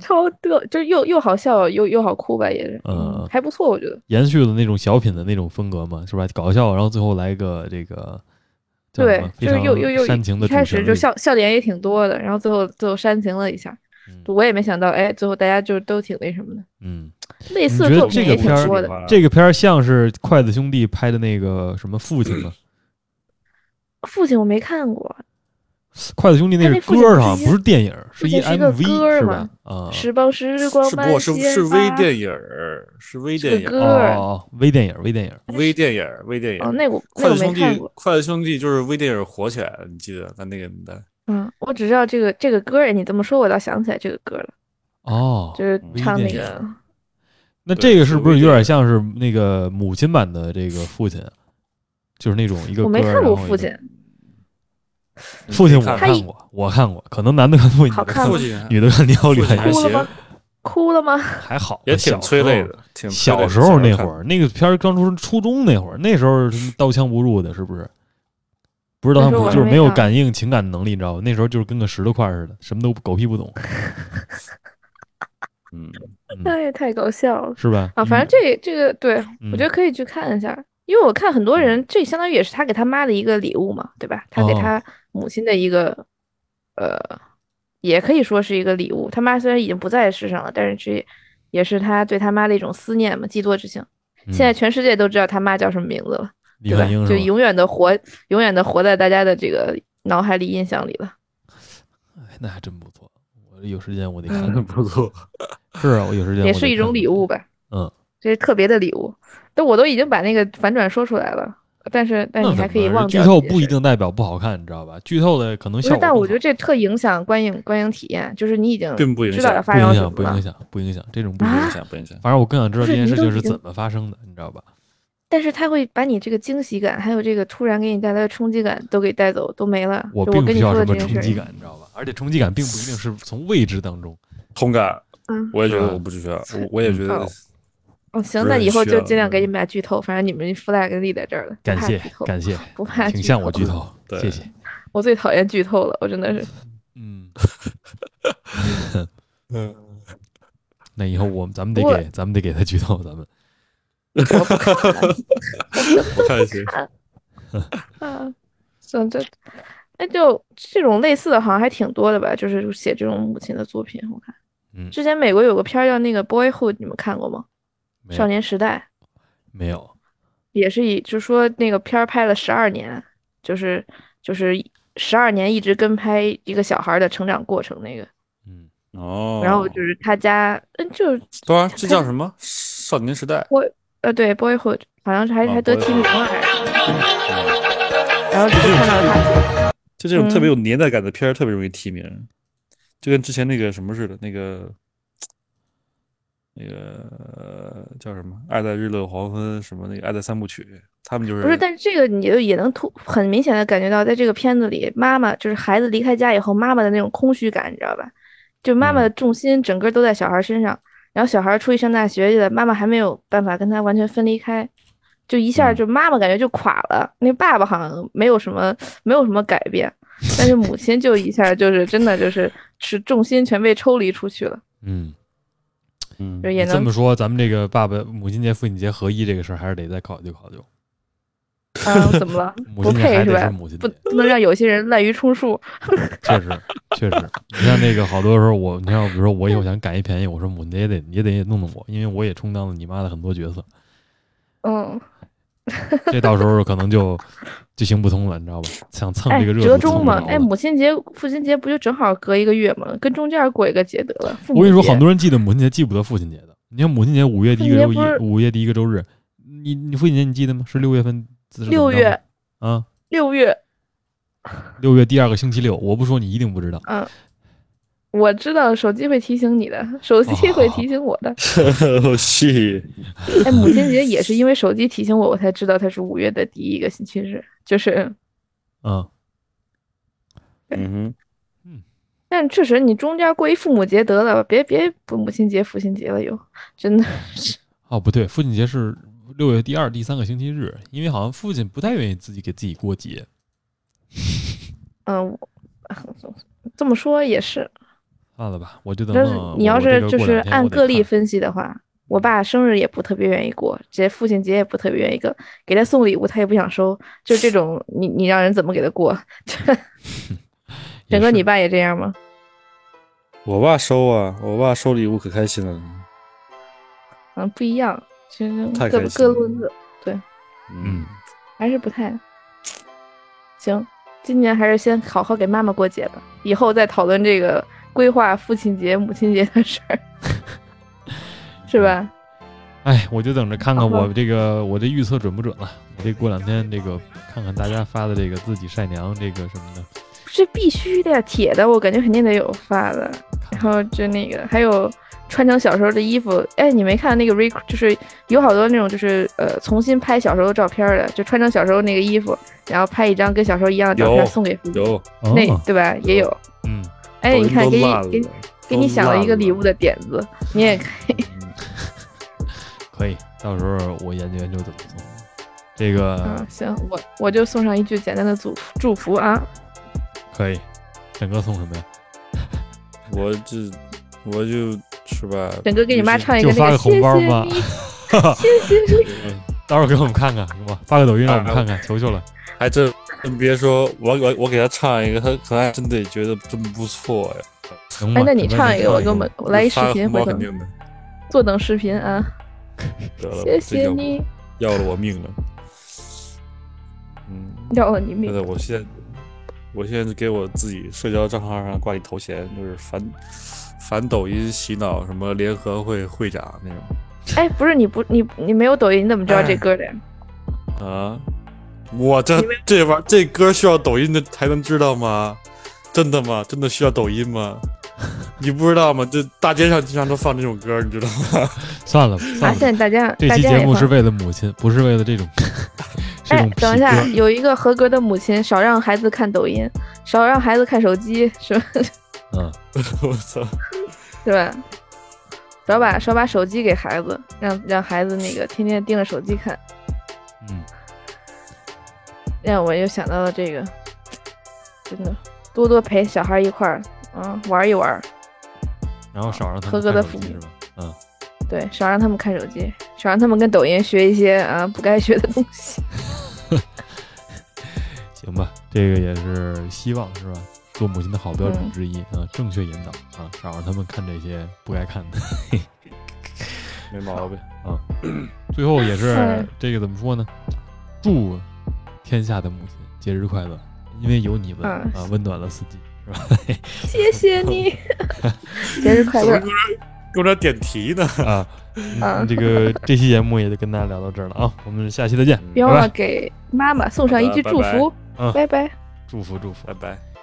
Speaker 2: 超逗，就是又又好笑又又好哭吧，也是，
Speaker 1: 嗯
Speaker 2: 还不错，我觉得。
Speaker 1: 延续了那种小品的那种风格嘛，是吧？搞笑，然后最后来一个这个叫什
Speaker 2: 对
Speaker 1: 么，非
Speaker 2: 就是
Speaker 1: 常
Speaker 2: 又又又
Speaker 1: 煽情的
Speaker 2: 一
Speaker 1: 主
Speaker 2: 开
Speaker 1: 旋
Speaker 2: 始
Speaker 1: 律，
Speaker 2: 就笑笑点也挺多的，然后最后最后煽情了一下，
Speaker 1: 嗯
Speaker 2: 我也没想到，哎，最后大家就都挺那什么的，
Speaker 1: 嗯，
Speaker 2: 类似
Speaker 1: 你觉
Speaker 2: 的
Speaker 1: 得
Speaker 2: 作品
Speaker 1: 这个
Speaker 2: 也挺
Speaker 1: 片儿
Speaker 2: 多的。
Speaker 1: 嗯这个片儿像是筷子兄弟拍的那个什么父亲 嘛，
Speaker 2: 父亲我没看过，
Speaker 1: 筷子兄弟那
Speaker 2: 他
Speaker 1: 是
Speaker 2: 那父
Speaker 1: 歌
Speaker 2: 亲
Speaker 1: 儿
Speaker 2: 不是
Speaker 1: 哈，
Speaker 2: 一
Speaker 1: 不是电影儿，
Speaker 2: 父
Speaker 1: 一
Speaker 2: 亲是一个歌
Speaker 1: MV
Speaker 2: 儿
Speaker 1: 是吧
Speaker 2: 吗？
Speaker 1: 啊，
Speaker 2: 时光时光
Speaker 3: 是
Speaker 2: 慢
Speaker 3: 不？是
Speaker 2: 些
Speaker 3: 是微
Speaker 2: 吧
Speaker 3: 电影儿，是微
Speaker 2: 是
Speaker 3: 电影儿，哦
Speaker 2: 个歌
Speaker 1: 哦
Speaker 2: 儿
Speaker 1: 哦，微电影儿，微电影儿，
Speaker 3: 微电影儿，微电影
Speaker 2: 哦，
Speaker 3: 儿。
Speaker 2: 那我那
Speaker 3: 筷
Speaker 2: 我
Speaker 3: 子
Speaker 2: 没
Speaker 3: 兄
Speaker 2: 看
Speaker 3: 弟
Speaker 2: 过，，
Speaker 3: 筷子兄弟就是微电影儿火起来了，你记得在那个年代。
Speaker 2: 嗯，我只知道这个这个歌儿，你这么说，我倒想起来这个歌了，
Speaker 1: 哦，
Speaker 2: 就是
Speaker 3: 嗯
Speaker 2: 唱那
Speaker 1: 微电
Speaker 2: 个，
Speaker 1: 那
Speaker 3: 对
Speaker 1: 这个是
Speaker 3: 是
Speaker 1: 不是
Speaker 3: 微
Speaker 1: 有点
Speaker 3: 电
Speaker 1: 像是那个母亲版的这个父亲啊？就是那种一个
Speaker 2: 我没
Speaker 1: 歌儿
Speaker 2: 看过
Speaker 1: 然后一
Speaker 2: 父
Speaker 1: 个
Speaker 2: 亲，
Speaker 1: 父亲我
Speaker 3: 看
Speaker 2: 他一
Speaker 1: 看过，我看过，可能男的看过，女
Speaker 2: 好
Speaker 1: 的
Speaker 2: 看
Speaker 3: 父
Speaker 2: 吗
Speaker 1: 过，
Speaker 3: 亲
Speaker 1: 女的看你好厉
Speaker 3: 父亲
Speaker 1: 害
Speaker 3: 还，
Speaker 2: 哭了
Speaker 3: 行，
Speaker 2: 吗哭了吗？
Speaker 1: 还好，
Speaker 3: 也挺催泪的。。挺催泪
Speaker 1: 小
Speaker 3: 的
Speaker 1: 时候那会
Speaker 3: 看
Speaker 1: 儿，那个片儿刚出初中那会儿，那时候是刀枪不入的，是不是？不是刀
Speaker 2: 那
Speaker 1: 枪不
Speaker 2: 时
Speaker 1: 入，
Speaker 2: 候我
Speaker 1: 就是
Speaker 2: 还
Speaker 1: 没
Speaker 2: 没
Speaker 1: 有
Speaker 2: 上
Speaker 1: 感应情感能力，你知道吧？那时候就是跟个石头块儿似的，什么都狗屁 不懂，
Speaker 3: 嗯，
Speaker 1: 嗯，
Speaker 2: 哎，太搞笑了。
Speaker 1: 是吧？
Speaker 2: 啊，反正
Speaker 1: 嗯
Speaker 2: 这这个对
Speaker 1: 嗯
Speaker 2: 我觉得可以去看一下，因为我看很多人，这相当于也是他给他妈的一个礼物嘛，对吧？他给
Speaker 1: 哦
Speaker 2: 他母亲的一个，呃，也可以说是一个礼物。他妈虽然已经不在世上了，但是这也是他对他妈的一种思念嘛，寄托之情。现在
Speaker 1: 嗯
Speaker 2: 全世界都知道他妈叫什么名字了，
Speaker 1: 李
Speaker 2: 对吧
Speaker 1: 焕英？
Speaker 2: 就是
Speaker 1: 吧？
Speaker 2: 永远的活，永远的活在大家的这个脑海里、印象里了。
Speaker 1: 哎那还真不错，我有时间我得看
Speaker 2: 嗯
Speaker 1: 看。
Speaker 3: 不错。
Speaker 1: 是啊，我有时间
Speaker 2: 也
Speaker 1: 我
Speaker 2: 是
Speaker 1: 得
Speaker 2: 一种
Speaker 1: 看
Speaker 2: 礼
Speaker 1: 看
Speaker 2: 物吧。
Speaker 1: 嗯，
Speaker 2: 这是特别的礼物。但我都已经把那个反转说出来了，但是但
Speaker 1: 那
Speaker 2: 你还
Speaker 1: 怎
Speaker 2: 可以
Speaker 1: 么
Speaker 2: 忘
Speaker 1: 剧
Speaker 2: 掉
Speaker 1: 透
Speaker 2: 这件
Speaker 1: 不一
Speaker 2: 事
Speaker 1: 定代表不好看，你知道吧？剧透的可能
Speaker 2: 不
Speaker 1: 效
Speaker 2: 是
Speaker 1: 果，
Speaker 2: 但
Speaker 1: 更
Speaker 2: 我觉
Speaker 1: 好
Speaker 2: 得这特影响观影观影体验，就是你已经
Speaker 3: 并不影
Speaker 2: 知道
Speaker 3: 响
Speaker 2: 要
Speaker 1: 不
Speaker 2: 发生
Speaker 1: 影
Speaker 2: 什
Speaker 1: 响，
Speaker 2: 么
Speaker 1: 不影
Speaker 2: 了，
Speaker 1: 响，不影响，这种不影
Speaker 2: 啊
Speaker 3: 不
Speaker 1: 响
Speaker 3: 影。响，不影响。
Speaker 1: 反正我更想知道
Speaker 2: 不
Speaker 1: 这
Speaker 2: 是
Speaker 1: 件
Speaker 2: 你
Speaker 1: 事
Speaker 2: 都
Speaker 1: 情
Speaker 2: 已
Speaker 1: 是
Speaker 2: 经
Speaker 1: 怎么发生的，你知道吧？
Speaker 2: 但是它会把你这个惊喜感，还有这个突然给你带来的冲击感都给带走，都没了。
Speaker 1: 我
Speaker 2: 就
Speaker 1: 并不
Speaker 2: 跟
Speaker 1: 需
Speaker 2: 你
Speaker 1: 要
Speaker 2: 说
Speaker 1: 什
Speaker 2: 的
Speaker 1: 么
Speaker 2: 这件
Speaker 1: 冲击
Speaker 2: 事，
Speaker 1: 感，你知道吧？而且冲击感并不一定是从未知当中。
Speaker 3: 同感，
Speaker 2: 嗯
Speaker 3: 我也觉
Speaker 1: 是
Speaker 3: 得
Speaker 1: 吧
Speaker 3: 我不需要，我我也觉
Speaker 2: 哦
Speaker 3: 得
Speaker 2: 哦，行，
Speaker 3: 不是
Speaker 2: 那
Speaker 3: 很
Speaker 2: 以后
Speaker 3: 需
Speaker 2: 就
Speaker 3: 要
Speaker 2: 尽量给
Speaker 3: 嗯
Speaker 2: 你们俩剧透，反正你们 flag 立在这儿了，不
Speaker 1: 感
Speaker 2: 怕
Speaker 1: 谢
Speaker 2: 剧透
Speaker 1: 感谢，
Speaker 2: 不怕
Speaker 1: 请向我
Speaker 2: 剧
Speaker 1: 剧
Speaker 2: 透，
Speaker 1: 透，
Speaker 3: 对
Speaker 1: 谢谢。
Speaker 2: 我最讨厌剧透了，我真 的是
Speaker 1: 嗯，
Speaker 3: 嗯，
Speaker 1: 那以后我们咱们得
Speaker 2: 不过
Speaker 1: 给咱们得给他剧透，咱们
Speaker 2: 我不看
Speaker 3: 不看 行。
Speaker 2: 啊，算这，那就这种类似的，好像还挺多的吧，就是写这种母亲的作品，我看
Speaker 1: 嗯
Speaker 2: 之前美国有个片儿叫那个《Boyhood》，你们看过吗？
Speaker 1: 没
Speaker 2: 少
Speaker 1: 有
Speaker 2: 年时代。
Speaker 1: 没有，
Speaker 2: 也是以就说那个片儿拍了十二年，就是就是十二年一直跟拍一个小孩儿的成长过程那个，
Speaker 1: 嗯，
Speaker 3: 哦，
Speaker 2: 然后就是他家，嗯，就是
Speaker 3: 对啊，这叫什么？少年时代。
Speaker 2: 呃对，Boyhood 好像是还
Speaker 3: 啊
Speaker 2: 还得提名了还是，然后只是看到他，
Speaker 3: 就这种特别
Speaker 2: 嗯
Speaker 3: 有年代感的片儿，特别容易提名，就跟之前那个什么似的，那个那个叫什么《爱在日落黄昏》什么那个《爱在三部曲》，他们就是
Speaker 2: 不是，但是这个你就也能突很明显的感觉到，在这个片子里，妈妈就是孩子离开家以后，妈妈的那种空虚感，你知道吧？就妈妈的重心整个都在小孩儿身上，然后小孩儿出去上大学去了，妈妈还没有办法跟他完全分离开，就一下
Speaker 1: 嗯
Speaker 2: 就妈妈感觉就垮了，那爸爸好像没有什么没有什么改变，但是母亲就一下就是真的就是是重心全被抽离出去了，
Speaker 1: 嗯，
Speaker 3: 嗯
Speaker 2: 就，是也
Speaker 1: 这
Speaker 2: 能
Speaker 1: 么说，咱们这个爸爸母亲节、父亲节合一这个事儿，还是得再考究考究。
Speaker 2: 啊怎么了
Speaker 1: 母
Speaker 2: 不
Speaker 1: 亲节还
Speaker 2: 配是
Speaker 1: 得
Speaker 2: 吧
Speaker 1: 是？母亲
Speaker 2: 不
Speaker 1: 节，
Speaker 2: 不能让有些人滥竽充数，
Speaker 1: 确实确实。你像那个好多时候我，你像比如说我以后想赶一便宜，我说母亲节也得也得弄弄我，因为我也充当了你妈的很多角色，
Speaker 2: 嗯。
Speaker 1: 这到时候可能就就行不通了，你知道吧？想蹭
Speaker 2: 哎，
Speaker 1: 这个热度，
Speaker 2: 折中
Speaker 1: 蹭不
Speaker 2: 嘛
Speaker 1: 着，
Speaker 2: 哎，
Speaker 1: 了
Speaker 2: 母亲节、父亲节不就正好隔一个月嘛，跟中间过一个节得了。父
Speaker 1: 我跟你
Speaker 2: 母
Speaker 1: 说，
Speaker 2: 节
Speaker 1: 很多人记得母亲节，记不得父亲节的。你看母亲节五月第一个周
Speaker 2: 父亲节
Speaker 1: 一，
Speaker 2: 不
Speaker 1: 五月第一个周日，你你父亲节你记得吗？是六月份？是怎么
Speaker 2: 六
Speaker 1: 着的
Speaker 2: 月
Speaker 1: 啊，
Speaker 2: 六月，
Speaker 1: 六月第二个星期六。我不说你一定不知道。
Speaker 2: 嗯，我知道手机会提醒你的，手
Speaker 1: 啊
Speaker 2: 机会提 醒我的。
Speaker 3: 是，
Speaker 2: 哎，母亲节也是因为手机提醒我，我才知道它是五月的第一个星期日，就是。
Speaker 1: 嗯，
Speaker 3: 嗯哼，
Speaker 2: 但确实，你中间过一父母节得了，别别不母亲节、父亲节了又，真的 是
Speaker 1: 哦，不对，父亲节是六月第二、第三个星期日，因为好像父亲不太愿意自己给自己过节。
Speaker 2: 嗯， 这么说也是，
Speaker 1: 算了吧，我就等
Speaker 2: 但是
Speaker 1: 等
Speaker 2: 你
Speaker 1: 我
Speaker 2: 要
Speaker 1: 我
Speaker 2: 是
Speaker 1: 这个
Speaker 2: 就
Speaker 1: 过
Speaker 2: 是
Speaker 1: 两天
Speaker 2: 按
Speaker 1: 我得
Speaker 2: 个例
Speaker 1: 看
Speaker 2: 分析的话，我爸生日也不特别愿意过，这父亲节也不特别愿意过，给他送礼物他也不想收，就这种你你让人怎么给他过？
Speaker 1: 也
Speaker 2: 整个
Speaker 1: 是
Speaker 2: 你爸也这样吗？
Speaker 3: 我爸收啊，我爸收礼物可开心了，
Speaker 2: 嗯，不一样，其实
Speaker 3: 太
Speaker 2: 各
Speaker 3: 开心
Speaker 2: 各
Speaker 3: 了
Speaker 2: 路子
Speaker 3: 嗯，
Speaker 2: 还是不太行。今年还是先好好给妈妈过节吧，以后再讨论这个规划父亲节、母亲节的事 儿，是吧？
Speaker 1: 哎，我就等着看看
Speaker 2: 然后
Speaker 1: 我这个我这预测准不准了。我这过两天这个看看大家发的这个自己晒娘这个什么的。
Speaker 2: 这必须的呀，铁的，我感觉肯定得有发的。然后就那个，还有穿成小时候的衣服，哎，你没看那个 rec，就是有好多那种就是呃重新拍小时候照片的，就穿成小时候那个衣服，然后拍一张跟小时候一样的照片
Speaker 3: 有
Speaker 2: 送给父母，
Speaker 3: 有，
Speaker 1: 哦
Speaker 2: 那、对吧？也有。
Speaker 1: 嗯，
Speaker 2: 哎，
Speaker 3: 抖
Speaker 2: 你
Speaker 3: 音
Speaker 2: 看，
Speaker 3: 都
Speaker 2: 给
Speaker 3: 烂
Speaker 2: 你
Speaker 3: 了
Speaker 2: 给你给
Speaker 3: 都
Speaker 2: 你想了一个
Speaker 3: 烂
Speaker 2: 礼物的点子，你也看
Speaker 1: 嗯可以，到时候我研究研究怎么送。这个、
Speaker 3: 嗯
Speaker 2: 啊，行，我我就送上一句简单的祝福祝福啊，
Speaker 1: 可以，整个送什么呀？
Speaker 3: 我这我就是吧，
Speaker 2: 整个给你妈
Speaker 3: 就是
Speaker 2: 唱一个
Speaker 1: 就发
Speaker 2: 那
Speaker 1: 个
Speaker 2: 个
Speaker 1: 红
Speaker 2: 谢
Speaker 1: 包
Speaker 2: 谢
Speaker 1: 吧
Speaker 2: 你，谢谢你，
Speaker 1: 到时候给我们看看，我发个抖音让我们看看，求求了。
Speaker 3: 还真真别说，我我我给他唱一个，他可能还真得觉得真不错呀。
Speaker 1: 行吧
Speaker 2: 哎，那你唱一个，我
Speaker 1: 给
Speaker 2: 给我们我来一视
Speaker 3: 发个
Speaker 2: 频，
Speaker 3: 红
Speaker 2: 回
Speaker 3: 包
Speaker 2: 头
Speaker 3: 肯定的，
Speaker 2: 坐等视频啊，
Speaker 3: 得了，
Speaker 2: 谢
Speaker 3: 这
Speaker 2: 谢
Speaker 3: 要不
Speaker 2: 你，
Speaker 3: 要了我命了。嗯，
Speaker 2: 要哦了你
Speaker 3: 真
Speaker 2: 命
Speaker 3: 的，，我现在我现在就给我自己社交账号上挂一头衔，就是反反抖音洗脑什么联合会会长那种
Speaker 2: 哎，不是你不你你没有抖音，你怎么知道这
Speaker 1: 哎
Speaker 2: 歌的呀？
Speaker 3: 啊。我这这玩这歌需要抖音的才能知道吗？真的吗？真的需要抖音吗？你不知道吗？这大街上经常都放这种歌，你知道吗？
Speaker 1: 算了吧算了
Speaker 2: 啊，
Speaker 1: 吧。
Speaker 2: 现在大家
Speaker 1: 这
Speaker 2: 大
Speaker 1: 期
Speaker 2: 家
Speaker 1: 节
Speaker 2: 也
Speaker 1: 目是
Speaker 2: 放
Speaker 1: 为了母亲，不是为了这种 这
Speaker 2: 哎
Speaker 1: 种，
Speaker 2: 等
Speaker 1: 痞
Speaker 2: 一下，
Speaker 1: 歌
Speaker 2: 有一个合格的母亲，少让孩子看抖音，少让 孩子看手机，是吧？
Speaker 1: 嗯，
Speaker 3: 我操！
Speaker 2: 对吧？少把少把手机给孩子，让让孩子那个天天盯着手机看。
Speaker 3: 嗯，
Speaker 2: 让我又想到了这个，真的多多陪小孩一块儿，嗯，玩一玩，
Speaker 1: 然后少让他
Speaker 2: 合
Speaker 1: 们
Speaker 2: 格的
Speaker 1: 看手
Speaker 2: 父
Speaker 1: 机
Speaker 2: 母
Speaker 1: 是吧？嗯，
Speaker 2: 对，少让他们看手机，少让他们跟抖音学一些啊不该学的东西。
Speaker 1: 行吧，这个也是希望是吧？做母亲的好标准
Speaker 2: 嗯
Speaker 1: 之一啊、正确引导啊，少让他们看这些不该看 的。
Speaker 3: 没毛病。
Speaker 1: 最后也是
Speaker 2: 是
Speaker 1: 这个怎么说呢？祝天下的母亲节日快乐，因为有你们、
Speaker 2: 嗯
Speaker 1: 啊，温暖了四季，是吧？
Speaker 2: 谢谢你， 节日快
Speaker 3: 怎么
Speaker 2: 乐
Speaker 3: 给！我给我点点题呢？
Speaker 1: 啊，
Speaker 2: 嗯
Speaker 1: 这个这期节目也就跟大家聊到这儿了啊，我们下期再见，
Speaker 2: 别
Speaker 1: 拜
Speaker 2: 忘
Speaker 1: 拜
Speaker 2: 了给妈妈送上一句
Speaker 3: 好的
Speaker 2: 祝
Speaker 3: 拜拜
Speaker 2: 福，
Speaker 1: 嗯
Speaker 2: 拜拜
Speaker 1: 祝福祝福
Speaker 3: 拜。拜。